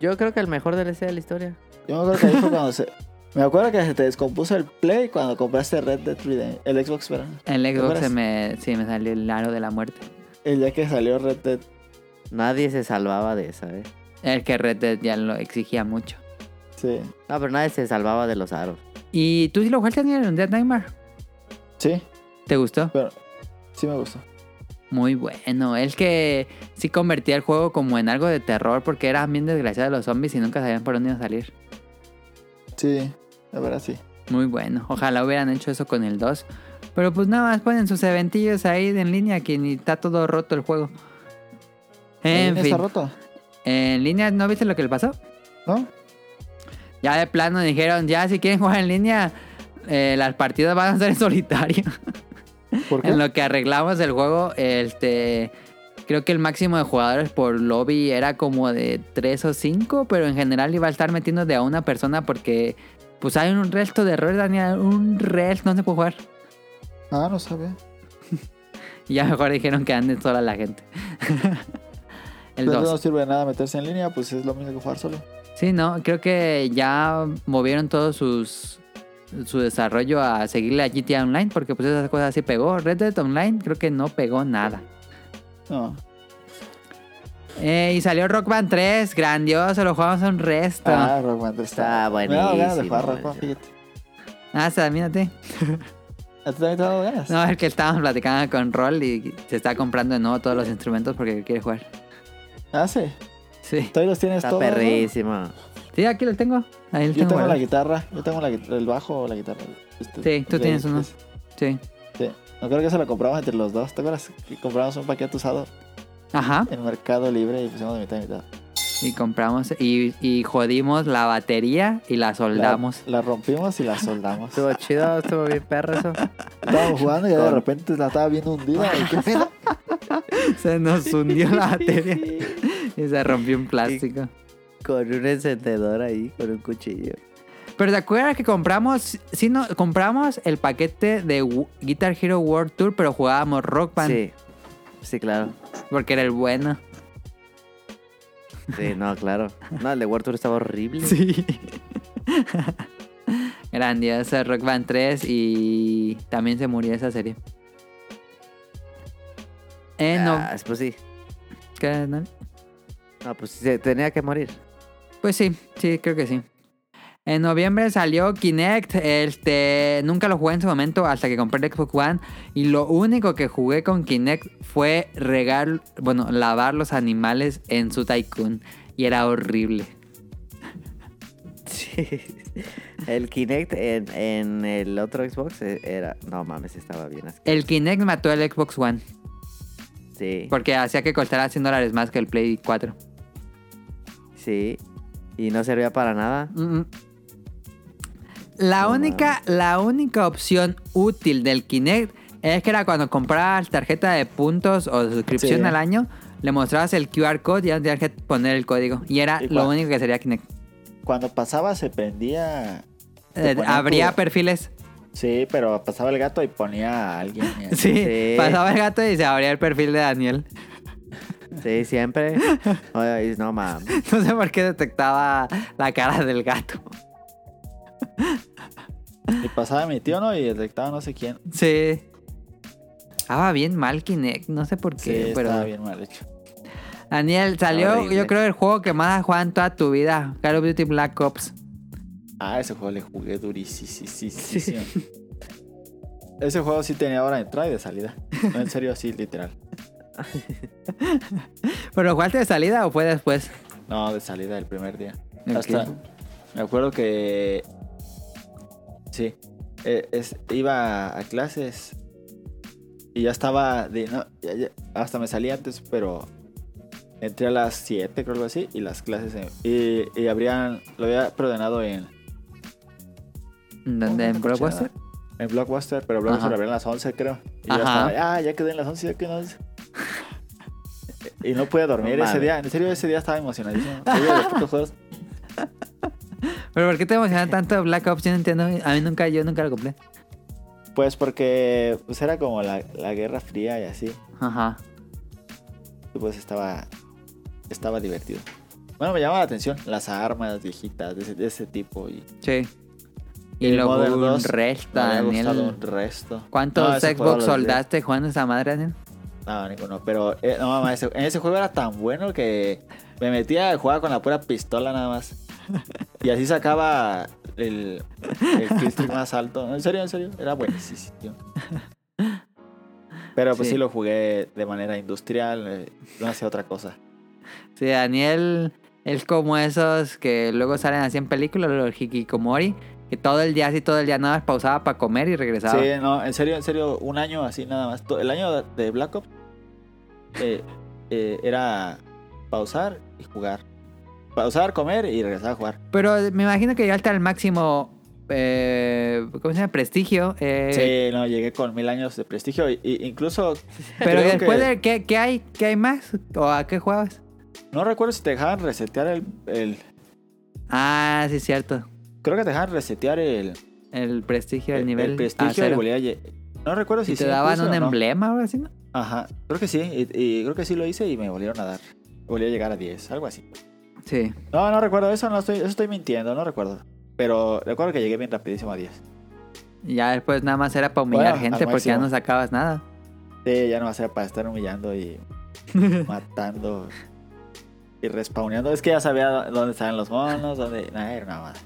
Speaker 4: Yo creo que el mejor DLC de la historia.
Speaker 3: Yo me acuerdo que ahí fue cuando se... Me acuerdo que se te descompuso el Play cuando compraste Red Dead Redemption. El Xbox, perdón.
Speaker 1: En el Xbox se
Speaker 3: acuerdas?
Speaker 1: me, sí, me salió el aro de la muerte.
Speaker 3: El día que salió Red Dead.
Speaker 4: Nadie se salvaba de esa, ¿eh?
Speaker 1: El que Red Dead ya lo exigía mucho.
Speaker 3: Sí.
Speaker 4: No, pero nadie se salvaba de los aros.
Speaker 1: ¿Y tú sí lo jugaste Daniel, Undead Nightmare?
Speaker 3: Sí,
Speaker 1: ¿Te gustó?
Speaker 3: pero sí me gustó.
Speaker 1: Muy bueno. Es que sí convertía el juego como en algo de terror porque eran bien desgraciados los zombies y nunca sabían por dónde iban a salir.
Speaker 3: Sí, la verdad sí.
Speaker 1: Muy bueno. Ojalá hubieran hecho eso con el 2. Pero pues nada más ponen sus eventillos ahí en línea que ni está todo roto el juego. En
Speaker 3: ¿Está
Speaker 1: fin.
Speaker 3: roto?
Speaker 1: En línea, ¿no viste lo que le pasó?
Speaker 3: ¿No?
Speaker 1: Ya de plano dijeron, ya si quieren jugar en línea, eh, las partidas van a ser en solitario.
Speaker 3: <laughs> ¿Por qué?
Speaker 1: En lo que arreglamos el juego, este. Creo que el máximo de jugadores por lobby era como de 3 o 5, pero en general iba a estar metiendo de a una persona porque, pues, hay un resto de errores, Daniel. Un resto, no se puede jugar.
Speaker 3: Ah, no sabía.
Speaker 1: <laughs> Y ya mejor dijeron que anden sola la
Speaker 3: <laughs>
Speaker 1: gente. el
Speaker 3: Pero
Speaker 1: 2.
Speaker 3: no sirve de nada meterse en línea, pues es lo mismo que jugar solo.
Speaker 1: Sí, no, creo que ya movieron todo sus su desarrollo a seguirle a GTA Online porque pues esas cosas sí pegó. Red Dead Online creo que no pegó nada.
Speaker 3: No.
Speaker 1: Eh, y salió Rock Band 3, grandioso, lo jugamos un resto.
Speaker 3: Ah, Rock Band tres
Speaker 4: Está
Speaker 3: Me ha dado ganas de
Speaker 4: buenísimo,
Speaker 3: jugar Rock Band,
Speaker 4: buenísimo.
Speaker 3: fíjate.
Speaker 1: Ah, sí, mírate.
Speaker 3: ¿A ti también te ha dado ganas?
Speaker 1: No, es que estábamos platicando con Roll y se está comprando de nuevo todos los instrumentos porque quiere jugar.
Speaker 3: Ah, sí.
Speaker 1: Sí.
Speaker 3: Todavía los tienes
Speaker 4: Está
Speaker 3: todos. no?
Speaker 4: perrísimo.
Speaker 1: Sí, aquí lo tengo. Ahí lo tengo.
Speaker 3: Yo tengo la
Speaker 1: guardado.
Speaker 3: guitarra, yo tengo la, guit- el bajo o la guitarra. Este,
Speaker 1: Sí, tú
Speaker 3: de-
Speaker 1: tienes uno.
Speaker 3: Sí.
Speaker 1: Sí.
Speaker 3: No creo que se lo compramos entre los dos. ¿Te acuerdas que compramos un paquete usado
Speaker 1: Ajá.
Speaker 3: en Mercado Libre y pusimos de mitad a mitad?
Speaker 1: Y compramos y, y jodimos la batería y la
Speaker 3: La-
Speaker 1: soldamos.
Speaker 3: La, rompimos y
Speaker 1: <laughs>
Speaker 3: la soldamos.
Speaker 4: Estuvo chido, estuvo bien perro eso.
Speaker 3: Estábamos jugando y de repente la estaba viendo hundida. ¿Y qué
Speaker 1: <laughs>
Speaker 3: pedo?
Speaker 1: Se nos hundió la batería
Speaker 4: <laughs>
Speaker 1: y se rompió en plástico.
Speaker 4: Con un encendedor ahí, con un cuchillo.
Speaker 1: Pero ¿te acuerdas que compramos, sí, no, compramos el paquete de Gu- Guitar Hero World Tour, pero jugábamos Rock Band
Speaker 4: Sí. Sí, claro.
Speaker 1: porque era el bueno?
Speaker 4: Sí, no, claro. No, el de War Tour estaba horrible.
Speaker 1: Sí. <laughs> Grandioso Rock Band 3 y también se murió esa serie. Eh, no.
Speaker 4: Ah, pues sí.
Speaker 1: ¿qué, no?
Speaker 4: No, pues sí, se tenía que morir. <laughs>
Speaker 1: Pues sí, sí, creo que sí. En noviembre salió Kinect, este, nunca lo jugué en su momento hasta que compré el Xbox One y lo único que jugué con Kinect fue regar, bueno, lavar los animales en su Tycoon y era horrible.
Speaker 4: Sí. El Kinect en, en el otro Xbox eh, era. No mames, estaba bien así.
Speaker 1: El Kinect mató el Xbox One
Speaker 4: Sí.
Speaker 1: porque hacía que costara 100 dólares más que el Play 4.
Speaker 4: Sí. Y no servía para nada.
Speaker 1: Mm. La
Speaker 4: No
Speaker 1: única, la única opción útil del Kinect es que era cuando comprabas tarjeta de puntos o de suscripción
Speaker 3: Sí.
Speaker 1: al año, le mostrabas el QR code y ya no tenías que poner el código. Y era
Speaker 3: ¿Y
Speaker 1: lo
Speaker 3: cuál?
Speaker 1: único que sería Kinect.
Speaker 3: Cuando pasaba se prendía.
Speaker 1: Eh,
Speaker 3: ponían
Speaker 1: habría
Speaker 3: tu-
Speaker 1: perfiles. <laughs>
Speaker 3: Sí, pero pasaba el gato y ponía a alguien. y
Speaker 1: <laughs>
Speaker 3: así.
Speaker 1: Sí.
Speaker 4: Sí.
Speaker 1: Pasaba el gato y se abría el perfil de Daniel. <laughs>
Speaker 4: Sí, siempre. Oye, y no mames.
Speaker 1: No sé por qué detectaba la cara del gato.
Speaker 3: Y pasaba mi tío, ¿no? Y detectaba no sé quién.
Speaker 1: Sí. Estaba bien mal Kinect, no sé por
Speaker 3: Sí,
Speaker 1: qué, pero.
Speaker 3: estaba bien mal hecho.
Speaker 1: Daniel, salió,
Speaker 4: Horrible.
Speaker 1: yo creo, el juego que más has jugado en toda tu vida: Call of Duty Black Ops.
Speaker 3: Ah, ese juego le jugué durísimo. Ese juego sí tenía hora de entrada y de salida. No, en serio, sí, literal.
Speaker 1: ¿Pero jugaste de salida o fue después?
Speaker 3: No, de salida el primer día.
Speaker 1: Ok.
Speaker 3: Hasta me acuerdo que sí, eh, es- iba a clases y ya estaba de no, ya- ya- hasta me salí antes, pero entré a las 7 creo algo así y las clases en- y, y habrían lo había preordenado en
Speaker 1: ¿Dónde?
Speaker 3: Oh,
Speaker 1: ¿En Blockbuster?
Speaker 3: en Blockbuster, pero Blockbuster
Speaker 1: Ajá.
Speaker 3: lo abrían a las 11 creo. Y
Speaker 1: Ajá.
Speaker 3: yo estaba, ah, ya quedé en las 11, ya quedé en las 11. <laughs> Y no pude dormir
Speaker 4: No
Speaker 3: ese
Speaker 4: mames.
Speaker 3: día. En serio, ese día estaba emocionadísimo. Oye, de los
Speaker 1: <laughs>
Speaker 3: pocos juegos-
Speaker 1: ¿Pero por qué te emociona tanto de Black Ops? Yo no entiendo. A mí nunca, yo nunca lo compré.
Speaker 3: Pues porque pues era como la, la Guerra Fría y así.
Speaker 1: Ajá.
Speaker 3: Y pues estaba, estaba divertido. Bueno, me llamaba la atención las armas viejitas de ese, de ese tipo. Y
Speaker 1: Sí.
Speaker 3: Y
Speaker 1: Y
Speaker 3: el
Speaker 1: luego
Speaker 3: Modern
Speaker 1: un
Speaker 3: 2,
Speaker 1: resto,
Speaker 3: me había gustado
Speaker 1: Daniel.
Speaker 3: un resto. No,
Speaker 1: ¿Cuántos
Speaker 3: ese juego
Speaker 1: Xbox
Speaker 3: lo olvidé.
Speaker 1: soldaste jugando esa madre, Daniel?
Speaker 3: No, ninguno. Pero eh, no, mamá, ese- en ese juego era tan bueno que me metía a jugar con la pura pistola nada más. Y así sacaba el, el kill streak más alto. En serio, en serio, era buenísimo. Pero pues
Speaker 1: Sí.
Speaker 3: sí, lo jugué de manera industrial, eh, no hacía otra cosa.
Speaker 1: Sí, Daniel es como esos que luego salen así en películas, los hikikomori, que todo el día así, todo el día nada más pausaba para comer y regresaba.
Speaker 3: Sí, no, en serio, en serio, un año así nada más. To- El año de Black Ops eh, eh, era pausar y jugar. Pausar, comer y regresar a jugar.
Speaker 1: Pero me imagino que llegaste al máximo, eh, ¿cómo se llama? Prestigio. eh,
Speaker 3: Sí, no, llegué con mil años de prestigio. Y, y incluso
Speaker 1: Pero
Speaker 3: creo
Speaker 1: después
Speaker 3: que-
Speaker 1: de, ¿qué, qué hay? ¿Qué hay más? ¿O a qué jugabas?
Speaker 3: no recuerdo si te dejaban resetear el, el-
Speaker 1: Ah, sí, cierto.
Speaker 3: Creo que te dejaban resetear el,
Speaker 1: El prestigio, el,
Speaker 3: el-
Speaker 1: nivel.
Speaker 3: el
Speaker 1: a
Speaker 3: prestigio y
Speaker 1: cero.
Speaker 3: volvía a lle- No recuerdo si
Speaker 1: Y te
Speaker 3: sí
Speaker 1: daban
Speaker 3: puse
Speaker 1: un
Speaker 3: o no.
Speaker 1: emblema o algo así, ¿no?
Speaker 3: Ajá, creo que sí. Y, y creo que sí lo hice y me volvieron a dar. Volví a llegar a 10, algo así.
Speaker 1: Sí.
Speaker 3: No, no recuerdo eso, no estoy, eso estoy mintiendo, no recuerdo. Pero recuerdo que llegué bien rapidísimo a 10.
Speaker 1: Y Ya después nada más era para humillar
Speaker 3: Bueno,
Speaker 1: gente
Speaker 3: al
Speaker 1: porque ya
Speaker 3: máximo.
Speaker 1: no sacabas nada.
Speaker 3: Sí, ya no va a ser para estar
Speaker 1: <laughs>
Speaker 3: humillando y matando y respawneando. Es que ya sabía dónde estaban los monos, dónde. Nah, era una madre.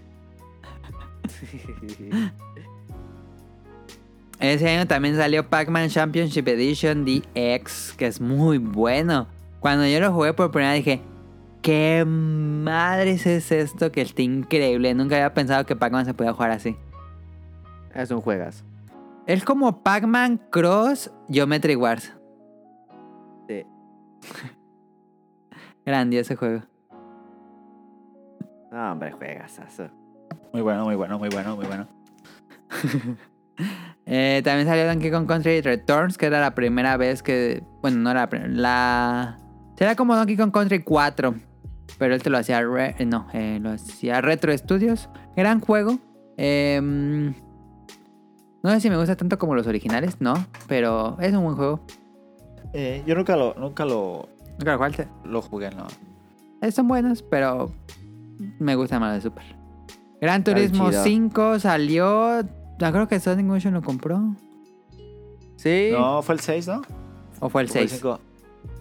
Speaker 1: Ese año también salió Pac-Man Championship Edition DX, que es muy bueno. Cuando yo lo jugué por primera vez dije, ¿qué madres es esto que está increíble? Nunca había pensado que Pac-Man se podía jugar así.
Speaker 4: Es un juegas.
Speaker 1: Es como Pac-Man Cross Geometry Wars.
Speaker 4: Sí.
Speaker 1: Grandioso juego.
Speaker 4: No, hombre, juegas. aso.
Speaker 3: Muy bueno, muy bueno, muy bueno, muy bueno.
Speaker 1: Eh, también salió Donkey Kong Country Returns, que era la primera vez que. Bueno, no era la primera. La. Será como Donkey Kong Country 4. Pero él te lo hacía. re- eh, no, eh, lo hacía Retro Studios. Gran juego. Eh, no sé si me gusta tanto como los originales, no. Pero es un buen juego.
Speaker 3: Eh, yo nunca lo, nunca lo,
Speaker 1: Nunca lo jugaste.
Speaker 3: lo jugué, no.
Speaker 1: Eh, Son buenos, pero me gusta más de Super. Gran
Speaker 4: Está bien
Speaker 1: Turismo
Speaker 4: chido. 5
Speaker 1: 5 salió. No creo que Sonic Motion lo compró.
Speaker 4: Sí.
Speaker 3: No, fue el 6, ¿no?
Speaker 1: ¿O fue el
Speaker 3: Fue
Speaker 1: 6?
Speaker 3: cinco.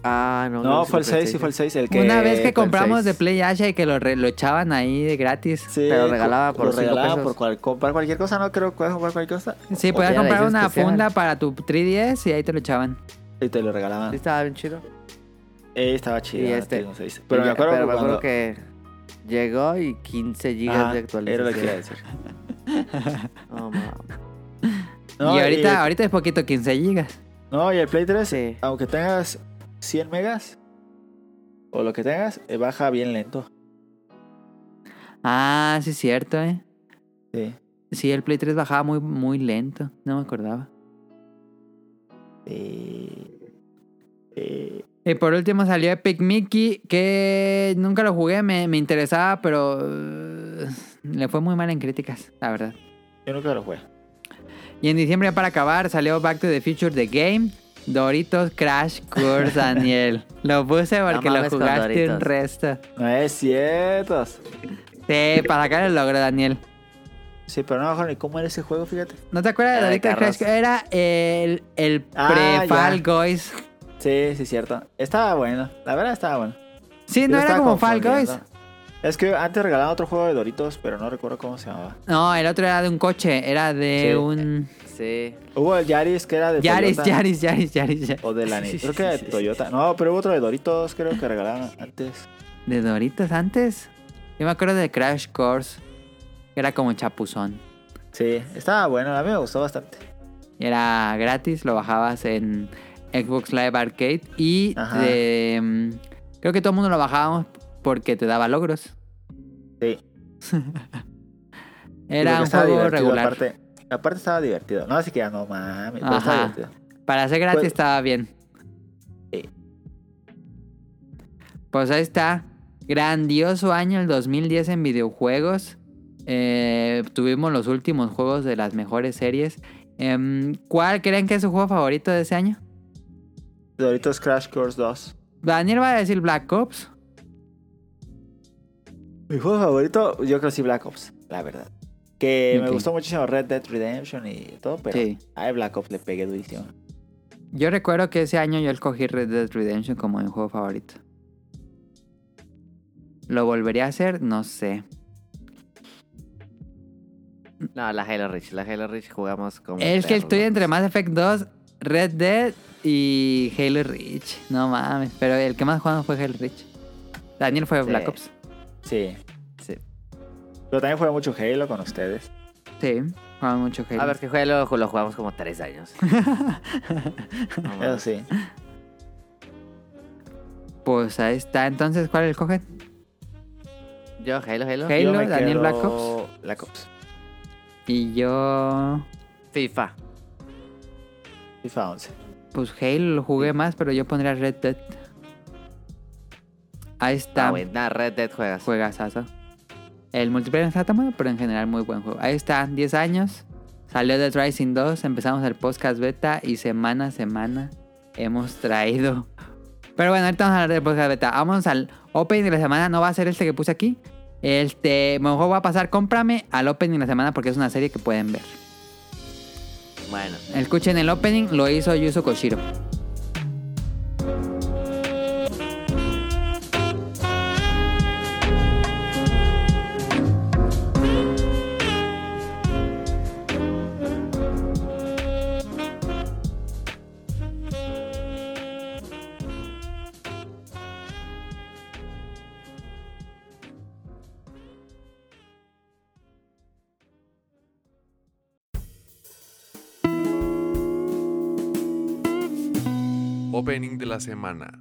Speaker 4: Ah, no.
Speaker 3: No,
Speaker 4: lo
Speaker 3: fue el
Speaker 4: supe,
Speaker 3: 6, sí fue el 6. El que
Speaker 1: Una vez que
Speaker 4: fue el
Speaker 1: compramos
Speaker 4: seis.
Speaker 1: de Play Asia y que lo, re- lo echaban ahí de gratis. Sí,
Speaker 3: Sí,
Speaker 4: te lo regalaba por
Speaker 3: lo
Speaker 4: cinco
Speaker 3: regalaba
Speaker 4: pesos.
Speaker 3: por cual- comprar cualquier cosa, no creo que puedas comprar cualquier cosa. O-
Speaker 1: podías
Speaker 4: era la
Speaker 1: comprar
Speaker 4: edición
Speaker 1: una
Speaker 4: especial.
Speaker 1: funda para tu 3DS y ahí te lo echaban.
Speaker 3: Y te lo
Speaker 4: Sí,
Speaker 3: regalaban.
Speaker 4: estaba bien chido.
Speaker 3: Eh, estaba chido.
Speaker 4: Y
Speaker 3: ¿no?
Speaker 4: este-
Speaker 3: Te digo seis. Pero
Speaker 4: Y
Speaker 3: me
Speaker 4: ya-
Speaker 3: acuerdo
Speaker 4: pero me
Speaker 3: que cuando...
Speaker 4: acuerdo que llegó y 15 gigas
Speaker 3: Ajá,
Speaker 4: de
Speaker 3: era lo que iba a
Speaker 4: actualización.
Speaker 3: decir.
Speaker 4: No, ma-
Speaker 3: No,
Speaker 1: y ahorita,
Speaker 3: el-
Speaker 1: ahorita es poquito 15 gigas.
Speaker 3: No, y el Play 3,
Speaker 4: Sí.
Speaker 3: aunque tengas 100 megas o lo que tengas, eh, baja bien lento.
Speaker 1: Ah, sí es cierto, eh.
Speaker 3: Sí.
Speaker 1: Sí, el Play 3 bajaba muy, muy lento. No me acordaba.
Speaker 3: Eh, eh,
Speaker 1: Y por último salió Epic Mickey, que nunca lo jugué, me, me interesaba, pero eh, le fue muy mal en críticas, la verdad.
Speaker 3: yo nunca lo jugué.
Speaker 1: Y en diciembre, ya para acabar, salió Back to the Future The Game, Doritos Crash
Speaker 3: <laughs>
Speaker 1: Course Daniel. Lo puse porque lo
Speaker 4: mames con
Speaker 1: jugaste un
Speaker 4: Doritos.
Speaker 1: resto.
Speaker 3: No es cierto.
Speaker 1: Sí, para sacar el logro, Daniel.
Speaker 3: Sí, pero no mejor ni cómo era ese juego, fíjate.
Speaker 1: ¿No te acuerdas de
Speaker 4: Era de
Speaker 1: Doritos Crash
Speaker 4: carros.
Speaker 1: Course? Era el, el
Speaker 3: Ah,
Speaker 1: pre-Fall
Speaker 3: ya.
Speaker 1: Guys.
Speaker 3: Sí, sí, cierto. Estaba bueno. La verdad estaba bueno.
Speaker 1: Sí,
Speaker 3: Yo
Speaker 1: no
Speaker 3: lo
Speaker 1: era
Speaker 3: estaba
Speaker 1: como Fall Guys.
Speaker 3: confundiendo. Es que antes regalaban otro juego de Doritos, pero no recuerdo cómo se llamaba.
Speaker 1: No, el otro era de un coche, era de
Speaker 3: Sí.
Speaker 1: un...
Speaker 4: Sí.
Speaker 3: Hubo el Yaris que era de
Speaker 1: Yaris,
Speaker 3: Toyota.
Speaker 1: Yaris, Yaris, Yaris, Yaris.
Speaker 3: O
Speaker 1: <laughs>
Speaker 3: de la
Speaker 4: Sí, sí,
Speaker 3: Creo que era de
Speaker 4: sí, sí.
Speaker 3: Toyota. No, pero hubo otro de Doritos, creo que regalaban antes.
Speaker 1: ¿De Doritos antes? Yo me acuerdo de Crash Course. que Era como chapuzón.
Speaker 3: Sí, estaba bueno. A mí me gustó bastante.
Speaker 1: Era gratis, lo bajabas en Xbox Live Arcade. Y
Speaker 3: Ajá.
Speaker 1: de, mm, creo que todo el mundo lo bajábamos porque te daba logros.
Speaker 3: Sí.
Speaker 1: <laughs> Era
Speaker 3: Porque
Speaker 1: un
Speaker 3: estaba
Speaker 1: juego
Speaker 3: divertido,
Speaker 1: regular.
Speaker 3: Aparte, aparte estaba divertido. No, así que ya no mames, pero
Speaker 1: Ajá.
Speaker 3: estaba divertido.
Speaker 1: Para ser gratis
Speaker 3: Pues-
Speaker 1: estaba bien.
Speaker 3: Sí.
Speaker 1: Pues ahí está. Grandioso año el 2010 en videojuegos. Eh, tuvimos los últimos juegos de las mejores series. Em, ¿Cuál creen que es su juego favorito de ese año?
Speaker 3: Doritos Crash Course 2.
Speaker 1: Daniel va a decir Black Ops.
Speaker 3: Mi juego favorito, yo creo que sí Black Ops, la verdad. Que me
Speaker 1: Ok.
Speaker 3: gustó muchísimo Red Dead Redemption y todo, pero
Speaker 1: Sí.
Speaker 3: a Black Ops le pegué durísimo.
Speaker 1: Yo recuerdo que ese año yo escogí Red Dead Redemption como mi juego favorito. ¿Lo volvería a hacer? No sé.
Speaker 4: No, la Halo Reach. La Halo Reach jugamos como.
Speaker 1: Es que
Speaker 4: perros.
Speaker 1: estoy entre Mass Effect 2, Red Dead y Halo Reach. No mames, pero el que más jugamos fue Halo Reach. Daniel fue
Speaker 4: Sí.
Speaker 1: Black Ops.
Speaker 3: Sí.
Speaker 4: Sí.
Speaker 3: Pero también juega mucho Halo con ustedes.
Speaker 1: Sí, jugamos mucho Halo.
Speaker 4: A ver, que juego lo, lo jugamos como
Speaker 1: <laughs>
Speaker 4: tres años. No mames.
Speaker 3: Eso sí.
Speaker 1: Pues ahí está. Entonces, ¿cuál el cogen?
Speaker 4: Yo, Halo,
Speaker 1: Halo,
Speaker 4: Halo.
Speaker 3: Yo me
Speaker 1: Daniel
Speaker 3: quedo
Speaker 1: Black Ops.
Speaker 3: Black Ops.
Speaker 1: Y yo.
Speaker 4: FIFA.
Speaker 3: FIFA 11.
Speaker 1: Pues Halo lo jugué más, pero yo pondría Red Dead. Ahí está.
Speaker 4: Ah, güey, nada, Red Dead juegas.
Speaker 1: Juegasazo. El multiplayer no está tan bueno, pero en general muy buen juego. Ahí está, 10 años. Salió The Rising 2, empezamos el podcast beta y semana a semana hemos traído. Pero bueno, ahorita vamos a hablar del podcast beta. Vamos al opening de la semana, no va a ser este que puse aquí. Este, mejor voy a pasar, cómprame al opening de la semana porque es una serie que pueden ver.
Speaker 4: Bueno.
Speaker 1: Escuchen el opening, lo hizo Yuzo Koshiro.
Speaker 7: Opening de la semana.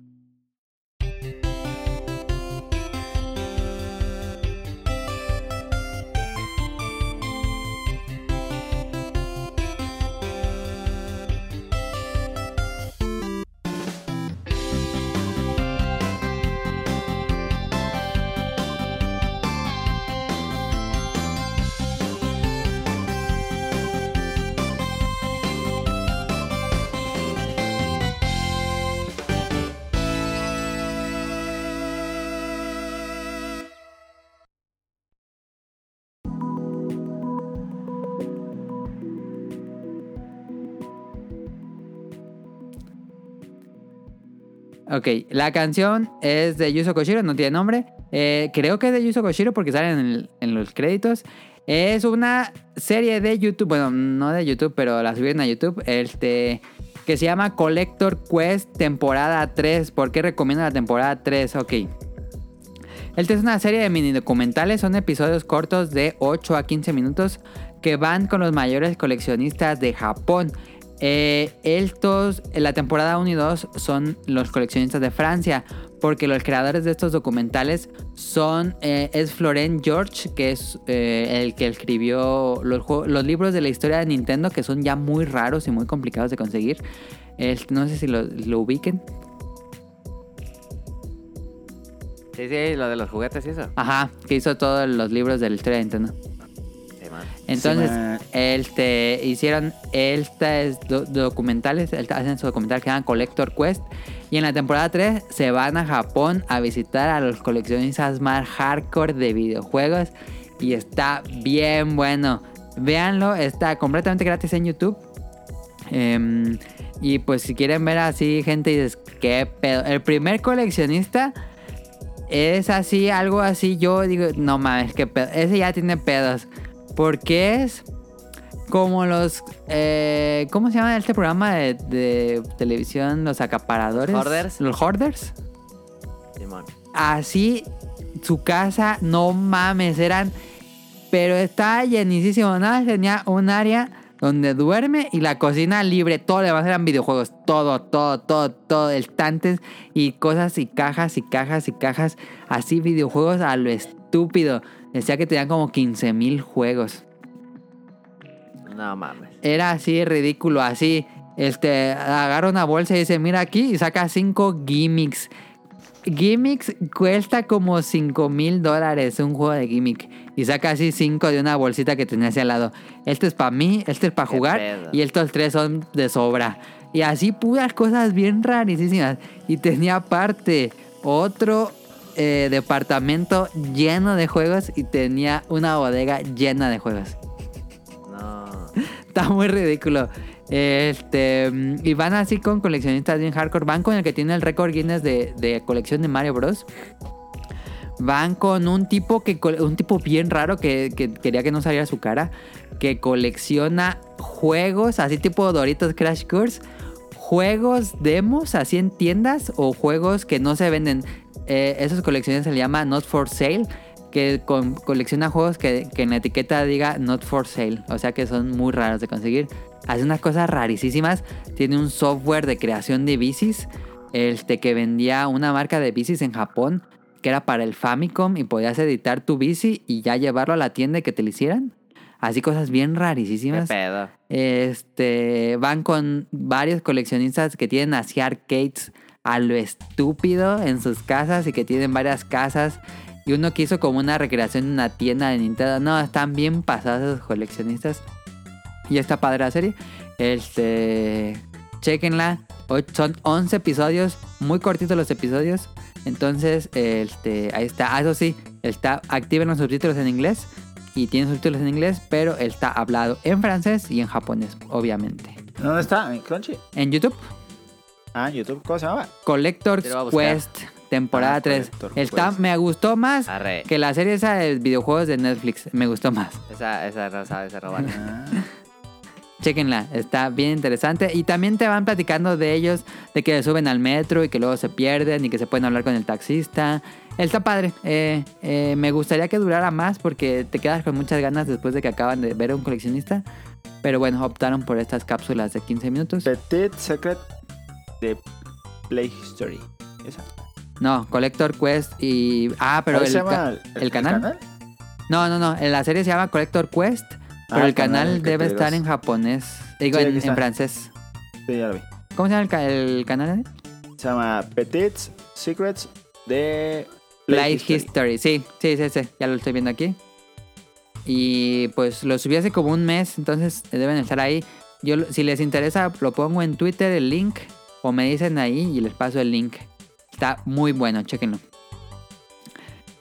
Speaker 1: Ok, la canción es de Yuzo Koshiro, no tiene nombre. Eh, creo que es de Yuzo Koshiro porque sale en, el- en los créditos. Es una serie de YouTube, bueno, no de YouTube, pero la subieron a YouTube, este, que se llama Collector Quest temporada 3. ¿Por qué recomiendo la temporada 3? Ok. Esta es una serie de mini documentales, son episodios cortos de 8 a 15 minutos que van con los mayores coleccionistas de Japón. Eh, estos, en la temporada 1 y 2 son los coleccionistas de Francia, porque los creadores de estos documentales son, eh, es Florent George, que es eh, el que escribió los, jue- los libros de la historia de Nintendo, que son ya muy raros y muy complicados de conseguir. Este, no sé si lo, lo ubiquen.
Speaker 4: Sí, sí, lo de los juguetes y eso.
Speaker 1: Ajá, que hizo todos los libros de la historia de Nintendo.
Speaker 4: Sí, man.
Speaker 1: Entonces,
Speaker 3: Sí, ma.
Speaker 1: este, hicieron estas do- documentales, el- hacen su documental que se llama Collector Quest. Y en la temporada 3 se van a Japón a visitar a los coleccionistas más hardcore de videojuegos. Y está bien bueno. Véanlo, está completamente gratis en YouTube. Em, y pues si quieren ver así gente, dices, qué pedo. El primer coleccionista es así, algo así, yo digo, no mames, qué pedo. Ese ya tiene pedos. Porque es como los... eh, ¿Cómo se llama este programa de, de televisión? Los acaparadores.
Speaker 4: Hoarders.
Speaker 1: Los hoarders.
Speaker 4: Simón.
Speaker 1: Así, su casa, no mames, eran... Pero estaba llenísimo. Nada, más tenía un área donde duerme y la cocina libre. Todo lo demás eran videojuegos. Todo, todo, todo, todo. Estantes y cosas y cajas y cajas y cajas. Así videojuegos a lo estúpido. Decía que tenían como 15 mil juegos.
Speaker 4: No mames.
Speaker 1: Era así ridículo, así. Este, agarra una bolsa y dice, mira aquí, y saca cinco gimmicks. Gimmicks cuesta como 5 mil dólares un juego de gimmick. Y saca así cinco de una bolsita que tenía hacia al lado. Este es para mí, este es para
Speaker 4: Qué
Speaker 1: jugar
Speaker 4: pedo.
Speaker 1: y estos tres son de sobra. Y así puras cosas bien rarísimas. Y tenía aparte otro eh, departamento lleno de juegos y tenía una bodega llena de juegos.
Speaker 4: No.
Speaker 1: Está muy ridículo. Este, mm, y van así con coleccionistas bien hardcore. Van con el que tiene el récord Guinness de, de colección de Mario Bros. van con un tipo que col- un tipo bien raro que, que quería que no saliera su cara, que colecciona juegos, así tipo Doritos Crash Course, juegos demos así en tiendas o juegos que no se venden. Eh, esas colecciones se le llama Not for Sale, que con- colecciona juegos que, que en la etiqueta diga Not for Sale, o sea que son muy raros de conseguir. Hace unas cosas rarísimas, tiene un software de creación de bicis este que vendía una marca de bicis en Japón que era para el Famicom y podías editar tu bici y ya llevarlo a la tienda y que te lo hicieran. Así cosas bien
Speaker 4: ¿Qué
Speaker 1: rarísimas.
Speaker 4: pedo?
Speaker 1: Este, van con varios coleccionistas que tienen así arcades a lo estúpido en sus casas y que tienen varias casas. Y uno que hizo como una recreación en una tienda de Nintendo. No, están bien pasados esos coleccionistas. Y está padre la serie. Este, chequenla. Son 11 episodios, muy cortitos los episodios. Entonces, este, ahí está. Ah, eso sí, está, activen los subtítulos en inglés y tiene subtítulos en inglés, pero está hablado en francés y en japonés, obviamente.
Speaker 3: ¿Dónde está? ¿En Crunchy?
Speaker 1: En YouTube,
Speaker 3: Ah, en YouTube. ¿Cómo se llamaba?
Speaker 1: Collector's
Speaker 4: Te lo voy a buscar.
Speaker 1: Quest, temporada
Speaker 3: Ah,
Speaker 1: 3.
Speaker 3: Collector's
Speaker 1: Está,
Speaker 3: Quest.
Speaker 1: Me gustó más
Speaker 4: Arre.
Speaker 1: que la serie esa de videojuegos de Netflix. Me gustó más.
Speaker 4: Esa, esa no sabe, esa
Speaker 1: <laughs>
Speaker 4: no vale.
Speaker 3: Ah.
Speaker 1: Chequenla, está bien interesante. Y también te van platicando de ellos, de que suben al metro y que luego se pierden y que se pueden hablar con el taxista. Está padre. Eh, eh, me gustaría que durara más porque te quedas con muchas ganas después de que acaban de ver a un coleccionista. Pero bueno, optaron por estas cápsulas de 15 minutos.
Speaker 3: Petit Secret de Play History. ¿Esa?
Speaker 1: No, Collector Quest y... Ah, pero
Speaker 3: ¿Cómo
Speaker 1: el...
Speaker 3: se
Speaker 1: ca-
Speaker 3: llama
Speaker 1: el canal? No, no, no. La serie se llama Collector Quest, pero
Speaker 3: Ah,
Speaker 1: el canal,
Speaker 3: el que
Speaker 1: debe
Speaker 3: te
Speaker 1: estar
Speaker 3: digas.
Speaker 1: en japonés. Digo,
Speaker 3: Sí,
Speaker 1: en,
Speaker 3: aquí
Speaker 1: en
Speaker 3: está.
Speaker 1: francés.
Speaker 3: Sí, ya lo vi.
Speaker 1: ¿Cómo se llama el, ca- el canal?
Speaker 3: Se llama Petit Secrets de
Speaker 1: Play History. Sí, sí, sí, sí. Ya lo estoy viendo aquí. Y pues lo subí hace como un mes, entonces eh, deben estar ahí. Yo, lo- si les interesa, lo pongo en Twitter el link o me dicen ahí y les paso el link. Está muy bueno, chequenlo.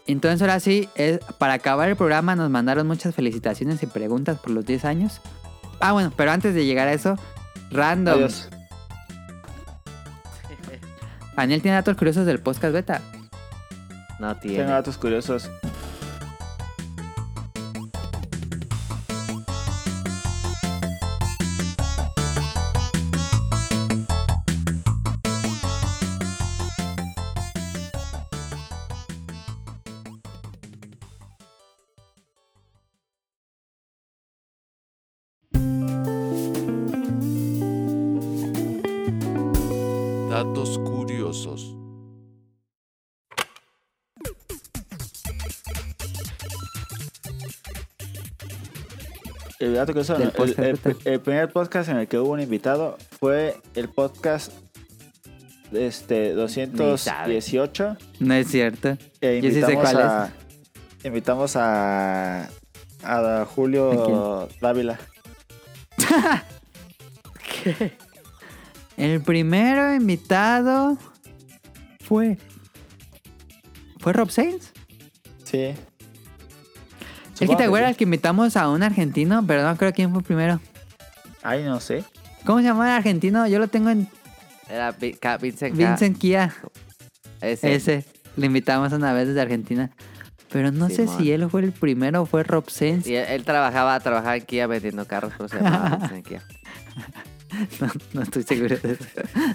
Speaker 1: Entonces ahora sí, es, para acabar el programa nos mandaron muchas felicitaciones y preguntas por los 10 años. Ah, bueno, pero antes de llegar a eso, random.
Speaker 3: Adiós.
Speaker 1: Daniel tiene datos curiosos del podcast beta.
Speaker 4: No tiene.
Speaker 3: Tengo datos curiosos.
Speaker 7: Datos curiosos.
Speaker 3: El dato curioso,
Speaker 1: Del
Speaker 3: el-
Speaker 1: podcast,
Speaker 3: el,
Speaker 1: ¿qué tal?
Speaker 3: el primer podcast en el que hubo un invitado fue el podcast este, 218.
Speaker 1: No es cierto.
Speaker 3: E
Speaker 1: Yo sí sé
Speaker 3: invitamos
Speaker 1: cuál
Speaker 3: a, Invitamos a, a Julio Dávila.
Speaker 1: El primero invitado fue. ¿Fue Rob Sainz?
Speaker 3: Sí.
Speaker 1: Es que
Speaker 3: Supongo
Speaker 1: te acuerdas
Speaker 3: sí.
Speaker 1: que invitamos a un argentino, pero no creo quién fue primero.
Speaker 3: Ay, no sé.
Speaker 1: ¿Cómo se llamaba el argentino? Yo lo tengo en
Speaker 4: Era Vi- Ca- Vincent, Ca-
Speaker 1: Vincent Kia.
Speaker 4: Ese.
Speaker 1: Ese. Le invitamos una vez desde Argentina. Pero no sé
Speaker 4: Simón.
Speaker 1: si él fue el primero o fue Rob Sainz.
Speaker 4: Y él, él trabajaba, trabajaba en Kia vendiendo carros, pero se
Speaker 1: <laughs>
Speaker 4: llamaba Vincent en Kia.
Speaker 1: No, no estoy seguro de eso.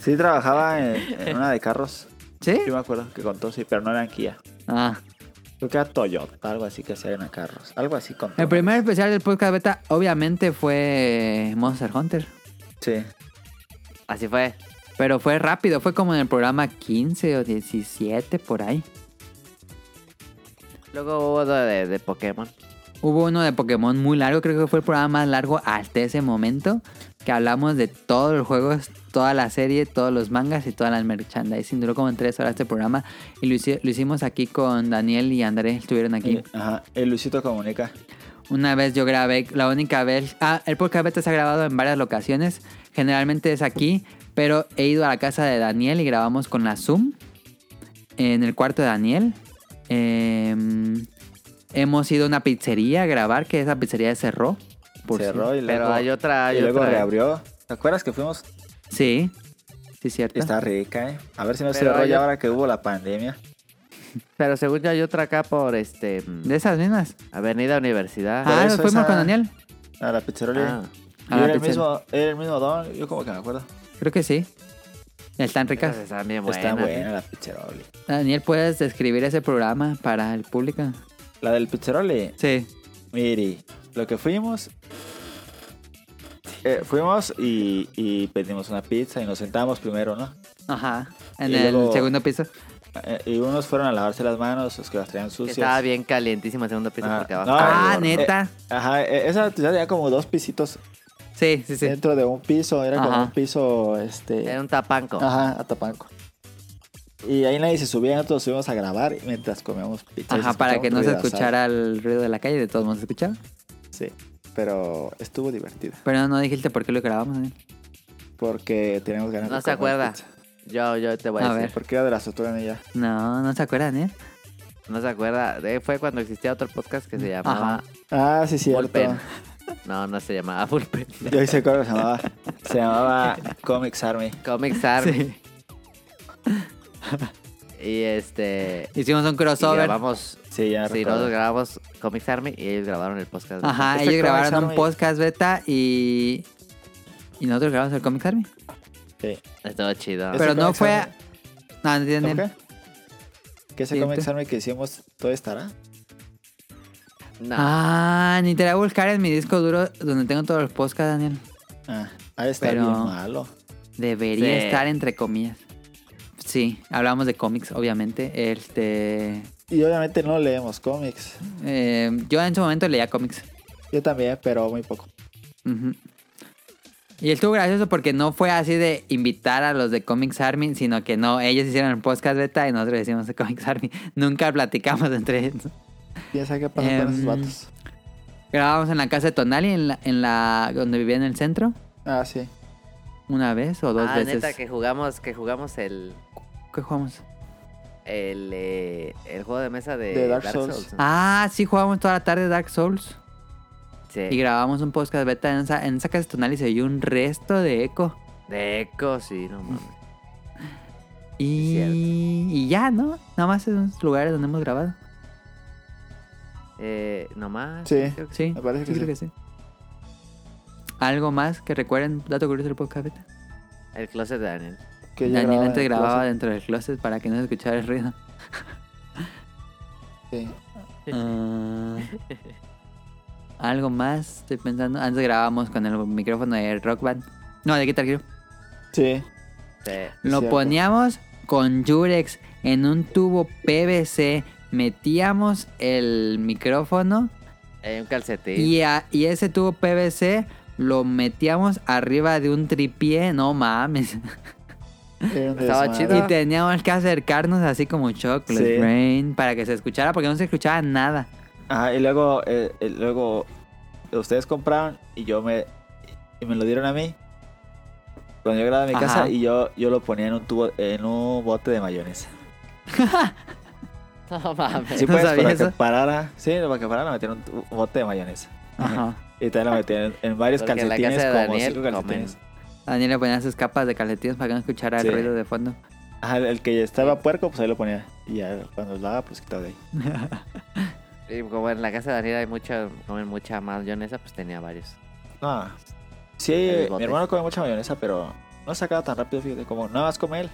Speaker 3: Sí, trabajaba en, en una de carros.
Speaker 1: ¿Sí?
Speaker 3: Yo me acuerdo que contó, sí, pero no era en Kia.
Speaker 1: Ah.
Speaker 3: Creo que era Toyota, algo así que hacían en carros. Algo así contó.
Speaker 1: El primer especial del podcast beta, obviamente, fue Monster Hunter.
Speaker 3: Sí.
Speaker 4: Así fue.
Speaker 1: Pero fue rápido, fue como en el programa 15 o 17 por ahí.
Speaker 4: Luego hubo uno de, de Pokémon.
Speaker 1: Hubo uno de Pokémon muy largo, creo que fue el programa más largo hasta ese momento, que hablamos de todos los juegos, toda la serie, todos los mangas y todas las merchandising. Duró como tres horas este programa y lo, hici- lo hicimos aquí con Daniel y Andrés, estuvieron aquí.
Speaker 3: Eh, Ajá. El Luisito comunica.
Speaker 1: Una vez yo grabé, la única vez... Ah, el podcast beta se ha grabado en varias locaciones, generalmente es aquí, pero he ido a la casa de Daniel y grabamos con la Zoom en el cuarto de Daniel. Em, hemos ido a una pizzería a grabar, que esa pizzería cerró. por
Speaker 3: cerró y luego,
Speaker 4: Pero hay otra, hay
Speaker 3: y luego
Speaker 4: otra.
Speaker 3: reabrió. ¿Te acuerdas que fuimos?
Speaker 1: Sí, sí, cierto.
Speaker 3: Está rica, ¿eh? A ver si no
Speaker 4: Pero
Speaker 3: cerró
Speaker 4: hay
Speaker 3: ya
Speaker 4: ot-
Speaker 3: ahora que hubo la pandemia.
Speaker 4: Pero según yo hay otra acá por este mm,
Speaker 1: De esas mismas.
Speaker 4: Avenida Universidad.
Speaker 1: Ah,
Speaker 3: eso,
Speaker 1: fuimos
Speaker 3: esa-
Speaker 1: con Daniel.
Speaker 3: A la pizzerola.
Speaker 4: Ah,
Speaker 3: Y
Speaker 1: a la
Speaker 3: era, el
Speaker 1: pizzería.
Speaker 3: mismo, era el mismo don, yo como que me acuerdo.
Speaker 1: Creo que sí. Están ricas.
Speaker 4: esas están bien buenas.
Speaker 3: Está buena la pizzerola.
Speaker 1: Daniel, ¿puedes describir ese programa para el público?
Speaker 3: La del pizzerole.
Speaker 1: Sí.
Speaker 3: Mire, lo que fuimos. eh, fuimos y, y pedimos una pizza y nos sentamos primero, ¿no?
Speaker 1: Ajá. En
Speaker 3: Y
Speaker 1: el
Speaker 3: luego-
Speaker 1: segundo piso.
Speaker 3: Eh, y unos fueron a lavarse las manos, los que las traían
Speaker 4: Que
Speaker 3: sucias.
Speaker 4: Estaba bien calientísima segunda pieza
Speaker 3: Ah,
Speaker 4: porque abajo.
Speaker 3: no,
Speaker 4: estaba
Speaker 1: Ah,
Speaker 4: el horno.
Speaker 1: neta.
Speaker 3: Ajá, eh, esa ya tenía como dos pisitos
Speaker 1: Sí, sí, sí.
Speaker 3: dentro de un piso, era
Speaker 1: Ajá.
Speaker 3: como un piso, este...
Speaker 4: Era un tapanco.
Speaker 1: Ah.
Speaker 3: Ajá, Atapanco. Y ahí nadie se subía, nosotros subimos a grabar mientras comíamos pizza. y
Speaker 1: Ajá, para
Speaker 3: escuchaba
Speaker 1: que
Speaker 3: un
Speaker 1: no se
Speaker 3: ruidazo.
Speaker 1: escuchara el ruido de la calle, de todos modos se escuchaba.
Speaker 3: Sí, pero estuvo divertido,
Speaker 1: Pero no dijiste por qué lo grabamos. Daniel.
Speaker 3: porque teníamos ganas de
Speaker 4: No se
Speaker 3: comer
Speaker 4: acuerda.
Speaker 3: pizza.
Speaker 4: Yo, yo te voy
Speaker 1: A
Speaker 4: a,
Speaker 1: ver.
Speaker 4: decir.
Speaker 3: Porque era de la Sotura ya.
Speaker 1: No, no se acuerdan, ¿eh?
Speaker 4: No se acuerda. Eh, fue cuando existía otro podcast que se llamaba
Speaker 1: Ajá.
Speaker 3: Ah, sí, cierto.
Speaker 4: Bullpen. No, no se llamaba Bullpen.
Speaker 3: Yo hice cuál se llamaba. Se llamaba Comics Army.
Speaker 4: Comics Army.
Speaker 1: <laughs> Sí.
Speaker 4: Y este.
Speaker 1: Hicimos un
Speaker 4: Y
Speaker 1: crossover.
Speaker 4: grabamos.
Speaker 3: Sí, ya
Speaker 4: Sí,
Speaker 3: recuerdo.
Speaker 4: nosotros grabamos Comics Army y ellos grabaron el podcast. de-
Speaker 1: Ajá,
Speaker 3: Este
Speaker 1: ellos
Speaker 3: Comics
Speaker 1: grabaron un
Speaker 3: Army.
Speaker 1: podcast beta y. Y nosotros grabamos el Comics Army.
Speaker 3: Sí.
Speaker 4: Estuvo chido.
Speaker 3: Este
Speaker 1: Pero no
Speaker 3: Comics
Speaker 1: fue.
Speaker 3: Army.
Speaker 1: No, no tiene-
Speaker 3: ¿Por qué? Que ese
Speaker 1: Siguiente.
Speaker 3: Comics Army que hicimos, ¿todo estará?
Speaker 4: No.
Speaker 1: Ah, ni te la voy a buscar en mi disco duro donde tengo todos los podcasts, Daniel.
Speaker 3: Ah, ha de estar
Speaker 1: Pero-
Speaker 3: bien malo.
Speaker 1: Debería
Speaker 4: Sí.
Speaker 1: estar entre comillas. Sí, hablamos de cómics, obviamente. Este.
Speaker 3: Y obviamente no leemos cómics.
Speaker 1: eh, yo en su momento leía cómics.
Speaker 3: Yo también, pero muy poco.
Speaker 1: Ujú. Y estuvo gracioso porque no fue así de invitar a los de Comics Army, sino que no, ellos hicieron el podcast beta y nosotros hicimos el Comics Army. <laughs> Nunca platicamos entre ellos.
Speaker 3: ¿Quién sabe qué pasa con esos
Speaker 1: Em,
Speaker 3: vatos?
Speaker 1: Grabamos en la casa de Tonali, en la, en la donde vivía en el centro,
Speaker 3: Ah, sí.
Speaker 1: una vez o dos
Speaker 4: Ah,
Speaker 1: veces.
Speaker 4: neta, que jugamos, que jugamos el.
Speaker 1: ¿Qué jugamos?
Speaker 4: El, eh, el juego de mesa de,
Speaker 3: De Dark Souls.
Speaker 1: Ah, sí, jugábamos toda la tarde Dark Souls.
Speaker 4: Sí.
Speaker 1: Y grabamos un podcast beta en esa, en esa casa de Tonali, se oyó un resto de eco.
Speaker 4: De Echo, sí,
Speaker 1: Mm.
Speaker 4: no mames.
Speaker 1: Y,
Speaker 4: Es cierto.
Speaker 1: y ya, ¿no? Nada más en los lugares donde hemos grabado.
Speaker 4: Eh, nomás.
Speaker 3: Sí.
Speaker 4: creo que
Speaker 1: Sí,
Speaker 3: Me parece que
Speaker 1: creo
Speaker 3: sí.
Speaker 1: que sí. ¿Algo más que recuerden? Dato curioso del podcast beta.
Speaker 4: El closet de Daniel.
Speaker 3: Que yo
Speaker 1: Daniel
Speaker 3: grababa
Speaker 1: antes
Speaker 3: en el
Speaker 1: grababa
Speaker 3: closet.
Speaker 1: dentro del closet para que no se escuchara el ruido.
Speaker 3: Sí.
Speaker 1: Ah, <laughs> Algo más, estoy pensando. Antes grabábamos con el micrófono de Rock Band. No, de Guitar Hero.
Speaker 3: Sí.
Speaker 4: Sí.
Speaker 1: Lo
Speaker 3: cierto.
Speaker 1: poníamos con Jurex en un tubo PVC. Metíamos el micrófono
Speaker 4: Eh, un calcetín.
Speaker 1: Y, a- y ese tubo PVC lo metíamos arriba de un tripié, no mames.
Speaker 3: Era un
Speaker 4: Estaba
Speaker 3: desmadre.
Speaker 4: chido.
Speaker 1: Y teníamos que acercarnos así como Chocolate
Speaker 3: Sí.
Speaker 1: Rain para que se escuchara, porque no se escuchaba nada.
Speaker 3: Ajá, y luego, eh, eh, luego eh, ustedes compraron y yo me, y me lo dieron a mí. Cuando yo grababa en mi
Speaker 1: Ajá.
Speaker 3: casa y yo, yo lo ponía en un tubo, en un bote de
Speaker 4: <laughs>
Speaker 3: mayonesa.
Speaker 4: <laughs> No mames.
Speaker 3: Sí,
Speaker 1: No
Speaker 3: pues,
Speaker 1: sabía
Speaker 3: para
Speaker 1: eso.
Speaker 3: que parara. Sí, para que parara, metían un, tu- un bote de mayonesa.
Speaker 1: Ajá.
Speaker 3: Y también lo metían en, en varios
Speaker 4: Porque en la
Speaker 3: calcetines,
Speaker 4: casa de
Speaker 3: como
Speaker 4: Daniel
Speaker 3: cinco calcetines.
Speaker 1: Daniel le ponía sus capas de calcetines para que no escuchara
Speaker 3: Sí.
Speaker 1: el ruido de fondo.
Speaker 3: Ajá, el que estaba puerco, pues ahí lo ponía. Y ya cuando lo daba, pues quitaba de ahí.
Speaker 4: Y como en la casa de Daniel hay mucha, comen mucha mayonesa, pues tenía varios.
Speaker 3: No.
Speaker 4: El
Speaker 3: Sí, mi
Speaker 4: bote.
Speaker 3: hermano come mucha mayonesa, pero no sacaba tan rápido, fíjate, como nada más come él.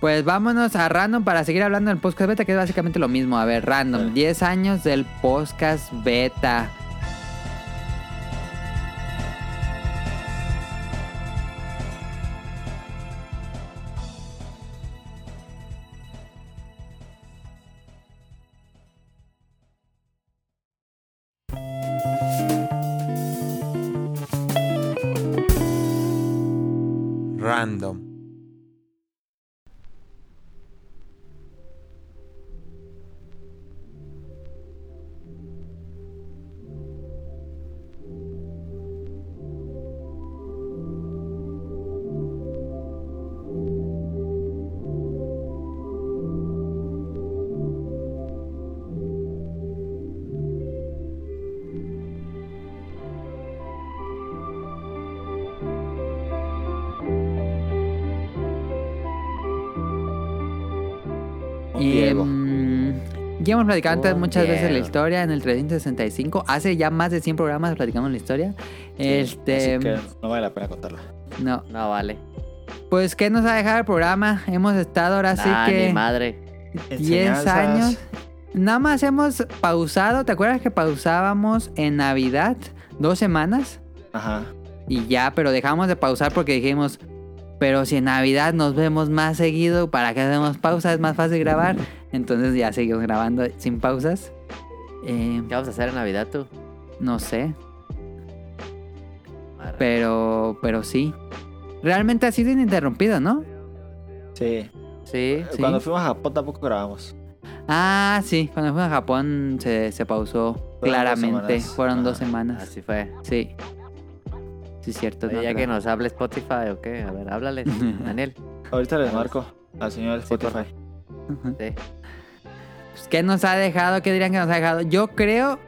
Speaker 1: Pues vámonos a random para seguir hablando del podcast beta, que es básicamente lo mismo. A ver, random.
Speaker 3: Ah.
Speaker 1: 10 años del podcast beta.
Speaker 7: Random.
Speaker 3: Oh, Diego. Oh,
Speaker 1: mm, ya hemos platicado antes
Speaker 4: Un
Speaker 1: muchas veces la
Speaker 4: Diego.
Speaker 1: historia en el 365. Hace ya más de 100 programas platicamos la historia. Este.
Speaker 3: Así que no vale la pena contarla.
Speaker 1: No.
Speaker 4: No vale.
Speaker 1: Pues, ¿qué nos ha dejado el programa? Hemos estado ahora sí
Speaker 4: Nah,
Speaker 1: que.
Speaker 4: ni madre.
Speaker 1: 10
Speaker 3: Enseñanzas.
Speaker 1: años. Nada más hemos pausado. ¿Te acuerdas que pausábamos en Navidad? Dos semanas.
Speaker 3: Ajá.
Speaker 1: Y ya, pero dejamos de pausar porque dijimos. Pero si en Navidad nos vemos más seguido, ¿para qué hacemos pausas? Es más fácil grabar. Entonces ya seguimos grabando sin pausas. Eh,
Speaker 4: ¿Qué vamos a hacer en Navidad tú?
Speaker 1: no sé,
Speaker 4: Arre.
Speaker 1: pero, pero sí. Realmente ha sido ininterrumpido, ¿no?
Speaker 3: Sí.
Speaker 4: Sí.
Speaker 1: Sí.
Speaker 3: Eh, Cuando fuimos a Japón tampoco grabamos.
Speaker 1: Ah, sí, cuando fui a Japón se, se pausó
Speaker 3: dos
Speaker 1: claramente.
Speaker 3: semanas. Ah,
Speaker 1: Fueron dos
Speaker 3: Ajá,
Speaker 1: semanas.
Speaker 4: Así fue.
Speaker 1: Sí. Sí, es cierto.
Speaker 4: Oye,
Speaker 1: no
Speaker 4: ya
Speaker 1: creo.
Speaker 4: que nos hable Spotify o qué. A ver,
Speaker 1: <laughs>
Speaker 4: háblales, Daniel.
Speaker 3: Ahorita les marco al señor
Speaker 4: Sí, por
Speaker 3: Spotify.
Speaker 1: Ujú.
Speaker 4: Sí.
Speaker 1: Pues, ¿Qué nos ha dejado? ¿Qué dirían que nos ha dejado? Yo creo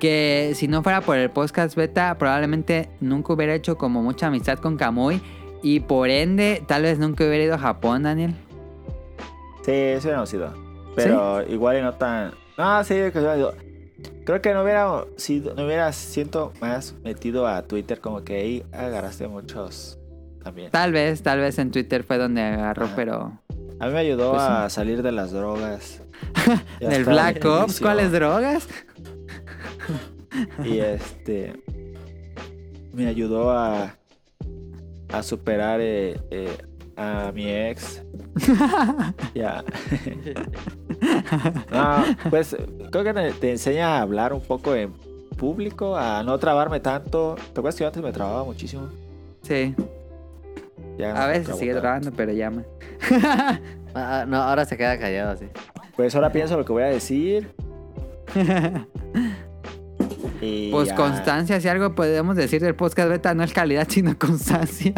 Speaker 1: que si no fuera por el podcast beta, probablemente nunca hubiera hecho como mucha amistad con Kamui. Y por ende, tal vez nunca hubiera ido a Japón, Daniel.
Speaker 3: Sí, eso hubiéramos ido. Pero igual y no tan. No, sí, que hubiera ido. Creo que no hubiera sido, no hubiera siento más metido a Twitter, como que ahí agarraste muchos también.
Speaker 1: Tal vez, tal vez en Twitter fue donde agarró,
Speaker 3: Ajá.
Speaker 1: pero...
Speaker 3: A mí me ayudó
Speaker 1: Pues sí.
Speaker 3: a salir de las
Speaker 1: <laughs>
Speaker 3: drogas. Ya
Speaker 1: ¿Del
Speaker 3: estaba
Speaker 1: Black
Speaker 3: en el
Speaker 1: Ops?
Speaker 3: vicio.
Speaker 1: ¿Cuáles drogas?
Speaker 3: Y este. Me ayudó a. A superar eh, eh, a
Speaker 1: <laughs>
Speaker 3: mi ex. Ya. <laughs> No, pues creo que te, te enseña a hablar un poco en público, a no trabarme tanto. ¿Te acuerdas que yo antes me trababa muchísimo?
Speaker 1: Sí,
Speaker 3: Ya no
Speaker 1: a
Speaker 3: me
Speaker 1: veces
Speaker 3: trabo
Speaker 1: sigue
Speaker 3: tanto.
Speaker 1: trabajando, pero llama.
Speaker 4: Ah, ah, no, ahora se queda callado así.
Speaker 3: Pues ahora pienso lo que voy
Speaker 1: <laughs>
Speaker 3: a decir. y
Speaker 1: Pues
Speaker 3: ya.
Speaker 1: constancia, si algo podemos decir del podcast beta, no es calidad, sino constancia.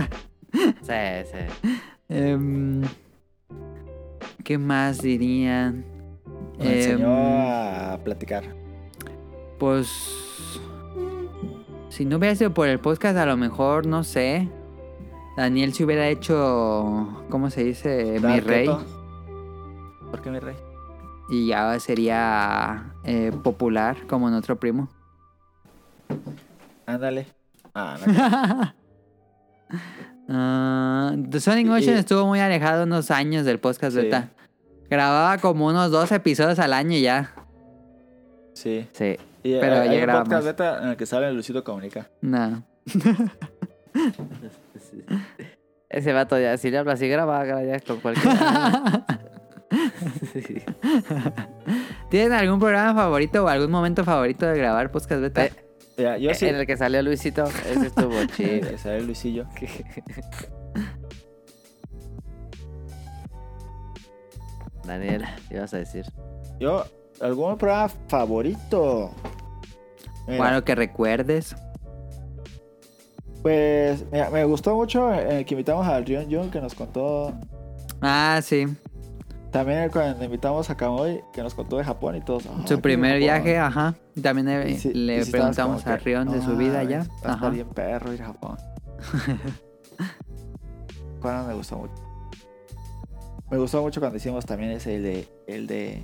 Speaker 4: Sí, sí.
Speaker 1: Em, ¿Qué más dirían?
Speaker 3: Me enseñó
Speaker 1: Em,
Speaker 3: a platicar.
Speaker 1: pues. Si no hubiera sido por el podcast, a lo mejor, no sé. Daniel se hubiera hecho. ¿Cómo se dice? eh, Mi
Speaker 3: Dar
Speaker 1: rey.
Speaker 3: keto. ¿Por qué mi rey?
Speaker 1: Y ya sería eh, popular como en otro primo. <laughs>
Speaker 3: Ándale. Ah, no. <laughs>
Speaker 1: Ah, The Sonic Motion
Speaker 3: Y-
Speaker 1: estuvo muy alejado unos años del podcast
Speaker 3: Sí.
Speaker 1: beta. Grababa como unos dos episodios al año y ya.
Speaker 3: Sí.
Speaker 4: Sí.
Speaker 3: Y,
Speaker 1: Pero
Speaker 3: eh, hay
Speaker 1: ya
Speaker 3: un
Speaker 1: grabamos.
Speaker 3: podcast beta en el que sale Luisito Comunica.
Speaker 1: No.
Speaker 4: Ese vato ya, si le habla así, graba, graba ya con
Speaker 1: <laughs>
Speaker 4: cualquiera. Sí.
Speaker 1: ¿Tienen algún programa favorito o algún momento favorito de grabar podcast beta?
Speaker 4: Eh,
Speaker 3: Ya, yo sí.
Speaker 4: En el que salió Luisito, ese estuvo
Speaker 3: Sí,
Speaker 1: <laughs>
Speaker 4: chido.
Speaker 3: que sale Luisillo.
Speaker 4: Daniel, ¿qué ibas a decir?
Speaker 3: Yo, ¿algún programa favorito? Mira,
Speaker 1: o algo que recuerdes.
Speaker 3: Pues mira, me gustó mucho el que invitamos al Rion Jung, que nos contó.
Speaker 1: Ah, sí.
Speaker 3: También el cuando invitamos a Kamoi, que nos contó de Japón y todos. "Ah,
Speaker 1: Su
Speaker 3: qué
Speaker 1: primer
Speaker 3: Japón".
Speaker 1: viaje, ajá. También le,
Speaker 3: Y sí-
Speaker 1: le
Speaker 3: y sí estabas
Speaker 1: preguntamos
Speaker 3: como
Speaker 1: a
Speaker 3: que,
Speaker 1: Rion de
Speaker 3: "No
Speaker 1: su vida ya.
Speaker 3: mames, va a estar
Speaker 1: Ajá.
Speaker 3: bien perro ir
Speaker 1: <laughs>
Speaker 3: a Japón. Cuando me gustó mucho. Me gustó mucho cuando hicimos también ese el de el de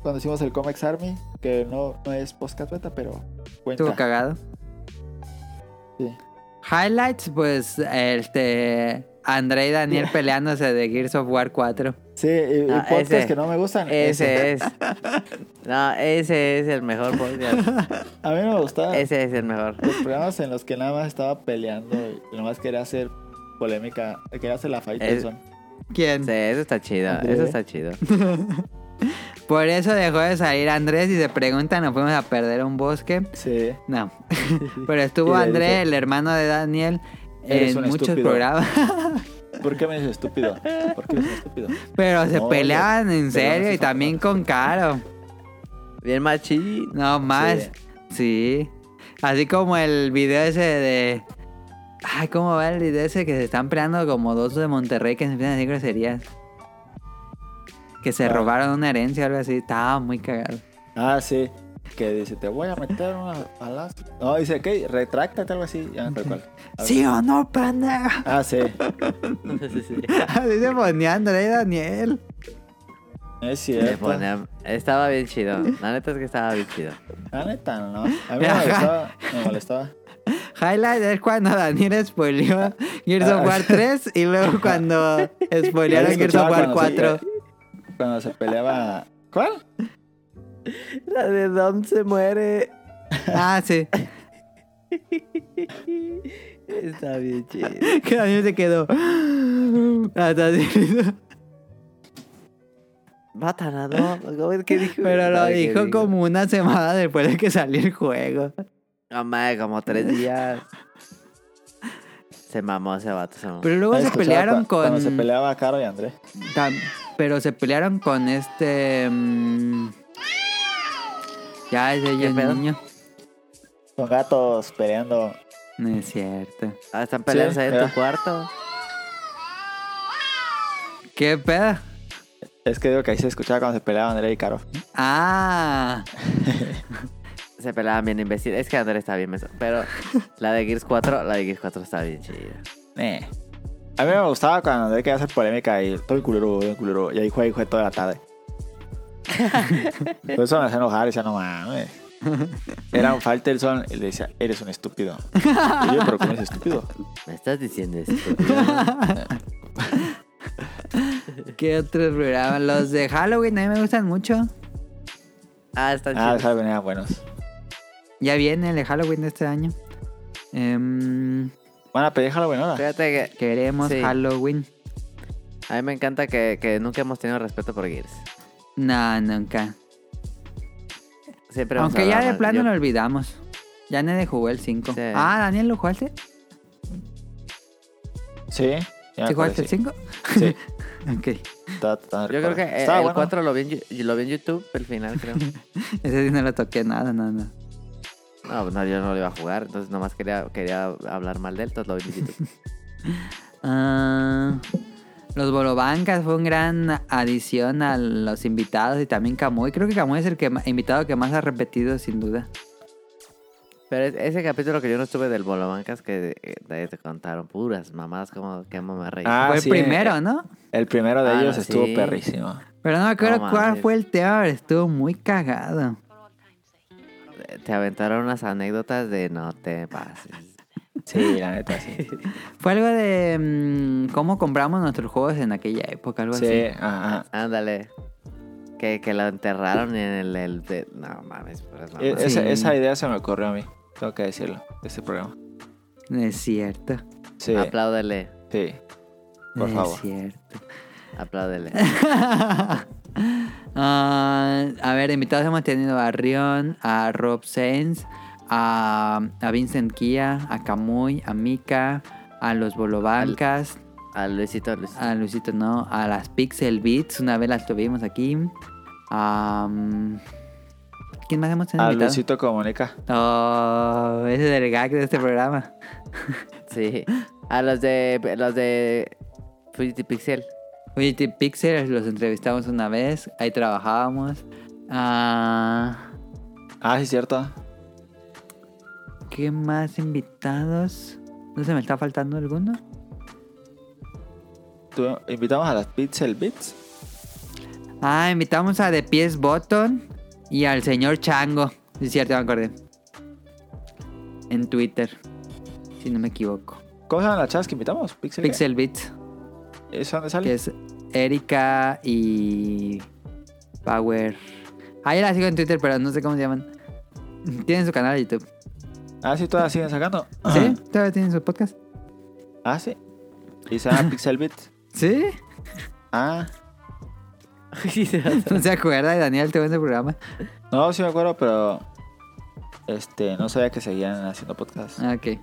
Speaker 3: cuando hicimos el Comex Army, que no, no es podcast beta, pero cuenta.
Speaker 1: Estuvo cagado.
Speaker 3: Sí.
Speaker 1: Highlights, pues, este. André y
Speaker 3: <laughs>
Speaker 1: Daniel peleándose de Gears of War 4.
Speaker 3: Sí, y, y
Speaker 4: Ah,
Speaker 3: podcasts
Speaker 4: ese.
Speaker 3: que no me gustan.
Speaker 4: Ese es.
Speaker 1: <laughs>
Speaker 4: No, ese es el mejor
Speaker 3: <laughs>
Speaker 4: podcast.
Speaker 3: A mí no me gustaban
Speaker 4: Ese es el mejor.
Speaker 3: los programas en los que nada más estaba peleando y nada más quería hacer polémica, quería hacer la
Speaker 1: Eh,
Speaker 3: fight
Speaker 4: Es-
Speaker 3: Tyson.
Speaker 1: ¿Quién?
Speaker 4: Sí, eso está chido. Eso está chido.
Speaker 1: <laughs> Por eso dejó de salir Andrés y se preguntan, ¿nos fuimos a perder a un bosque?
Speaker 3: Sí.
Speaker 1: No. <laughs> Pero estuvo
Speaker 3: <laughs> Y le
Speaker 1: Andrés,
Speaker 3: dije,
Speaker 1: el hermano de Daniel,
Speaker 3: "Eres
Speaker 1: en
Speaker 3: un
Speaker 1: muchos
Speaker 3: estúpido".
Speaker 1: programas. <laughs>
Speaker 3: ¿Por qué me dices estúpido? ¿Por qué me dices estúpido?
Speaker 1: Pero se
Speaker 3: No,
Speaker 1: peleaban en
Speaker 3: pero
Speaker 1: serio
Speaker 3: no se
Speaker 1: y también con Caro.
Speaker 4: Bien machín.
Speaker 1: No más. Sí. Así como el video ese de. Ay, ¿cómo va el video ese que se están peleando como dos de Monterrey que se empiezan a decir groserías? Que se
Speaker 3: Ah.
Speaker 1: robaron una herencia o algo así. Estaba muy cagado.
Speaker 3: Ah, sí. Que dice, te voy a meter una balazo. No, dice, ¿qué? Retráctate, algo así. Ya no recuerdo.
Speaker 1: ¿Sí o no, pendejo? <laughs>
Speaker 3: Ah, sí.
Speaker 1: Así se ponía André y Daniel.
Speaker 3: Es
Speaker 4: Le
Speaker 3: cierto.
Speaker 4: ponía- Estaba bien chido. La neta es que estaba bien chido.
Speaker 3: La neta, no. A mí me
Speaker 1: Ajá.
Speaker 3: molestaba. Me molestaba.
Speaker 1: Highlight es cuando Daniel spoileó Gears of War 3 y luego cuando spoilearon
Speaker 3: Yo
Speaker 1: Gears of
Speaker 3: escuchaba
Speaker 1: War
Speaker 3: cuando
Speaker 1: 4.
Speaker 3: se- <laughs> cuando se peleaba. ¿Cuál?
Speaker 4: La de Dom se muere.
Speaker 1: <laughs> Ah, sí. <laughs>
Speaker 4: Está bien chido.
Speaker 1: Que Daniel se quedó. <gasps> Hasta así.
Speaker 4: Matan a Dom. ¿Cómo es que dijo?
Speaker 1: Pero lo
Speaker 4: Ay, ¿qué
Speaker 1: dijo
Speaker 4: dijo?
Speaker 1: como una semana después de que salió el juego.
Speaker 4: No mames, como tres días. Se mamó ese vato. Se mamó.
Speaker 1: Pero luego se
Speaker 3: Ah, Escuchaba
Speaker 1: pelearon
Speaker 3: cu- Cuando se
Speaker 1: con.
Speaker 3: peleaba Caro y André.
Speaker 1: tam- Pero se pelearon con este. mm, Ya, ese ya es
Speaker 4: pedo?
Speaker 1: niño.
Speaker 3: Con gatos peleando.
Speaker 1: No es cierto.
Speaker 4: Ah, están peleando
Speaker 3: Sí,
Speaker 4: ahí en tu
Speaker 3: ya.
Speaker 4: cuarto.
Speaker 1: ¿Qué pedo?
Speaker 3: Es que digo que ahí se escuchaba cuando se peleaba André y Caro.
Speaker 1: Ah,
Speaker 4: Se peleaban bien imbécil. Es que Andrés está bien meso. Pero la de Gears 4, la de Gears 4 está bien chida.
Speaker 3: Eh. A mí me gustaba cuando André quería hacer polémica y todo el culero, todo el culero. Y ahí jugué y jugué toda la
Speaker 4: <laughs>
Speaker 3: tarde. Por eso me hacía enojar y decía, no mames. Era un falta el son y le decía, eres un estúpido. Y yo, pero ¿cómo es
Speaker 4: <laughs>
Speaker 3: estúpido?
Speaker 4: ¿Me estás diciendo eso?
Speaker 1: ¿qué otros programas? Los de Halloween a mí me gustan mucho.
Speaker 4: ah, están
Speaker 3: Ah,
Speaker 4: chidos.
Speaker 3: sabes, venían buenos.
Speaker 1: Ya viene el de Halloween de este año. Em,
Speaker 3: Bueno, pero déjalo bueno ahora.
Speaker 4: Fíjate que
Speaker 1: queremos
Speaker 4: Sí.
Speaker 1: Halloween.
Speaker 4: a mí me encanta que, que nunca hemos tenido respeto por Gears.
Speaker 1: No, nunca.
Speaker 4: Siempre hemos
Speaker 1: Aunque ya
Speaker 4: hablado
Speaker 1: de
Speaker 4: mal.
Speaker 1: plano
Speaker 4: Yo-
Speaker 1: lo olvidamos. Ya nadie jugó el 5.
Speaker 4: Sí.
Speaker 1: Ah, Daniel, ¿lo jugaste?
Speaker 3: Sí. ya me
Speaker 1: ¿Sí
Speaker 3: acordé,
Speaker 1: jugaste el
Speaker 3: Ah, sí.
Speaker 1: 5?
Speaker 3: Sí.
Speaker 1: Ok. <laughs>
Speaker 3: estaba tratando de
Speaker 4: Yo creo que
Speaker 3: recordar.
Speaker 4: eh, el
Speaker 3: Estaba bueno.
Speaker 4: 4 lo vi, en, Yu- lo vi en YouTube, el final
Speaker 1: <laughs>
Speaker 4: creo.
Speaker 1: Ese sí no lo toqué nada, nada, nada.
Speaker 4: No, no, yo no lo iba a jugar, entonces nomás quería, quería hablar mal de él, entonces lo vi
Speaker 1: <laughs>
Speaker 4: en YouTube.
Speaker 1: Ah, los Bolobancas fue una gran adición a los invitados y también Camuy. Creo que Camuy es el que, ma- invitado que más ha repetido, sin duda.
Speaker 4: Pero es- ese capítulo que yo no estuve del Bolobancas que eh, te, te contaron puras mamadas como que me reí.
Speaker 3: Ah,
Speaker 1: fue el
Speaker 3: sí,
Speaker 1: primero, ¿no?
Speaker 3: El primero de
Speaker 4: Ah,
Speaker 3: ellos
Speaker 4: sí.
Speaker 3: estuvo perrísimo.
Speaker 1: Pero no me acuerdo
Speaker 4: No
Speaker 1: cuál
Speaker 4: mames.
Speaker 1: fue el tema, pero estuvo muy cagado.
Speaker 4: Te aventaron unas anécdotas de no te pases.
Speaker 3: Sí, la neta,
Speaker 4: <laughs>
Speaker 3: sí.
Speaker 1: Fue algo de mm, cómo compramos nuestros juegos en aquella época, algo
Speaker 3: Sí,
Speaker 1: así.
Speaker 3: ajá.
Speaker 4: Ándale. Que, que lo enterraron en el... el- de- No mames, puras
Speaker 3: E-
Speaker 4: mamadas.
Speaker 3: Esa,
Speaker 1: Sí.
Speaker 3: esa idea se me ocurrió a mí, tengo que decirlo, de este programa.
Speaker 1: No Es cierto.
Speaker 3: Sí,
Speaker 4: Apláudele,
Speaker 3: sí. Por
Speaker 1: no
Speaker 3: favor.
Speaker 1: Es cierto. <laughs>
Speaker 4: apláudele.
Speaker 1: Ah, a ver, invitados hemos tenido a Rion, a Rob Sainz, a, a Vincent Kia, a Camuy, a Mika, a los Bolobancas,
Speaker 4: A Luisito, Luisito.
Speaker 3: Ah.
Speaker 1: a Luisito no, a las Pixel Beats, una vez las tuvimos aquí. a mm, ¿Quién más hemos tenido
Speaker 3: A
Speaker 1: invitado?
Speaker 3: Luisito comunica.
Speaker 1: Oh, ese es el gag de este programa.
Speaker 4: Sí. A los de... Los de... Fujiti Pixel.
Speaker 1: Fujiti Pixel los entrevistamos una vez, ahí trabajábamos. Ah,
Speaker 3: Ah, sí, cierto.
Speaker 1: ¿Qué más invitados? ¿No se me está faltando alguno?
Speaker 3: Tú- invitamos a las Pixel Beats.
Speaker 1: Ah, invitamos a The Pies Button y al señor Chango. Sí, es cierto, me acordé. En Twitter, si no me equivoco.
Speaker 3: ¿Cómo se llaman las chavas que invitamos? Pixel. qué?
Speaker 1: Pixel Beats,
Speaker 3: ¿Eso dónde
Speaker 1: que
Speaker 3: sale?
Speaker 1: es Erika y Power. Ah, yo la sigo en Twitter, pero no sé cómo se llaman. Tienen su canal de YouTube.
Speaker 3: Ah, sí, todas siguen sacando.
Speaker 1: <clears throat> ¿Sí? ¿Todavía tienen su podcast?
Speaker 3: Ah, sí. Y se llama Pixel Beats.
Speaker 1: ¿Sí?
Speaker 3: Ah,
Speaker 1: <laughs> No se acuerda de Daniel, te en ese programa.
Speaker 3: no, sí me acuerdo, pero. Este, no sabía que seguían haciendo podcast.
Speaker 1: Ah, Ok.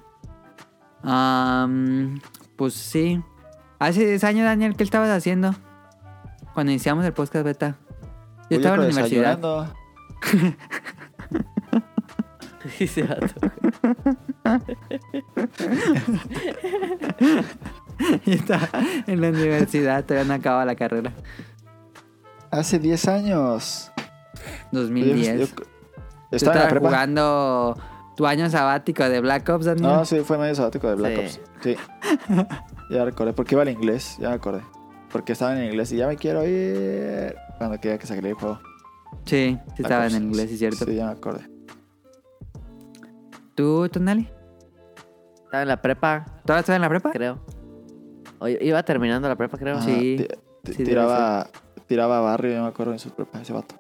Speaker 1: Am, pues sí. Hace 10 años, Daniel, ¿qué estabas haciendo? Cuando iniciamos el podcast beta. Yo
Speaker 3: Oye,
Speaker 1: estaba en la
Speaker 3: pero
Speaker 1: universidad.
Speaker 3: desayunando.
Speaker 4: Ese vato.
Speaker 1: <laughs> Yo estaba en la universidad, todavía no acababa la carrera.
Speaker 3: Hace 10 años. Yo-
Speaker 1: 2010. Yo
Speaker 3: yo- estaba en la
Speaker 1: estaba
Speaker 3: prepa.
Speaker 1: jugando tu año sabático de Black Ops, Daniel.
Speaker 3: No, sí, fue medio sabático de Black
Speaker 4: Sí.
Speaker 3: Ops. Sí. <laughs> ya recordé. Porque iba al inglés, ya me acordé. Porque estaba en inglés y ya me quiero ir. Cuando quería que saliera el juego.
Speaker 1: Sí, sí estaba en inglés, sí, cierto.
Speaker 3: Sí, ya me acordé.
Speaker 1: ¿Tú, Tonali?
Speaker 4: Estaba en la prepa,
Speaker 1: ¿Todavía estás en la prepa?
Speaker 4: creo. O i- iba terminando la prepa, creo.
Speaker 3: Ajá,
Speaker 1: sí,
Speaker 3: ti- ti-
Speaker 1: sí,
Speaker 3: tiraba, tiraba barrio, yo me acuerdo en su prepa, ese vato.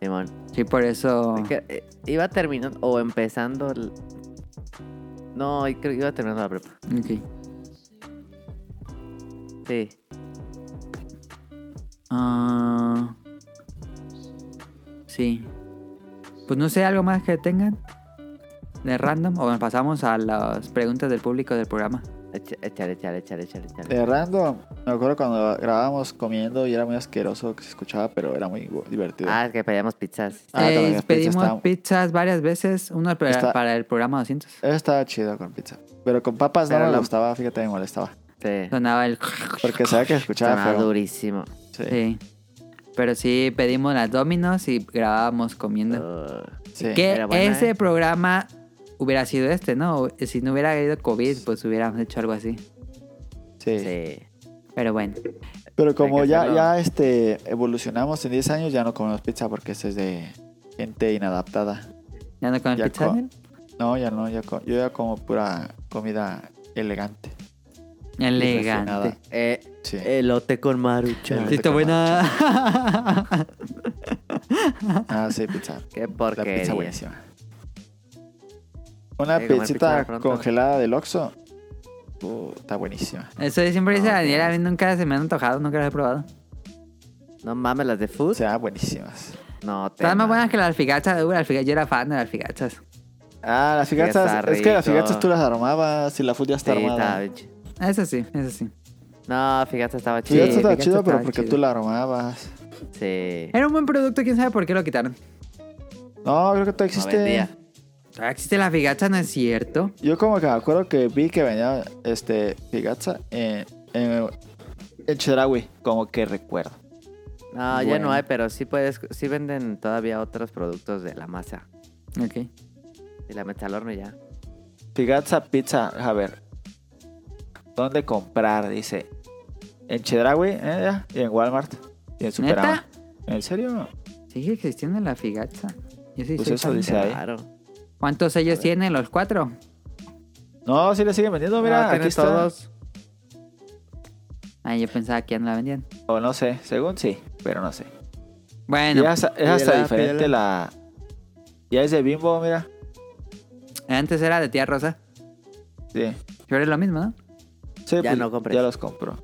Speaker 4: Simón.
Speaker 1: Sí, por
Speaker 3: Ah.
Speaker 1: eso.
Speaker 4: Es que, eh, Iba terminando o empezando. el- No, creo que iba terminando la prepa.
Speaker 1: Ok.
Speaker 4: Sí.
Speaker 1: Ah, sí. Pues no sé, algo más que tengan de random o nos pasamos a las preguntas del público del programa.
Speaker 4: Echa- Échale, échale, échale, échale, échale.
Speaker 3: De Eh, random, me acuerdo cuando grabábamos comiendo y era muy asqueroso que se escuchaba, pero era muy bu- divertido.
Speaker 4: Ah, que pedíamos pizzas.
Speaker 3: Ah,
Speaker 1: Eh,
Speaker 3: también las pizzas
Speaker 1: pedimos
Speaker 3: estaban-
Speaker 1: pizzas varias veces, uno para,
Speaker 3: Está-
Speaker 1: para el programa 200.
Speaker 3: Eso estaba chido con pizza. Pero con papas
Speaker 4: Pero
Speaker 3: no me
Speaker 4: la-
Speaker 3: gustaba, fíjate, me molestaba.
Speaker 4: Sí.
Speaker 1: Sonaba el... <laughs>
Speaker 3: Porque sabía que se escuchaba
Speaker 4: Sonaba
Speaker 3: Ah, feo.
Speaker 4: durísimo.
Speaker 3: Sí,
Speaker 1: Sí. Pero sí, pedimos las dominos y grabábamos comiendo.
Speaker 4: Uh,
Speaker 3: sí.
Speaker 1: que
Speaker 4: era buena,
Speaker 1: ese
Speaker 4: eh.
Speaker 1: programa hubiera sido este, ¿no? Si no hubiera habido COVID, pues hubiéramos hecho algo así.
Speaker 3: sí.
Speaker 4: sí.
Speaker 1: Pero bueno.
Speaker 3: Pero como
Speaker 4: que
Speaker 3: ya,
Speaker 4: hacerlo.
Speaker 3: ya este, evolucionamos en 10 años, ya no comemos pizza porque ese es de gente inadaptada.
Speaker 1: ¿Ya no con el
Speaker 3: Ya
Speaker 1: pizza?
Speaker 3: co-
Speaker 1: Daniel?
Speaker 3: No, ya no, ya co- yo ya como pura comida elegante.
Speaker 1: Elegante.
Speaker 3: Refinada.
Speaker 4: Eh,
Speaker 3: Sí.
Speaker 4: elote con marucha.
Speaker 1: Sí, está buena.
Speaker 3: Ah, sí, pizza.
Speaker 4: Qué
Speaker 3: La
Speaker 4: porquería.
Speaker 3: pizza buenísima. Una
Speaker 4: Sí, comer
Speaker 3: pizzita
Speaker 4: pizza pronto.
Speaker 3: congelada del Oxxo. uh, está buenísima.
Speaker 1: <laughs> Eso yo siempre dice
Speaker 4: Ah, ok.
Speaker 1: Daniel, a mí nunca se me han antojado, nunca las he probado.
Speaker 4: No mames, las de
Speaker 3: O
Speaker 4: food.
Speaker 3: sea, buenísimas.
Speaker 4: No, te.
Speaker 1: Están más
Speaker 4: mames.
Speaker 1: buenas que las alfigachas, uh, las alfigachas, yo era fan de las alfigachas.
Speaker 3: Ah, las
Speaker 4: está
Speaker 3: figatas. Es que las
Speaker 4: rico.
Speaker 3: figatas tú las armabas y la food ya está
Speaker 4: Sí, estaba
Speaker 3: armada.
Speaker 4: bien chi-
Speaker 1: Eso sí, eso sí.
Speaker 4: No, fíjate, estaba
Speaker 3: Sí,
Speaker 4: chido.
Speaker 3: eso estaba
Speaker 1: fíjate,
Speaker 3: chido, pero
Speaker 1: estaba
Speaker 3: porque
Speaker 1: chido.
Speaker 3: tú la armabas.
Speaker 4: Sí.
Speaker 1: Era un buen producto, quién sabe por qué lo quitaron.
Speaker 3: No, creo que todo
Speaker 4: No
Speaker 3: existe.
Speaker 4: vendía.
Speaker 1: Todavía Ah, existe la figacha, ¿no es cierto?
Speaker 3: Yo como que me acuerdo que vi que venía este Figatza en, en, en Chedraui, como que recuerdo.
Speaker 4: No, ya no
Speaker 3: Bueno.
Speaker 4: hay, pero sí puedes, sí venden todavía otros productos de la masa.
Speaker 1: Ok.
Speaker 4: Y la metes al horno y ya.
Speaker 3: Figatza Pizza, a ver. ¿Dónde comprar? Dice. En Chedraui, eh, ya, y en Walmart. Y en Superama. ¿En serio?
Speaker 1: Sigue existiendo la figacha. Yo sí
Speaker 3: Pues
Speaker 1: soy
Speaker 3: eso
Speaker 1: fan.
Speaker 3: dice. Sí, ahí.
Speaker 4: claro.
Speaker 1: ¿Cuántos sellos tienen los cuatro?
Speaker 3: No, sí le siguen vendiendo, mira,
Speaker 4: No,
Speaker 3: aquí
Speaker 4: tiene
Speaker 3: está.
Speaker 4: todos.
Speaker 1: Ah, yo pensaba que ya no la vendían.
Speaker 3: O no sé, según sí, pero no sé.
Speaker 1: Bueno,
Speaker 3: ya es, es hasta
Speaker 4: pídela,
Speaker 3: diferente
Speaker 4: pídela.
Speaker 3: la... Ya es de Bimbo, mira.
Speaker 1: antes era de tía Rosa.
Speaker 3: Sí.
Speaker 1: Pero es lo mismo, ¿no?
Speaker 3: Sí, pues,
Speaker 4: Ya no compres.
Speaker 3: Ya los compro.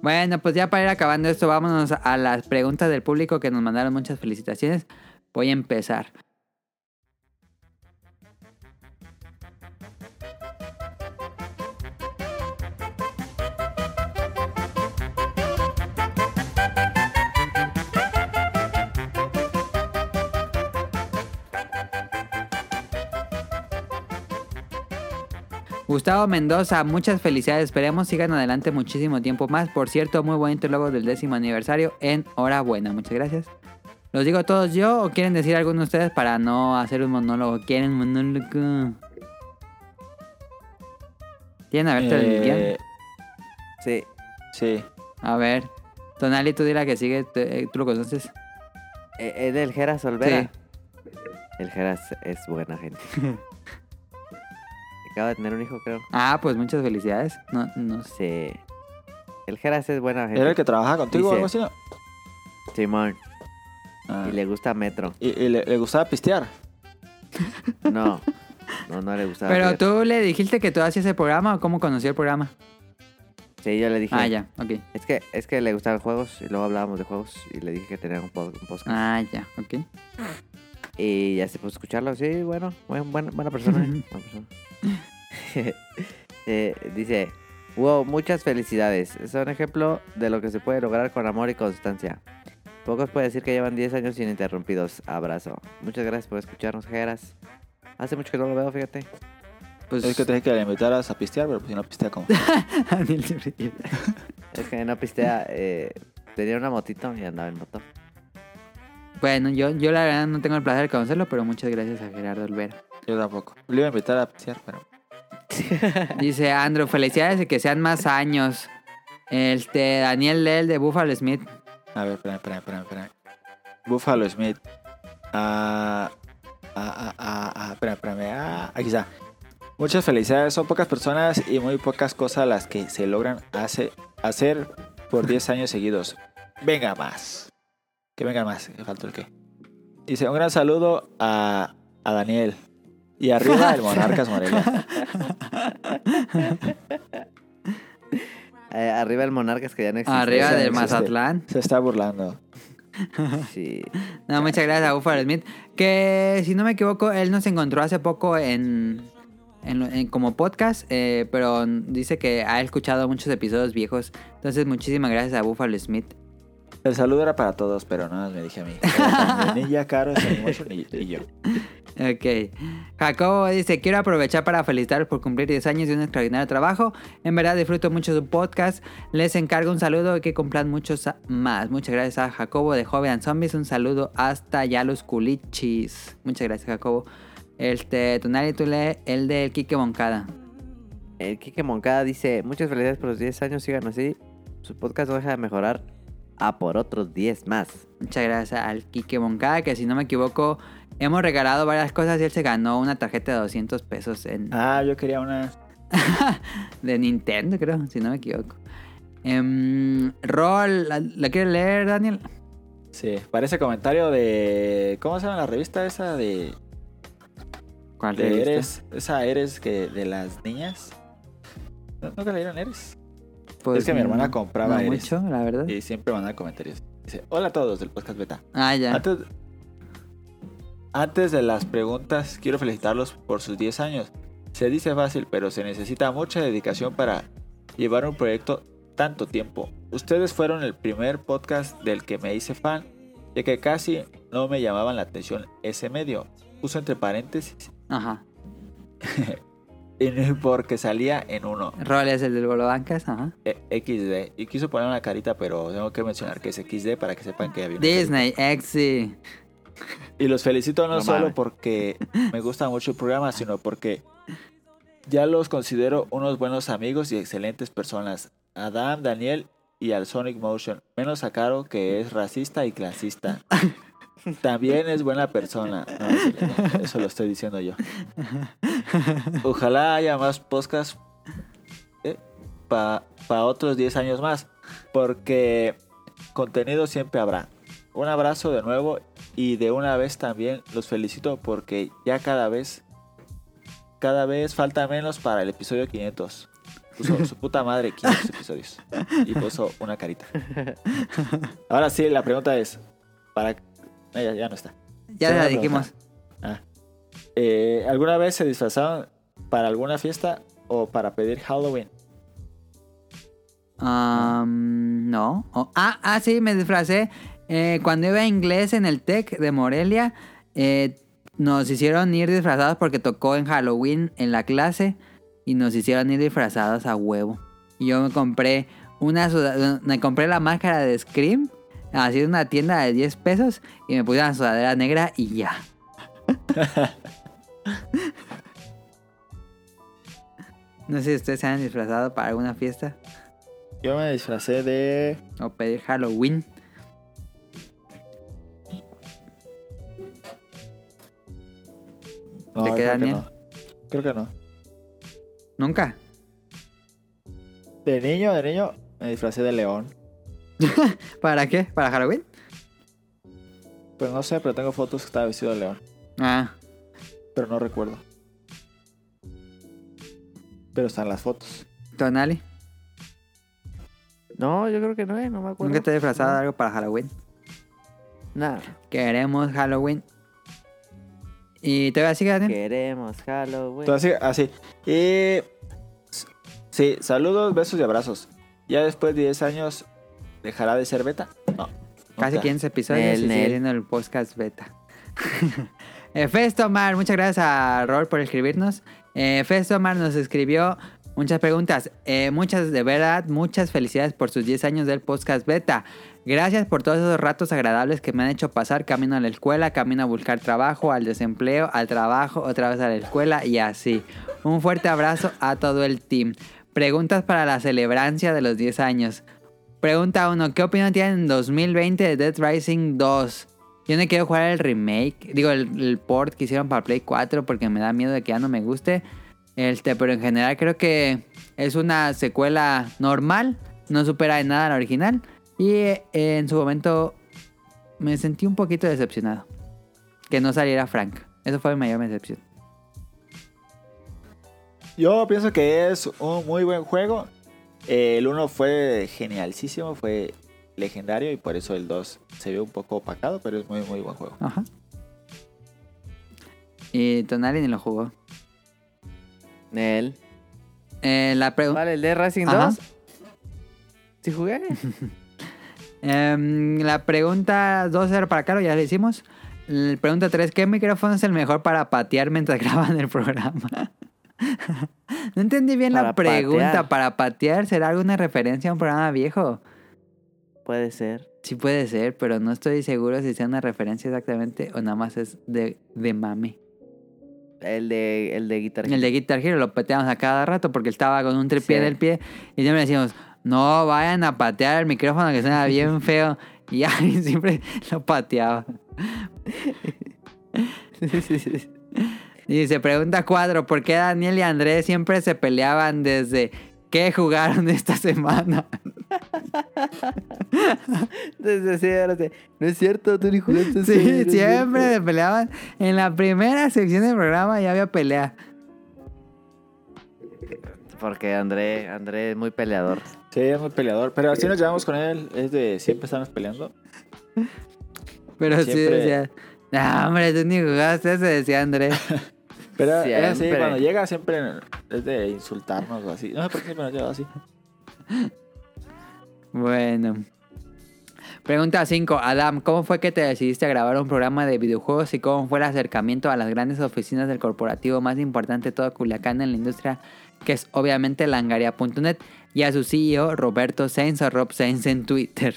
Speaker 1: Bueno, pues ya para ir acabando esto, vámonos a las preguntas del público que nos mandaron muchas felicitaciones. Voy a empezar. Gustavo Mendoza, muchas felicidades. Esperemos sigan adelante muchísimo tiempo más. Por cierto, muy bonito el logo del décimo aniversario. Enhorabuena, muchas gracias. ¿Los digo todos yo o quieren decir alguno de ustedes para no hacer un monólogo? ¿Quieren monólogo? ¿Quieren a ver
Speaker 3: Eh,
Speaker 1: el guión?
Speaker 4: Sí.
Speaker 3: sí.
Speaker 1: A ver. Tonali, tú di la que sigue. tú- eh, Tú lo conoces.
Speaker 4: Eh, Es del Geras Olvera. El Geras es buena gente.
Speaker 3: <laughs>
Speaker 4: Acaba de tener un hijo, creo.
Speaker 1: Ah, pues muchas felicidades. No, no sé.
Speaker 4: Sí. El Geras es buena gente.
Speaker 3: ¿Era el que trabaja contigo o algo así?
Speaker 4: Dice-
Speaker 3: no?
Speaker 4: Simón.
Speaker 3: Ah.
Speaker 4: Y le gusta Metro.
Speaker 3: ¿Y, y le, le gustaba pistear?
Speaker 4: No. No, no le gustaba.
Speaker 1: Pero
Speaker 4: fíjate.
Speaker 1: tú le dijiste que tú hacías el programa o cómo conoció el programa.
Speaker 4: Sí, yo le dije.
Speaker 1: Ah, ya, ok.
Speaker 4: Es que, es que le gustaban juegos y luego hablábamos de juegos y le dije que tenía un, pod- un podcast.
Speaker 1: Ah, ya, ok.
Speaker 4: Y ya se puso a escucharlo. Sí, bueno, buen- buena, buena persona. buena persona. <laughs> Eh, dice, wow, muchas felicidades. Es un ejemplo de lo que se puede lograr con amor y constancia. Pocos puede decir que llevan 10 años ininterrumpidos. Abrazo. Muchas gracias por escucharnos, Geras. Hace mucho que no lo veo, fíjate.
Speaker 1: Pues
Speaker 3: Es que te dije que le invitaras a pistear, pero pues si no pistea como.
Speaker 1: <laughs> Daniel siempre tiene.
Speaker 4: Es que no pistea. eh, tenía una motito y andaba en moto.
Speaker 1: Bueno, yo, yo la verdad no tengo el placer de conocerlo, pero muchas gracias a Gerardo Olvera.
Speaker 3: Yo tampoco. Le iba a invitar a pistear, pero.
Speaker 1: Dice Andrew, felicidades y que sean más años. Este, Daniel Lel de Buffalo Smith.
Speaker 3: A ver, espérame, espérame, espérame. espérame. Buffalo Smith. Ah, ah, ah, ah, ah, espérame, espérame. Ah, aquí está. Muchas felicidades. Son pocas personas y muy pocas cosas las que se logran hace- hacer por 10 años seguidos. Venga más. Que venga más. Me faltó el qué. Dice un gran saludo a, a Daniel. Y arriba el Monarcas Morelia.
Speaker 4: Eh, arriba el Monarcas que ya no existe.
Speaker 1: Arriba
Speaker 3: sí,
Speaker 1: del
Speaker 3: sí,
Speaker 1: Mazatlán.
Speaker 3: Se está burlando.
Speaker 4: Sí.
Speaker 1: No, muchas gracias a Buffalo Smith. Que si no me equivoco, él nos encontró hace poco en, en lo- en- como podcast, eh, pero dice que ha escuchado muchos episodios viejos. Entonces, muchísimas gracias a Buffalo Smith.
Speaker 3: El saludo era para todos, pero nada más me dije a mí. Era
Speaker 1: <laughs>
Speaker 3: mi Ninja, Caro, Sanimocho y, y yo.
Speaker 1: Ok. Jacobo dice, quiero aprovechar para felicitaros por cumplir 10 años de un extraordinario trabajo. En verdad disfruto mucho su podcast. Les encargo un saludo y que cumplan muchos a- más. Muchas gracias a Jacobo de Joven Zombies. Un saludo hasta ya los culichis. Muchas gracias, Jacobo. Este, Tonali, tú lee el del Quique Moncada.
Speaker 4: El Quique Eh, Moncada dice, muchas felicidades por los 10 años, sigan así. Su podcast no deja de mejorar a por otros 10 más.
Speaker 1: Muchas gracias al Quique Moncada, que si no me equivoco, hemos regalado varias cosas y él se ganó una tarjeta de 200 pesos en,
Speaker 3: Ah, yo quería una.
Speaker 1: de Nintendo, creo, si no me equivoco. Em, Rol, ¿la, la quieres leer, Daniel?
Speaker 3: Sí, parece comentario de. ¿Cómo se llama la revista esa de.
Speaker 1: ¿Cuál
Speaker 3: de
Speaker 1: revista?
Speaker 3: Eres? Esa Eres que de las niñas. ¿No- ¿Nunca leyeron Eres?
Speaker 1: Pues,
Speaker 3: es que mi hermana
Speaker 1: no,
Speaker 3: compraba Eh,
Speaker 1: no
Speaker 3: Eres.
Speaker 1: mucho, la verdad.
Speaker 3: Y siempre mandaba comentarios. Dice: Hola a todos del podcast beta.
Speaker 1: Ah, ya.
Speaker 3: Antes, antes de las preguntas, quiero felicitarlos por sus 10 años. Se dice fácil, pero se necesita mucha dedicación para llevar un proyecto tanto tiempo. Ustedes fueron el primer podcast del que me hice fan, ya que casi no me llamaban la atención ese medio. Puso entre paréntesis,
Speaker 1: Ajá.
Speaker 3: y no porque salía en uno,
Speaker 1: Rol es el del Bolobancas, ajá.
Speaker 3: e- XD. Y quiso poner una carita, pero tengo que mencionar que es XD para que sepan que había una carita.
Speaker 1: Disney, Exi.
Speaker 3: Y los felicito no,
Speaker 4: No
Speaker 3: solo
Speaker 4: mames.
Speaker 3: porque me gusta mucho el programa, sino porque ya los considero unos buenos amigos y excelentes personas. Adam, Daniel y al Sonic Motion. Menos a Caro, que es racista y clasista. También es buena persona. No, eso- eso lo estoy diciendo yo. Ojalá haya más podcasts para otros 10 años más, porque contenido siempre habrá. Un abrazo de nuevo y de una vez también los felicito porque ya cada vez, cada vez falta menos para el episodio 500. Puso su puta madre 500 episodios y puso una carita. Ahora sí, la pregunta es, para... no, ya, ya no está.
Speaker 1: Ya
Speaker 3: Sí,
Speaker 1: la
Speaker 3: una
Speaker 1: dijimos.
Speaker 3: Eh, ¿Alguna vez se disfrazaron para alguna fiesta o para pedir Halloween?
Speaker 1: Am, Ah, no. Oh, ah, ah, sí, me disfracé. Eh, cuando iba a inglés en el TEC de Morelia, eh, nos hicieron ir disfrazados porque tocó en Halloween en la clase y nos hicieron ir disfrazados a huevo. Y yo me compré una suda- me compré la máscara de Scream, así en una tienda de 10 pesos y me puse una sudadera negra y ya. No sé si ustedes se han disfrazado para alguna fiesta.
Speaker 3: Yo me disfracé de...
Speaker 1: O pedir Halloween.
Speaker 3: No,
Speaker 1: ¿De qué,
Speaker 3: creo
Speaker 1: Daniel?
Speaker 3: Que no. Creo que no.
Speaker 1: Nunca.
Speaker 3: De niño, de niño, me disfracé de león.
Speaker 1: ¿Para qué? ¿Para Halloween?
Speaker 3: Pues no sé, pero tengo fotos que estaba vestido de león.
Speaker 1: Ah,
Speaker 3: Pero no recuerdo. Pero están las fotos.
Speaker 1: Tonali.
Speaker 4: No, yo creo que no, eh, no me acuerdo.
Speaker 1: Nunca te he disfrazado de algo para Halloween.
Speaker 4: Nada.
Speaker 1: Queremos Halloween. ¿Y te voy a decir, Daniel?
Speaker 4: Queremos Halloween.
Speaker 3: Entonces, así. Y... Sí, saludos, besos y abrazos. Ya después de 10 años, ¿dejará de ser beta? No.
Speaker 1: Casi
Speaker 3: nunca.
Speaker 1: 15 episodios
Speaker 4: Nel,
Speaker 1: y sigue
Speaker 4: nel.
Speaker 1: viendo el podcast beta. <laughs> Eh, Festomar, muchas gracias a Rol por escribirnos. Eh, Festomar nos escribió muchas preguntas. Eh, muchas, de verdad, muchas felicidades por sus 10 años del podcast beta. Gracias por todos esos ratos agradables que me han hecho pasar camino a la escuela, camino a buscar trabajo, al desempleo, al trabajo, otra vez a la escuela y así. Un fuerte abrazo a todo el team. Preguntas para la celebrancia de los 10 años. Pregunta uno, ¿qué opinión tienen en 2020 de Dead Rising 2? Yo no quiero jugar el remake, digo, el, el port que hicieron para Play 4 porque me da miedo de que ya no me guste. Este, pero en general creo que es una secuela normal, no supera en nada a la original. Y eh, en su momento me sentí un poquito decepcionado que no saliera Frank. Eso fue mi mayor decepción.
Speaker 3: Yo pienso que es un muy buen juego. Eh, El 1 fue genialísimo, fue legendario y por eso el 2 se vio un poco opacado, pero es muy, muy buen juego.
Speaker 1: Ajá. Y Tonali ni lo jugó.
Speaker 4: Nel.
Speaker 1: Eh, la pregunta.
Speaker 4: Vale, el de Racing
Speaker 1: Ajá.
Speaker 4: 2.
Speaker 1: <laughs>
Speaker 4: Sí jugué.
Speaker 1: Em, la pregunta 2 era para Caro, ya la hicimos. La pregunta 3, ¿qué micrófono es el mejor para patear mientras <laughs> graban el programa? <laughs> no entendí bien la
Speaker 4: Para
Speaker 1: pregunta.
Speaker 4: patear.
Speaker 1: ¿Para patear será alguna referencia a un programa viejo?
Speaker 4: Puede ser.
Speaker 1: Sí puede ser, pero no estoy seguro si sea una referencia exactamente o nada más es de, de mame.
Speaker 4: El de, el de Guitar
Speaker 1: El
Speaker 4: <laughs>
Speaker 1: de Guitar Hero lo pateamos a cada rato porque él estaba con un tripié
Speaker 4: Sí.
Speaker 1: del pie y siempre decíamos, no vayan a patear el micrófono que suena <laughs> bien feo. Y alguien siempre lo pateaba. Y se pregunta Cuadro, ¿por qué Daniel y Andrés siempre se peleaban desde qué jugaron <laughs> esta semana?
Speaker 4: Desde cero, de- No es cierto, tú ni
Speaker 1: <laughs>
Speaker 4: jugaste. ese, no
Speaker 1: Sí,
Speaker 4: es
Speaker 1: siempre
Speaker 4: cierto.
Speaker 1: se peleaban. En la primera sección del programa ya había pelea.
Speaker 4: Porque André, André es muy peleador.
Speaker 3: Sí, es muy peleador, pero así nos llevamos con él, es de siempre estamos peleando.
Speaker 1: Pero sí
Speaker 3: Siempre.
Speaker 1: decía, "Nah, hombre, tú ni jugaste ese, decía Andrés.
Speaker 3: Pero es así,
Speaker 4: Siempre.
Speaker 3: cuando llega siempre es de insultarnos o así. No sé por qué siempre nos lleva así.
Speaker 1: Bueno. Pregunta 5. Adam, ¿cómo fue que te decidiste a grabar un programa de videojuegos y cómo fue el acercamiento a las grandes oficinas del corporativo más importante de todo Culiacán en la industria, que es obviamente langaria.net, y a su CEO Roberto Sainz o Rob Sainz en Twitter?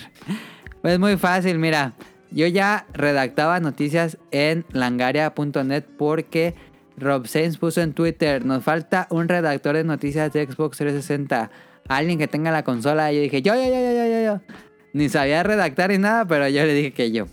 Speaker 1: Pues muy fácil, mira. Yo ya redactaba noticias en langaria.net porque Rob Sainz puso en Twitter, nos falta un redactor de noticias de Xbox 360. Alguien que tenga la consola. Y yo dije, yo, yo, yo, yo, yo, yo, yo. Ni sabía redactar ni nada, pero yo le dije que yo.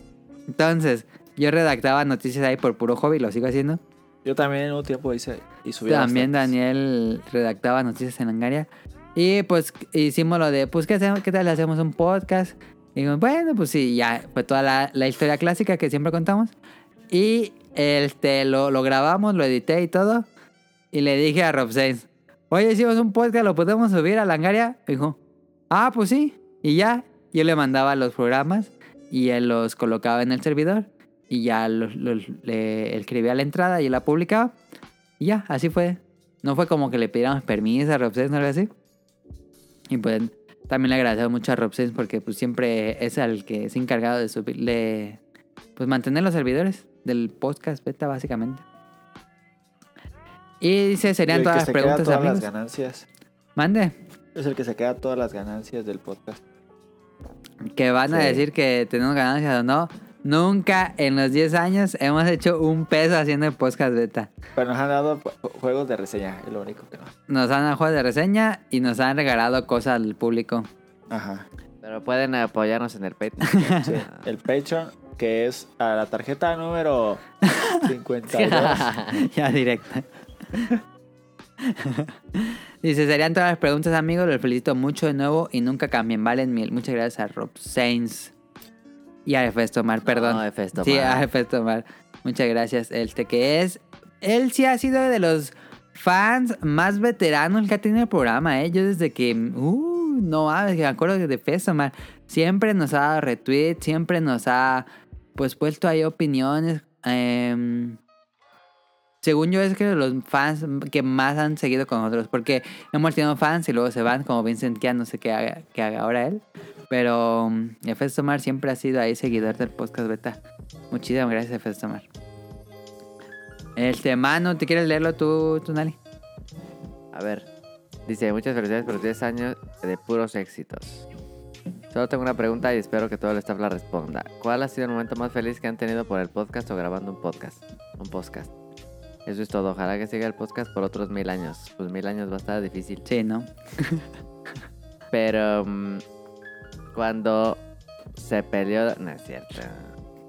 Speaker 1: Entonces, yo redactaba noticias ahí por puro hobby, lo sigo haciendo.
Speaker 3: Yo también en un tiempo hice y subí
Speaker 1: También
Speaker 3: bastantes.
Speaker 1: Daniel redactaba noticias en Angaria. Y pues hicimos lo de, pues, ¿qué, hacemos? ¿qué tal? le Hacemos un podcast. Y digo, bueno, pues sí, ya fue toda la, la historia clásica que siempre contamos. Y este, lo, lo grabamos, lo edité y todo. Y le dije a Rob Sainz, oye, hicimos un podcast, ¿lo podemos subir a Langaria? Y dijo, ah, pues sí. Y ya, yo le mandaba los programas y él los colocaba en el servidor. Y ya los, los- le escribía la entrada y la publicaba. Y ya, así fue. No fue como que le pidiéramos permiso a Robsens o algo así. Y pues también le agradecemos mucho a Robsens porque pues siempre es el que es encargado de subirle... Pues mantener los servidores del podcast beta básicamente. Y dice,
Speaker 3: Y el
Speaker 1: serían
Speaker 3: que
Speaker 1: todas las
Speaker 3: se queda
Speaker 1: preguntas,
Speaker 3: todas
Speaker 1: amigos.
Speaker 3: las ganancias.
Speaker 1: Mande.
Speaker 3: Es el que se queda todas las ganancias del podcast.
Speaker 1: que van a
Speaker 3: Sí.
Speaker 1: decir que tenemos ganancias o no. Nunca en los 10 años hemos hecho un peso haciendo el podcast beta.
Speaker 3: Pero nos han dado ju- juegos de reseña, es lo único que no.
Speaker 1: Nos han dado juegos de reseña y nos han regalado cosas al público.
Speaker 3: Ajá.
Speaker 4: Pero pueden apoyarnos en el Patreon.
Speaker 3: Sí, el Patreon, que es a la
Speaker 1: <laughs>
Speaker 3: tarjeta número 52.
Speaker 1: ya directa. <laughs> Dice, serían todas las preguntas, amigos. Los felicito mucho de nuevo y nunca cambien. Valen mil. Muchas gracias a Rob Sainz. Y a Efes Tomar, <laughs> perdón.
Speaker 4: No, F es
Speaker 1: Sí, ah, <laughs>
Speaker 4: tomar.
Speaker 1: a Efes Tomar. Muchas gracias, Elte, que es... Él sí ha sido de los fans más veteranos que ha tenido el programa, ¿eh? Yo desde que... Uh, no mames, que me acuerdo de Efes Tomar. Siempre nos ha dado retweet, siempre nos ha... Pues puesto ahí opiniones. em, según yo es que los fans que más han seguido con nosotros, porque hemos tenido fans y luego se van, como Vincent Kian, no sé qué haga, qué haga ahora él, pero um, Efes Tomar siempre ha sido ahí seguidor del podcast beta. Muchísimas gracias, Efes Tomar. El tema, ¿no te quieres leerlo tú, tú Nali?
Speaker 4: A ver. Dice, muchas felicidades por los 10 años de puros éxitos. Solo tengo una pregunta y espero que todo el staff la responda. ¿Cuál ha sido el momento más feliz que han tenido por el podcast o grabando un podcast? Un podcast. Eso es todo. Ojalá que siga el podcast por otros mil años. Pues mil años va a estar difícil.
Speaker 1: Sí, ¿no?
Speaker 4: Pero mm, cuando se peleó. No es cierto.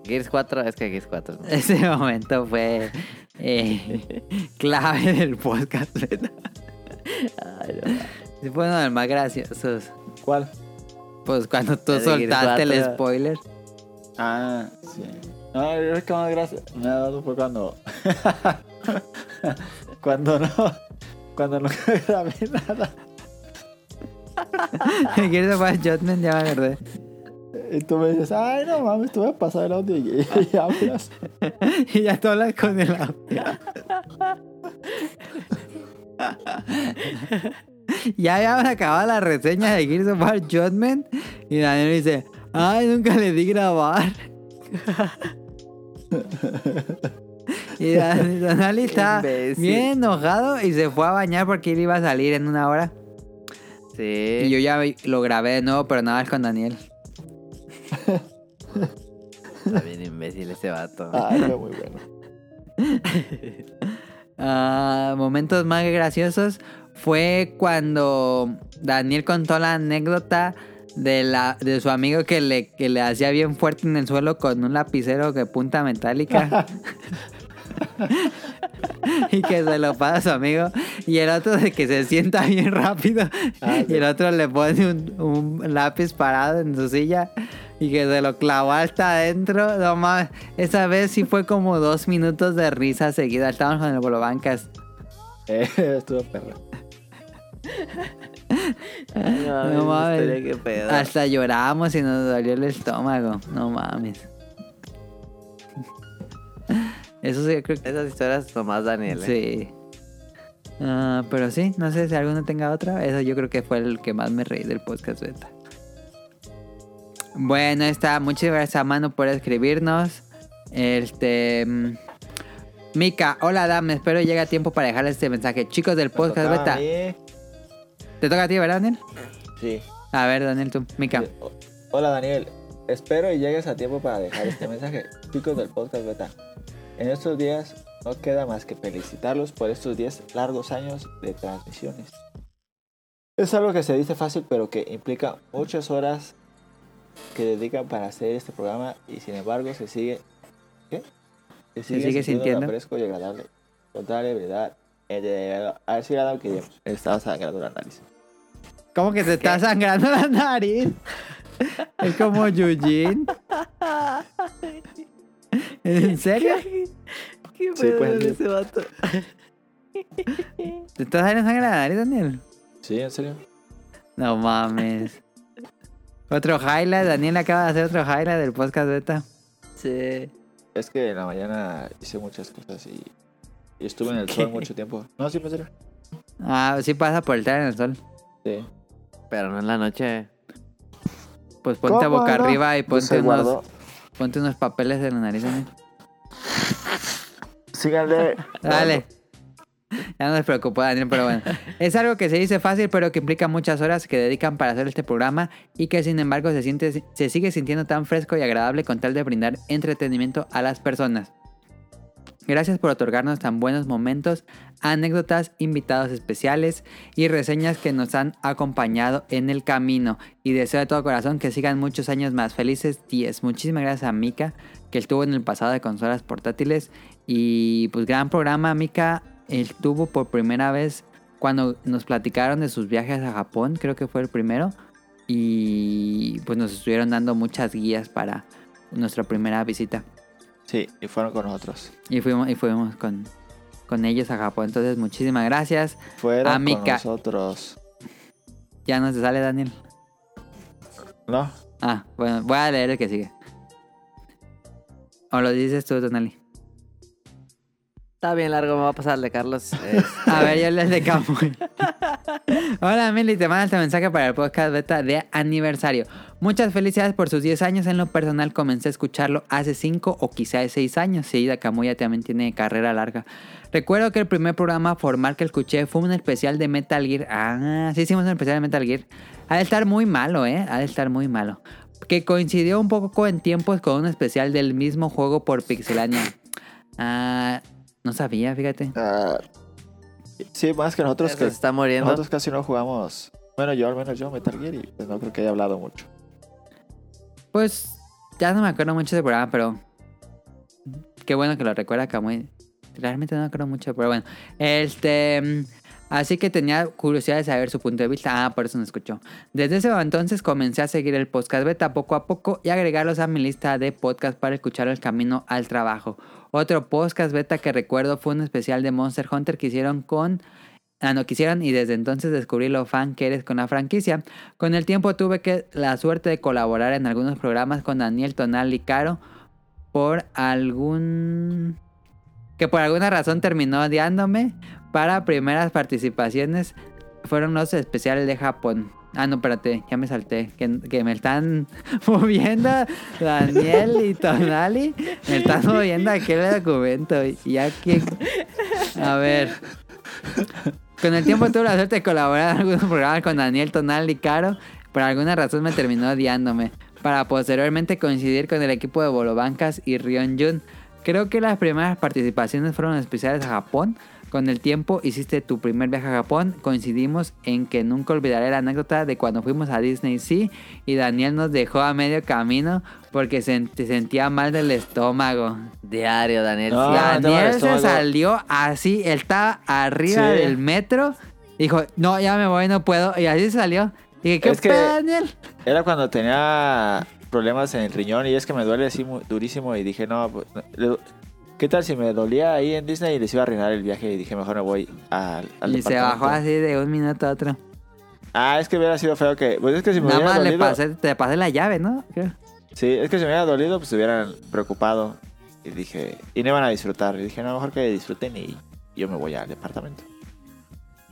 Speaker 4: Gears 4, es que Gears 4.
Speaker 1: <laughs> <laughs>
Speaker 4: es-
Speaker 1: Ese momento fue eh, clave del podcast. <laughs> ¿verdad?
Speaker 4: Ay, no.
Speaker 1: Sí, Fue uno de los más graciosos.
Speaker 3: ¿Cuál?
Speaker 1: Pues cuando tú
Speaker 4: El de Gears
Speaker 1: soltaste el
Speaker 4: 4.
Speaker 1: spoiler. <laughs>
Speaker 3: Ah, sí. No, creo que más gracia me ha dado fue cuando. <laughs> cuando no. Cuando no <laughs> grabé nada.
Speaker 1: Gears of War Judgment, ya me acordé.
Speaker 3: Y tú me dices, ay, no mames, tú vas a pasar el audio y, y hablas.
Speaker 1: Y ya tú hablas con el audio. ya habían acabado la reseña de Gears of War Judgment. Y Daniel dice: Ay, nunca le di grabar. y Dan- Daniel está
Speaker 4: Imbécil.
Speaker 1: bien enojado y se fue a bañar porque él iba a salir en una hora. Y
Speaker 4: Sí.
Speaker 1: yo ya lo grabé de nuevo, pero nada más con Daniel.
Speaker 4: Está bien imbécil ese vato.
Speaker 3: Ay, fue muy bueno.
Speaker 1: <laughs> Ah, momentos más graciosos fue cuando Daniel contó la anécdota de, la, de su amigo que le, que le hacía bien fuerte en el suelo con un lapicero de punta metálica. y que se lo pasa a su amigo. Y el otro de que se sienta bien rápido.
Speaker 3: Ah,
Speaker 1: y el otro le pone un, un lápiz parado en su silla. Y que se lo clavó hasta adentro. No mames. Esa vez sí fue como dos minutos de risa seguida. Estábamos con el Bolobancas.
Speaker 3: Eh, estuvo perro.
Speaker 4: Ay, no,
Speaker 1: No
Speaker 4: mames,
Speaker 1: mames.
Speaker 4: esa historia, qué pedo.
Speaker 1: Hasta lloramos y nos dolió el estómago. No mames. Eso sí, yo creo que.
Speaker 4: Esas historias nomás Daniel. ¿eh?
Speaker 1: Sí. Ah, pero sí, no sé si alguno tenga otra. Eso yo creo que fue el que más me reí del podcast beta. Bueno, ahí está. Muchas gracias a Manu por escribirnos. Este. mm, Mika, hola Adam, espero llegue a tiempo para dejarles este mensaje. Chicos del podcast
Speaker 3: Tocaba a
Speaker 1: beta.
Speaker 3: mí.
Speaker 1: Te toca a ti, ¿verdad, Daniel?
Speaker 3: Sí.
Speaker 1: A ver, Daniel, tú. Mika.
Speaker 3: O- Hola Daniel, espero y llegues a tiempo para dejar este mensaje. Chicos del podcast beta, en estos días no queda más que felicitarlos por estos 10 largos años de transmisiones. Es algo que se dice fácil pero que implica muchas horas que dedican para hacer este programa y sin embargo se sigue... ¿Qué?
Speaker 1: Se sigue sintiendo.
Speaker 3: fresco y agradable. Con tal ebriedad, eh, de- a ver si era lo que estaba sangrando la nariz.
Speaker 1: ¿Cómo que se está sangrando la nariz? Es como Yujin. ¿En serio?
Speaker 4: ¿Qué
Speaker 3: Sí,
Speaker 4: pedo
Speaker 3: pues,
Speaker 4: con
Speaker 3: sí.
Speaker 4: ese vato?
Speaker 1: ¿Te está saliendo sangre la nariz, Daniel?
Speaker 3: Sí, en serio.
Speaker 1: No mames. Otro highlight, Daniel acaba de hacer otro highlight del podcast beta.
Speaker 4: Sí.
Speaker 3: Es que en la mañana hice muchas cosas y, y estuve en el
Speaker 1: <laughs>
Speaker 3: sol mucho tiempo. No, sí, pues, en serio.
Speaker 1: Ah, sí pasa por el en el sol.
Speaker 3: Sí.
Speaker 4: Pero no en la noche.
Speaker 1: Pues ponte
Speaker 3: ¿Cómo
Speaker 1: boca
Speaker 3: no?
Speaker 1: arriba y
Speaker 3: Pues se
Speaker 1: ponte
Speaker 3: guardó.
Speaker 1: unos, ponte unos papeles de la nariz, Daniel.
Speaker 3: Síganle.
Speaker 1: <laughs> Dale. Ya no se preocupó Daniel, pero bueno. Es algo que se dice fácil, pero que implica muchas horas que dedican para hacer este programa y que sin embargo se, siente, se sigue sintiendo tan fresco y agradable con tal de brindar entretenimiento a las personas. Gracias por otorgarnos tan buenos momentos, anécdotas, invitados especiales y reseñas que nos han acompañado en el camino. Y deseo de todo corazón que sigan muchos años más felices. 10. Muchísimas gracias a Mika, que estuvo en el pasado de consolas portátiles. Y pues gran programa, Mika. Él tuvo por primera vez cuando nos platicaron de sus viajes a Japón, creo que fue el primero. Y pues nos estuvieron dando muchas guías para nuestra primera visita.
Speaker 3: Sí, y fueron con nosotros.
Speaker 1: Y fuimos, y fuimos con, con ellos a Japón. Entonces, muchísimas gracias.
Speaker 3: Fueron con
Speaker 1: Amica.
Speaker 3: nosotros.
Speaker 1: Ya no se sale, Daniel.
Speaker 3: No,
Speaker 1: Ah, bueno, voy a leer el que sigue. O lo dices tú, Tonali.
Speaker 4: Está bien largo, me va a pasar el
Speaker 3: <laughs>
Speaker 4: de Carlos. Eh, Es-
Speaker 1: A ver, yo les de campo. Hola, Mili, te mando este mensaje para el podcast beta de aniversario. Muchas felicidades por sus 10 años. En lo personal comencé a escucharlo hace 5 o quizá 6 años. Sí, Dakamuya también tiene carrera larga. Recuerdo que el primer programa formal que escuché fue un especial de Metal Gear. Ah, sí hicimos un especial de Metal Gear. Ha de estar muy malo, ¿eh? Ha de estar muy malo. Que coincidió un poco en tiempos con un especial del mismo juego por Pixelania. Ah, no sabía, fíjate.
Speaker 3: ah, sí, más que nosotros
Speaker 4: Carlos
Speaker 3: que
Speaker 4: se está muriendo.
Speaker 3: nosotros casi no jugamos. Bueno, yo al menos yo Metal Gear y pues no creo que haya hablado mucho.
Speaker 1: Pues ya no me acuerdo mucho de ese programa, pero qué bueno que lo recuerda Camuy. Realmente no me acuerdo mucho, pero bueno. Este, mm, así que tenía curiosidad de saber su punto de vista. Ah, por eso no escuchó. Desde ese entonces comencé a seguir el podcast beta poco a poco y agregarlos a mi lista de podcast para escuchar el camino al trabajo. Otro podcast beta que recuerdo fue un especial de Monster Hunter que hicieron con Ah, no quisieron y desde entonces descubrí lo fan que eres con la franquicia. Con el tiempo tuve que la suerte de colaborar en algunos programas con Daniel Tonal y Caro por algún... que por alguna razón terminó odiándome. Para primeras participaciones fueron los especiales de Japón. Ah, no, espérate, ya me salté. Que, que me están <laughs> moviendo Daniel y Tonali. Me están moviendo aquel documento. Y aquí... A ver. Con el tiempo tuve la suerte de colaborar en algunos programas con Daniel Tonal y Caro. Por alguna razón me terminó odiándome. Para posteriormente coincidir con el equipo de Bolobancas y Rion Jun. Creo que las primeras participaciones fueron especiales a Japón. Con el tiempo hiciste tu primer viaje a Japón. Coincidimos en que nunca olvidaré la anécdota de cuando fuimos a Disney Sea y Daniel nos dejó a medio camino porque se, se sentía mal del estómago.
Speaker 4: Diario, Daniel.
Speaker 3: No,
Speaker 4: sí,
Speaker 3: Ah,
Speaker 4: Daniel.
Speaker 3: no.
Speaker 1: Daniel
Speaker 3: el
Speaker 1: se
Speaker 3: estómago.
Speaker 1: salió así, él estaba arriba
Speaker 3: Sí.
Speaker 1: del metro, dijo, no, ya me voy, no puedo, y así salió. Dije, ¿qué
Speaker 3: Es que-
Speaker 1: pedo, Daniel?
Speaker 3: Era cuando tenía problemas en el riñón y es que me duele así mu- durísimo y dije, no, pues, no, le- ¿qué tal si me dolía ahí en Disney y les iba a arruinar el viaje? Y dije, mejor me voy al, al
Speaker 1: Y se bajó
Speaker 3: departamento.
Speaker 1: así de un minuto a otro.
Speaker 3: Ah, es que hubiera sido feo que... Pues es que si me
Speaker 1: Nada
Speaker 3: hubiera
Speaker 1: más le
Speaker 3: dolido...
Speaker 1: pasé, te pasé la llave, ¿no? Creo.
Speaker 3: Sí, es que si me hubiera dolido, pues se hubieran preocupado. Y dije, y no iban a disfrutar. Y dije, no, mejor que disfruten y yo me voy al departamento.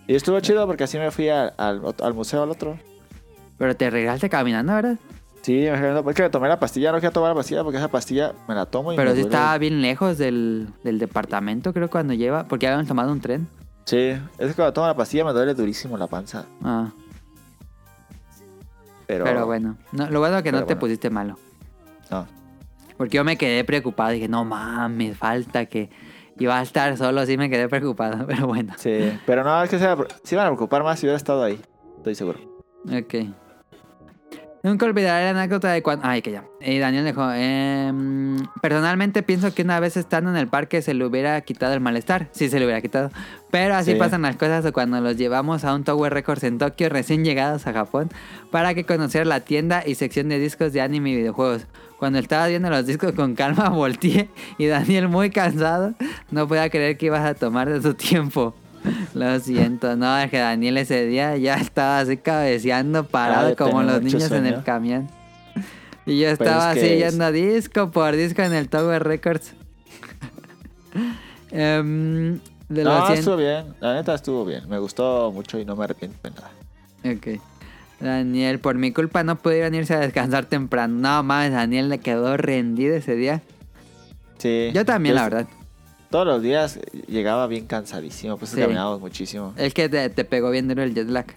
Speaker 3: Y estuvo chido porque así me fui al, al ot- al museo al otro.
Speaker 1: Pero te regresaste caminando, ¿verdad?
Speaker 3: Sí, me quedé- porque me tomé la pastilla, no quiero tomar la pastilla porque esa pastilla me la tomo y
Speaker 1: Pero
Speaker 3: me
Speaker 1: sí
Speaker 3: duele.
Speaker 1: estaba bien lejos del, del departamento, creo, cuando lleva, porque habían tomado un tren.
Speaker 3: Sí, es que cuando tomo la pastilla me duele durísimo la panza.
Speaker 1: Ah,
Speaker 3: Pero,
Speaker 1: pero, bueno, No, lo bueno es que no
Speaker 3: pero
Speaker 1: te
Speaker 3: bueno.
Speaker 1: pusiste malo.
Speaker 3: No.
Speaker 1: Porque yo me quedé preocupado, dije, no mames, falta que iba a estar solo, sí me quedé preocupado, <laughs> pero bueno.
Speaker 3: Sí, pero no, es que se, iba a pre- se iban a preocupar más si hubiera estado ahí. Estoy seguro.
Speaker 1: Ok. Nunca olvidaré la anécdota de cuando... Ay, que ya. Y Daniel dijo, em, personalmente pienso que una vez estando en el parque se le hubiera quitado el malestar. Sí, se le hubiera quitado. Pero así
Speaker 3: Sí.
Speaker 1: pasan las cosas o cuando los llevamos a un Tower Records en Tokio recién llegados a Japón para que conociera la tienda y sección de discos de anime y videojuegos. Cuando estaba viendo los discos con calma <laughs> volteé y Daniel muy cansado no podía creer que ibas a tomar de tu tiempo. Lo siento, no, es que Daniel ese día ya estaba así cabeceando, parado
Speaker 3: Ah, ya
Speaker 1: como
Speaker 3: tenía
Speaker 1: los
Speaker 3: mucho
Speaker 1: niños en el
Speaker 3: sueño.
Speaker 1: camión. Y yo
Speaker 3: Pero
Speaker 1: estaba
Speaker 3: es que
Speaker 1: así
Speaker 3: es-
Speaker 1: yendo disco por disco en el Tower Records. <laughs> Em, de lo
Speaker 3: No,
Speaker 1: siento.
Speaker 3: estuvo bien. La neta estuvo bien. Me gustó mucho y no me arrepiento de nada.
Speaker 1: Ok. Daniel, por mi culpa no pudieron irse a descansar temprano. No mames, Daniel le quedó rendido ese día.
Speaker 3: Sí.
Speaker 1: Yo también, la
Speaker 3: Entonces,
Speaker 1: verdad.
Speaker 3: Todos los días llegaba bien cansadísimo, pues
Speaker 1: Sí.
Speaker 3: caminábamos muchísimo.
Speaker 1: Es que te, te pegó bien duro el jet lag.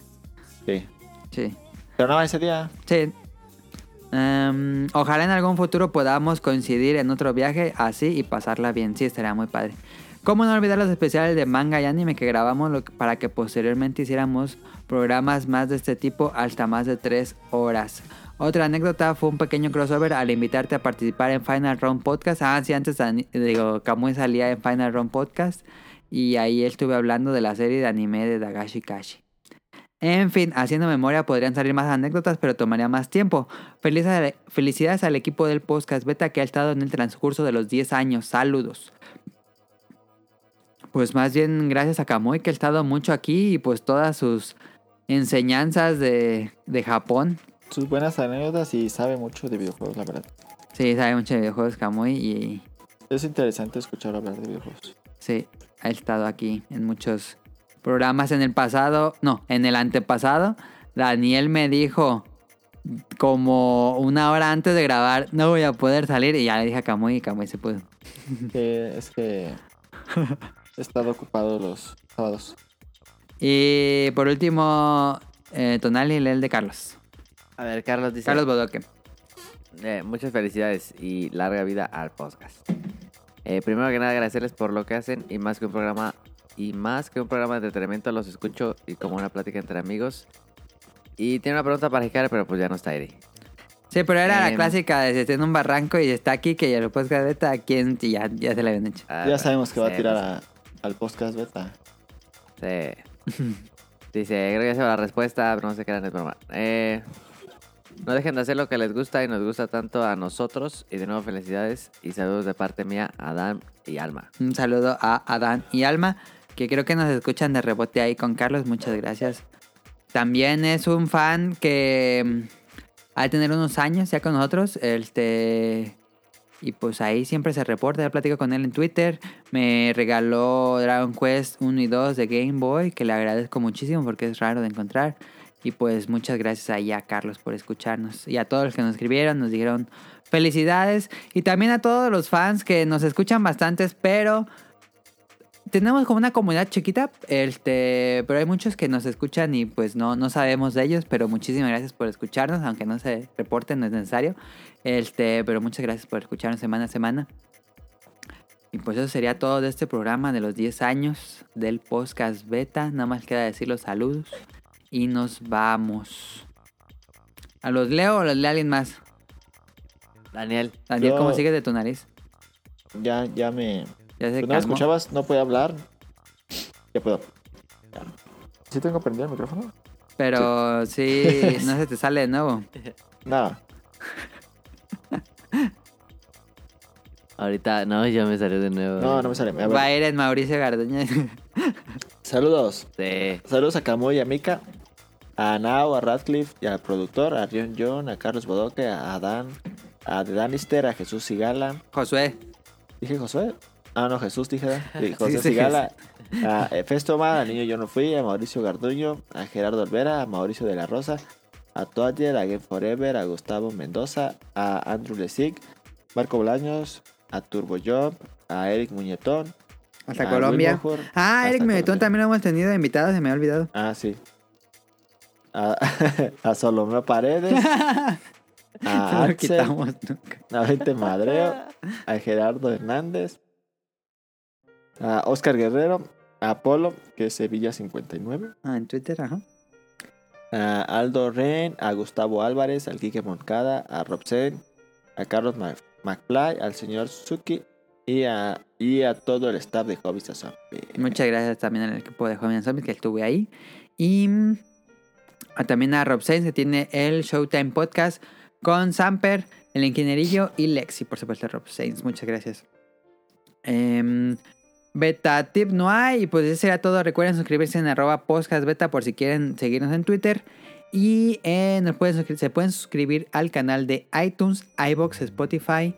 Speaker 3: Sí.
Speaker 1: Sí.
Speaker 3: Pero no, ese día.
Speaker 1: Sí. Em, ojalá en algún futuro podamos coincidir en otro viaje así y pasarla bien. Sí, estaría muy padre. ¿Cómo no olvidar los especiales de manga y anime que grabamos lo- para que posteriormente hiciéramos programas más de este tipo hasta más de 3 horas? Otra anécdota fue un pequeño crossover al invitarte a participar en Final Round Podcast. Ah, sí, antes Dani- digo, Kamui salía en Final Round Podcast y ahí estuve hablando de la serie de anime de Dagashi Kashi. En fin, haciendo memoria podrían salir más anécdotas, pero tomaría más tiempo. Feliz al- felicidades al equipo del podcast beta que ha estado en el transcurso de los 10 años. Saludos. Pues más bien gracias a Kamui que ha estado mucho aquí y pues todas sus enseñanzas de, de Japón.
Speaker 3: Sus buenas anécdotas y sabe mucho de videojuegos, la verdad.
Speaker 1: Sí, sabe mucho de videojuegos Kamui y
Speaker 3: Es interesante escuchar hablar de videojuegos.
Speaker 1: sí, ha estado aquí en muchos programas en el pasado, no, en el antepasado. Daniel me dijo, como una hora antes de grabar, no voy a poder salir. Y ya le dije a Camuy y Camuy se pudo.
Speaker 3: Que
Speaker 1: <laughs>
Speaker 3: es que he estado ocupado los sábados.
Speaker 1: Y por último, eh, Tonali lee el de Carlos.
Speaker 4: A ver, Carlos dice...
Speaker 1: Carlos Bodoque.
Speaker 4: Eh, muchas felicidades y larga vida al podcast. Eh, primero que nada, agradecerles por lo que hacen y más que un programa y más que un programa de entretenimiento los escucho y como una plática entre amigos. Y tiene una pregunta para Hikari, pero pues ya no está Eri.
Speaker 1: Sí, pero era la
Speaker 4: Em.
Speaker 1: clásica de si está en un barranco y está aquí, que ya lo puedes creer, ¿a quién? Y ya, ya se la habían hecho.
Speaker 4: Ah,
Speaker 3: Ya sabemos que va a
Speaker 4: sí,
Speaker 3: tirar
Speaker 4: pues,
Speaker 3: a- al podcast beta.
Speaker 4: sí. Dice, creo que esa es la respuesta, pero no sé qué era, es broma. Eh, no dejen de hacer lo que les gusta y nos gusta tanto a nosotros. Y de nuevo, felicidades y saludos de parte mía, Adán y Alma.
Speaker 1: Un saludo a Adán y Alma, que creo que nos escuchan de rebote ahí con Carlos. Muchas gracias. También es un fan que mm, ha de tener unos años ya con nosotros. Este. Y pues ahí siempre se reporta. Ya platico con él en Twitter. Me regaló Dragon Quest 1 y 2 de Game Boy, que le agradezco muchísimo porque es raro de encontrar. Y pues muchas gracias ahí a Carlos por escucharnos. Y a todos los que nos escribieron, nos dijeron felicidades. Y también a todos los fans que nos escuchan bastantes, pero tenemos como una comunidad chiquita. Este, pero hay muchos que nos escuchan y pues no, no sabemos de ellos. Pero muchísimas gracias por escucharnos, aunque no se reporten, no es necesario. Este, pero muchas gracias por escucharnos semana a semana. Y pues eso sería todo de este programa de los 10 años del podcast beta. Nada más queda decir los saludos y nos vamos. ¿A los leo o los lee alguien más?
Speaker 4: Daniel,
Speaker 1: Daniel,
Speaker 3: Yo-
Speaker 1: ¿cómo sigues de tu nariz?
Speaker 3: Ya, ya me.
Speaker 1: Ya se
Speaker 3: Pues no me
Speaker 1: calmó.
Speaker 3: escuchabas, no podía hablar. Ya puedo. Ya. ¿Sí tengo prendido el micrófono?
Speaker 1: Pero sí, no se te sale de
Speaker 3: <laughs>
Speaker 1: nuevo.
Speaker 3: Ah, Nada.
Speaker 4: ahorita, no, yo me salió de nuevo.
Speaker 3: No, no me sale. A ver.
Speaker 1: Va a ir en Mauricio Garduña.
Speaker 3: Saludos.
Speaker 4: Sí.
Speaker 3: Saludos a Camuy y a Mika. A Nao, a Radcliffe y al productor, a Rion John, a Carlos Bodoque, a Dan, a The Danister, a Jesús Sigala.
Speaker 1: <laughs> Josué.
Speaker 3: Dije Josué. Ah, no, Jesús, dije. ¿verdad?
Speaker 1: <laughs>
Speaker 3: Sí, José
Speaker 1: sí,
Speaker 3: Sigala. A eh, Festo Omar, al niño yo no fui. A Mauricio Garduño. A Gerardo Olvera. A Mauricio de la Rosa. A Toadger. A Game Forever. A Gustavo Mendoza. A Andrew Lessig. Marco Bolaños. A Turbo Job. A Eric Muñetón.
Speaker 1: Hasta
Speaker 3: a
Speaker 1: Colombia.
Speaker 3: Wilbur.
Speaker 1: Ah,
Speaker 3: Hasta
Speaker 1: Eric Mevetón
Speaker 3: Colombia.
Speaker 1: también lo hemos tenido de invitado, se me ha olvidado. <laughs>
Speaker 3: Ah, sí. A, <laughs> a Solomeo Paredes.
Speaker 1: Se
Speaker 3: A
Speaker 1: <laughs> lo
Speaker 3: Axel.
Speaker 1: quitamos nunca.
Speaker 3: A Vente Madreo, a Gerardo Hernández, a Oscar Guerrero, a Apolo, que es Sevilla 59,
Speaker 1: Ah, en Twitter, ajá.
Speaker 3: a Aldo Ren, a Gustavo Álvarez, al Quique Moncada, a Robsen, a Carlos Mac- McFly, al señor Suzuki y a, y a todo el staff de Hobbies a Zombie.
Speaker 1: Muchas gracias también al equipo de Jóvenes Zombies que estuve ahí. Y mm, a- también a Rob Sainz que tiene el Showtime Podcast con Samper, el ingenierillo y Lexi, por supuesto, Rob Sainz. Muchas gracias. Em, beta tip no hay. Y pues eso será todo. Recuerden suscribirse en arroba podcast beta por si quieren seguirnos en Twitter. Y eh, nos pueden suscri- se pueden suscribir al canal de iTunes, iBox, Spotify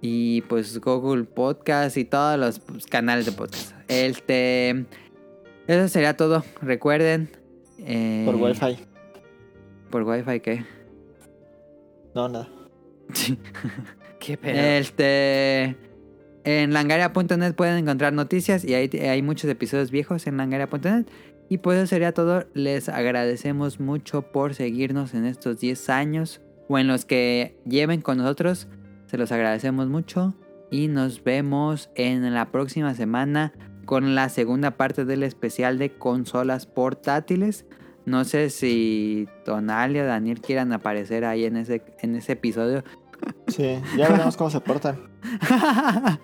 Speaker 1: y pues Google Podcast y todos los pues, canales de podcast. Este, eso sería todo. Recuerden. eh,
Speaker 3: Por Wi-Fi.
Speaker 1: Por Wi-Fi, ¿qué?
Speaker 3: No, nada.
Speaker 4: Qué pedo.
Speaker 1: Este. En langaria.net pueden encontrar noticias y hay, hay muchos episodios viejos en langaria.net. Y pues eso sería todo. Les agradecemos mucho por seguirnos en estos 10 años o en los que lleven con nosotros. Se los agradecemos mucho y nos vemos en la próxima semana con la segunda parte del especial de consolas portátiles. No sé si Tonali o Daniel quieran aparecer ahí en ese, en ese episodio.
Speaker 3: Sí, ya veremos cómo se portan.
Speaker 4: <laughs>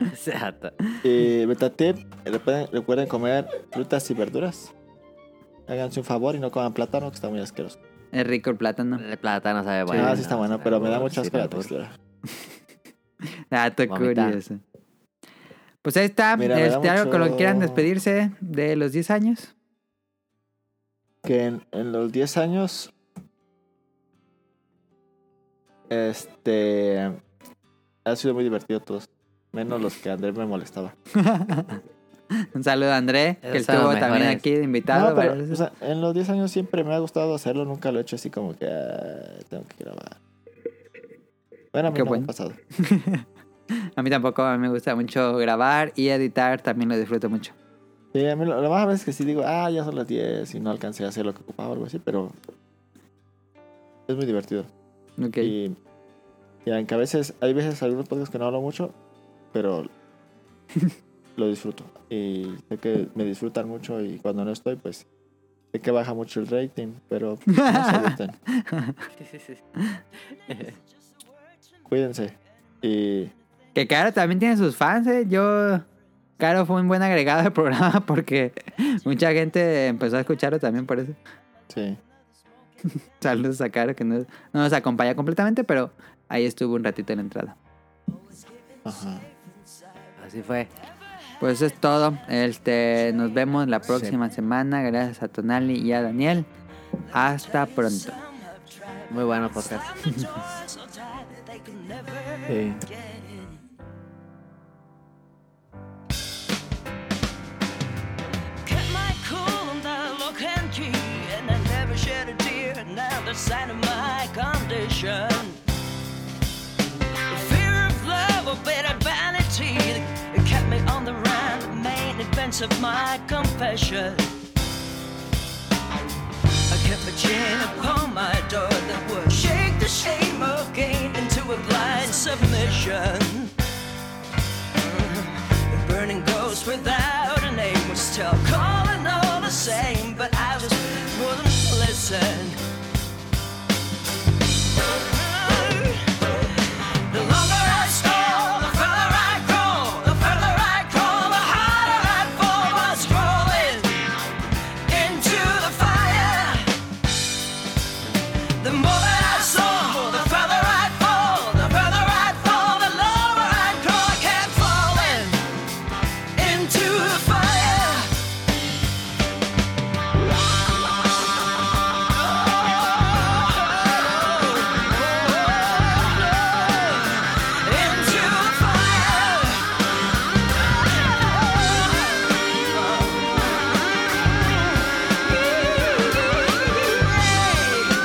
Speaker 4: Exacto.
Speaker 3: <laughs> Y beta tip, recuerden, recuerden comer frutas y verduras. Háganse un favor y no coman plátano, que está muy asqueroso.
Speaker 1: Es rico el plátano.
Speaker 4: El plátano sabe pues, bueno.
Speaker 3: ah, sí está bueno, pero me da mucha
Speaker 4: muchas
Speaker 3: asco la textura.
Speaker 1: Dato
Speaker 4: Mamita.
Speaker 1: curioso. Pues ahí está.
Speaker 3: Mira, me da
Speaker 1: este, algo con lo que
Speaker 3: mucho-
Speaker 1: quieran despedirse de los 10 años.
Speaker 3: Que en, en los 10 años. Este. Ha sido muy divertido todos. Menos los que Andrés me molestaba.
Speaker 1: Un saludo a André,
Speaker 4: Esos
Speaker 1: que
Speaker 4: son
Speaker 1: estuvo
Speaker 4: los
Speaker 1: también
Speaker 4: mejores.
Speaker 1: aquí de invitado.
Speaker 3: No, pero,
Speaker 1: varias
Speaker 3: o
Speaker 1: veces.
Speaker 3: sea, en los 10 años siempre me ha gustado hacerlo, nunca lo he hecho así como que. ah, tengo que grabar. Bueno, a mí
Speaker 1: Qué
Speaker 3: no me ha
Speaker 1: bueno.
Speaker 3: pasado.
Speaker 1: a mí tampoco, a mí me gusta mucho grabar y editar, también lo disfruto mucho.
Speaker 3: Sí, a mí lo, lo más a veces que sí digo, ah, ya son las 10 y no alcancé a hacer lo que ocupaba o algo así, pero. Es muy divertido.
Speaker 1: Ok.
Speaker 3: Y, y aunque a veces, hay veces algunos podcasts que no hablo mucho, pero lo disfruto. Y sé que me disfrutan mucho y cuando no estoy, pues Sé que baja mucho el rating, pero pues, no se asusten. Cuídense. Y
Speaker 1: Que Caro también tiene sus fans, ¿eh? Yo... Caro fue un buen agregado al programa <laughs> porque mucha gente empezó a escucharlo también por eso.
Speaker 3: sí,
Speaker 1: Saludos a Caro que no, no nos acompaña completamente, pero ahí estuvo un ratito en la entrada.
Speaker 3: ajá.
Speaker 4: Así fue.
Speaker 1: Pues es todo. Este, nos vemos la próxima semana. Gracias a Tonali y a Daniel. Hasta pronto.
Speaker 4: Muy bueno podcast.
Speaker 3: Sí.
Speaker 8: Kept my cool on the low and key, and I never shed a tear. Another sign of my condition. The fear of love, a bit of vanity, it kept me on the run. The main events of my confession. I kept a chain upon my door that would shake the shame of gain into a blind submission. The burning ghost without a name was still calling all the same, but I just wouldn't listen. Uh-huh. The longer I stall, the further I go, the further I crawl, the harder I fall by scrolling into the fire. The more that I soar, the further I fall, the further I fall, the lower I go, I kept falling into the fire. Into the fire.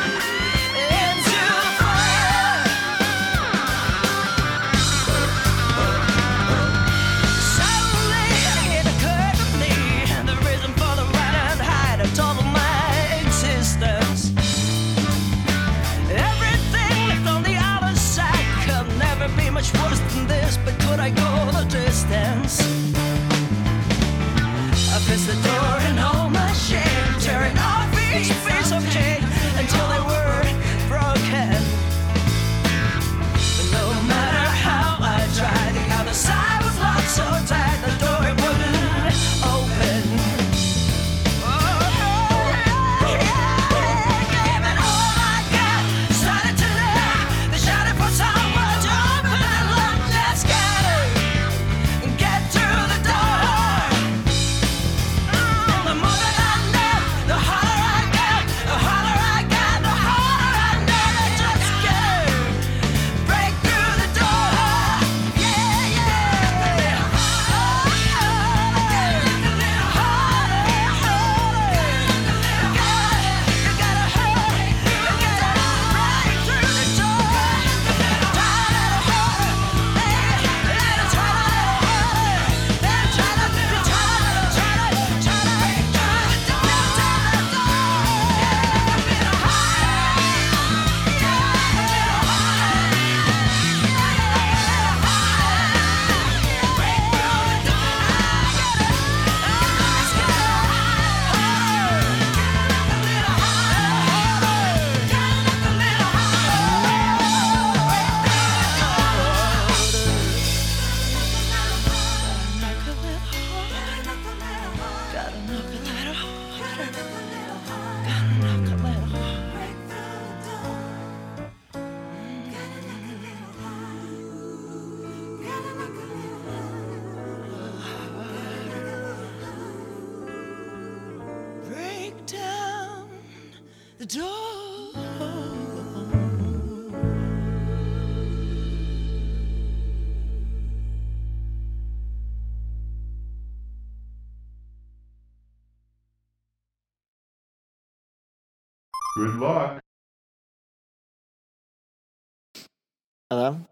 Speaker 8: Into the fire. Suddenly it occurred to me the reason for the run and hide of all of my existence. Everything left on the other side could never be much worse than this, but could I go the distance? I faced the door and all my shame, tearing off each piece of chain until they were broken. But no matter how I tried, the other side was locked so tight, the door it wouldn't open. Oh, yeah, gave it all I got, started to laugh. They shouted for someone to open and let us scatter and get through the door. The more that I know, the harder I get, the harder I get, the harder I know they just go. Break through the door, yeah, yeah. Gotta knock a little harder. Gotta knock a little harder. Break down the door.
Speaker 9: Good luck.
Speaker 3: Adam,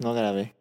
Speaker 3: no grabé.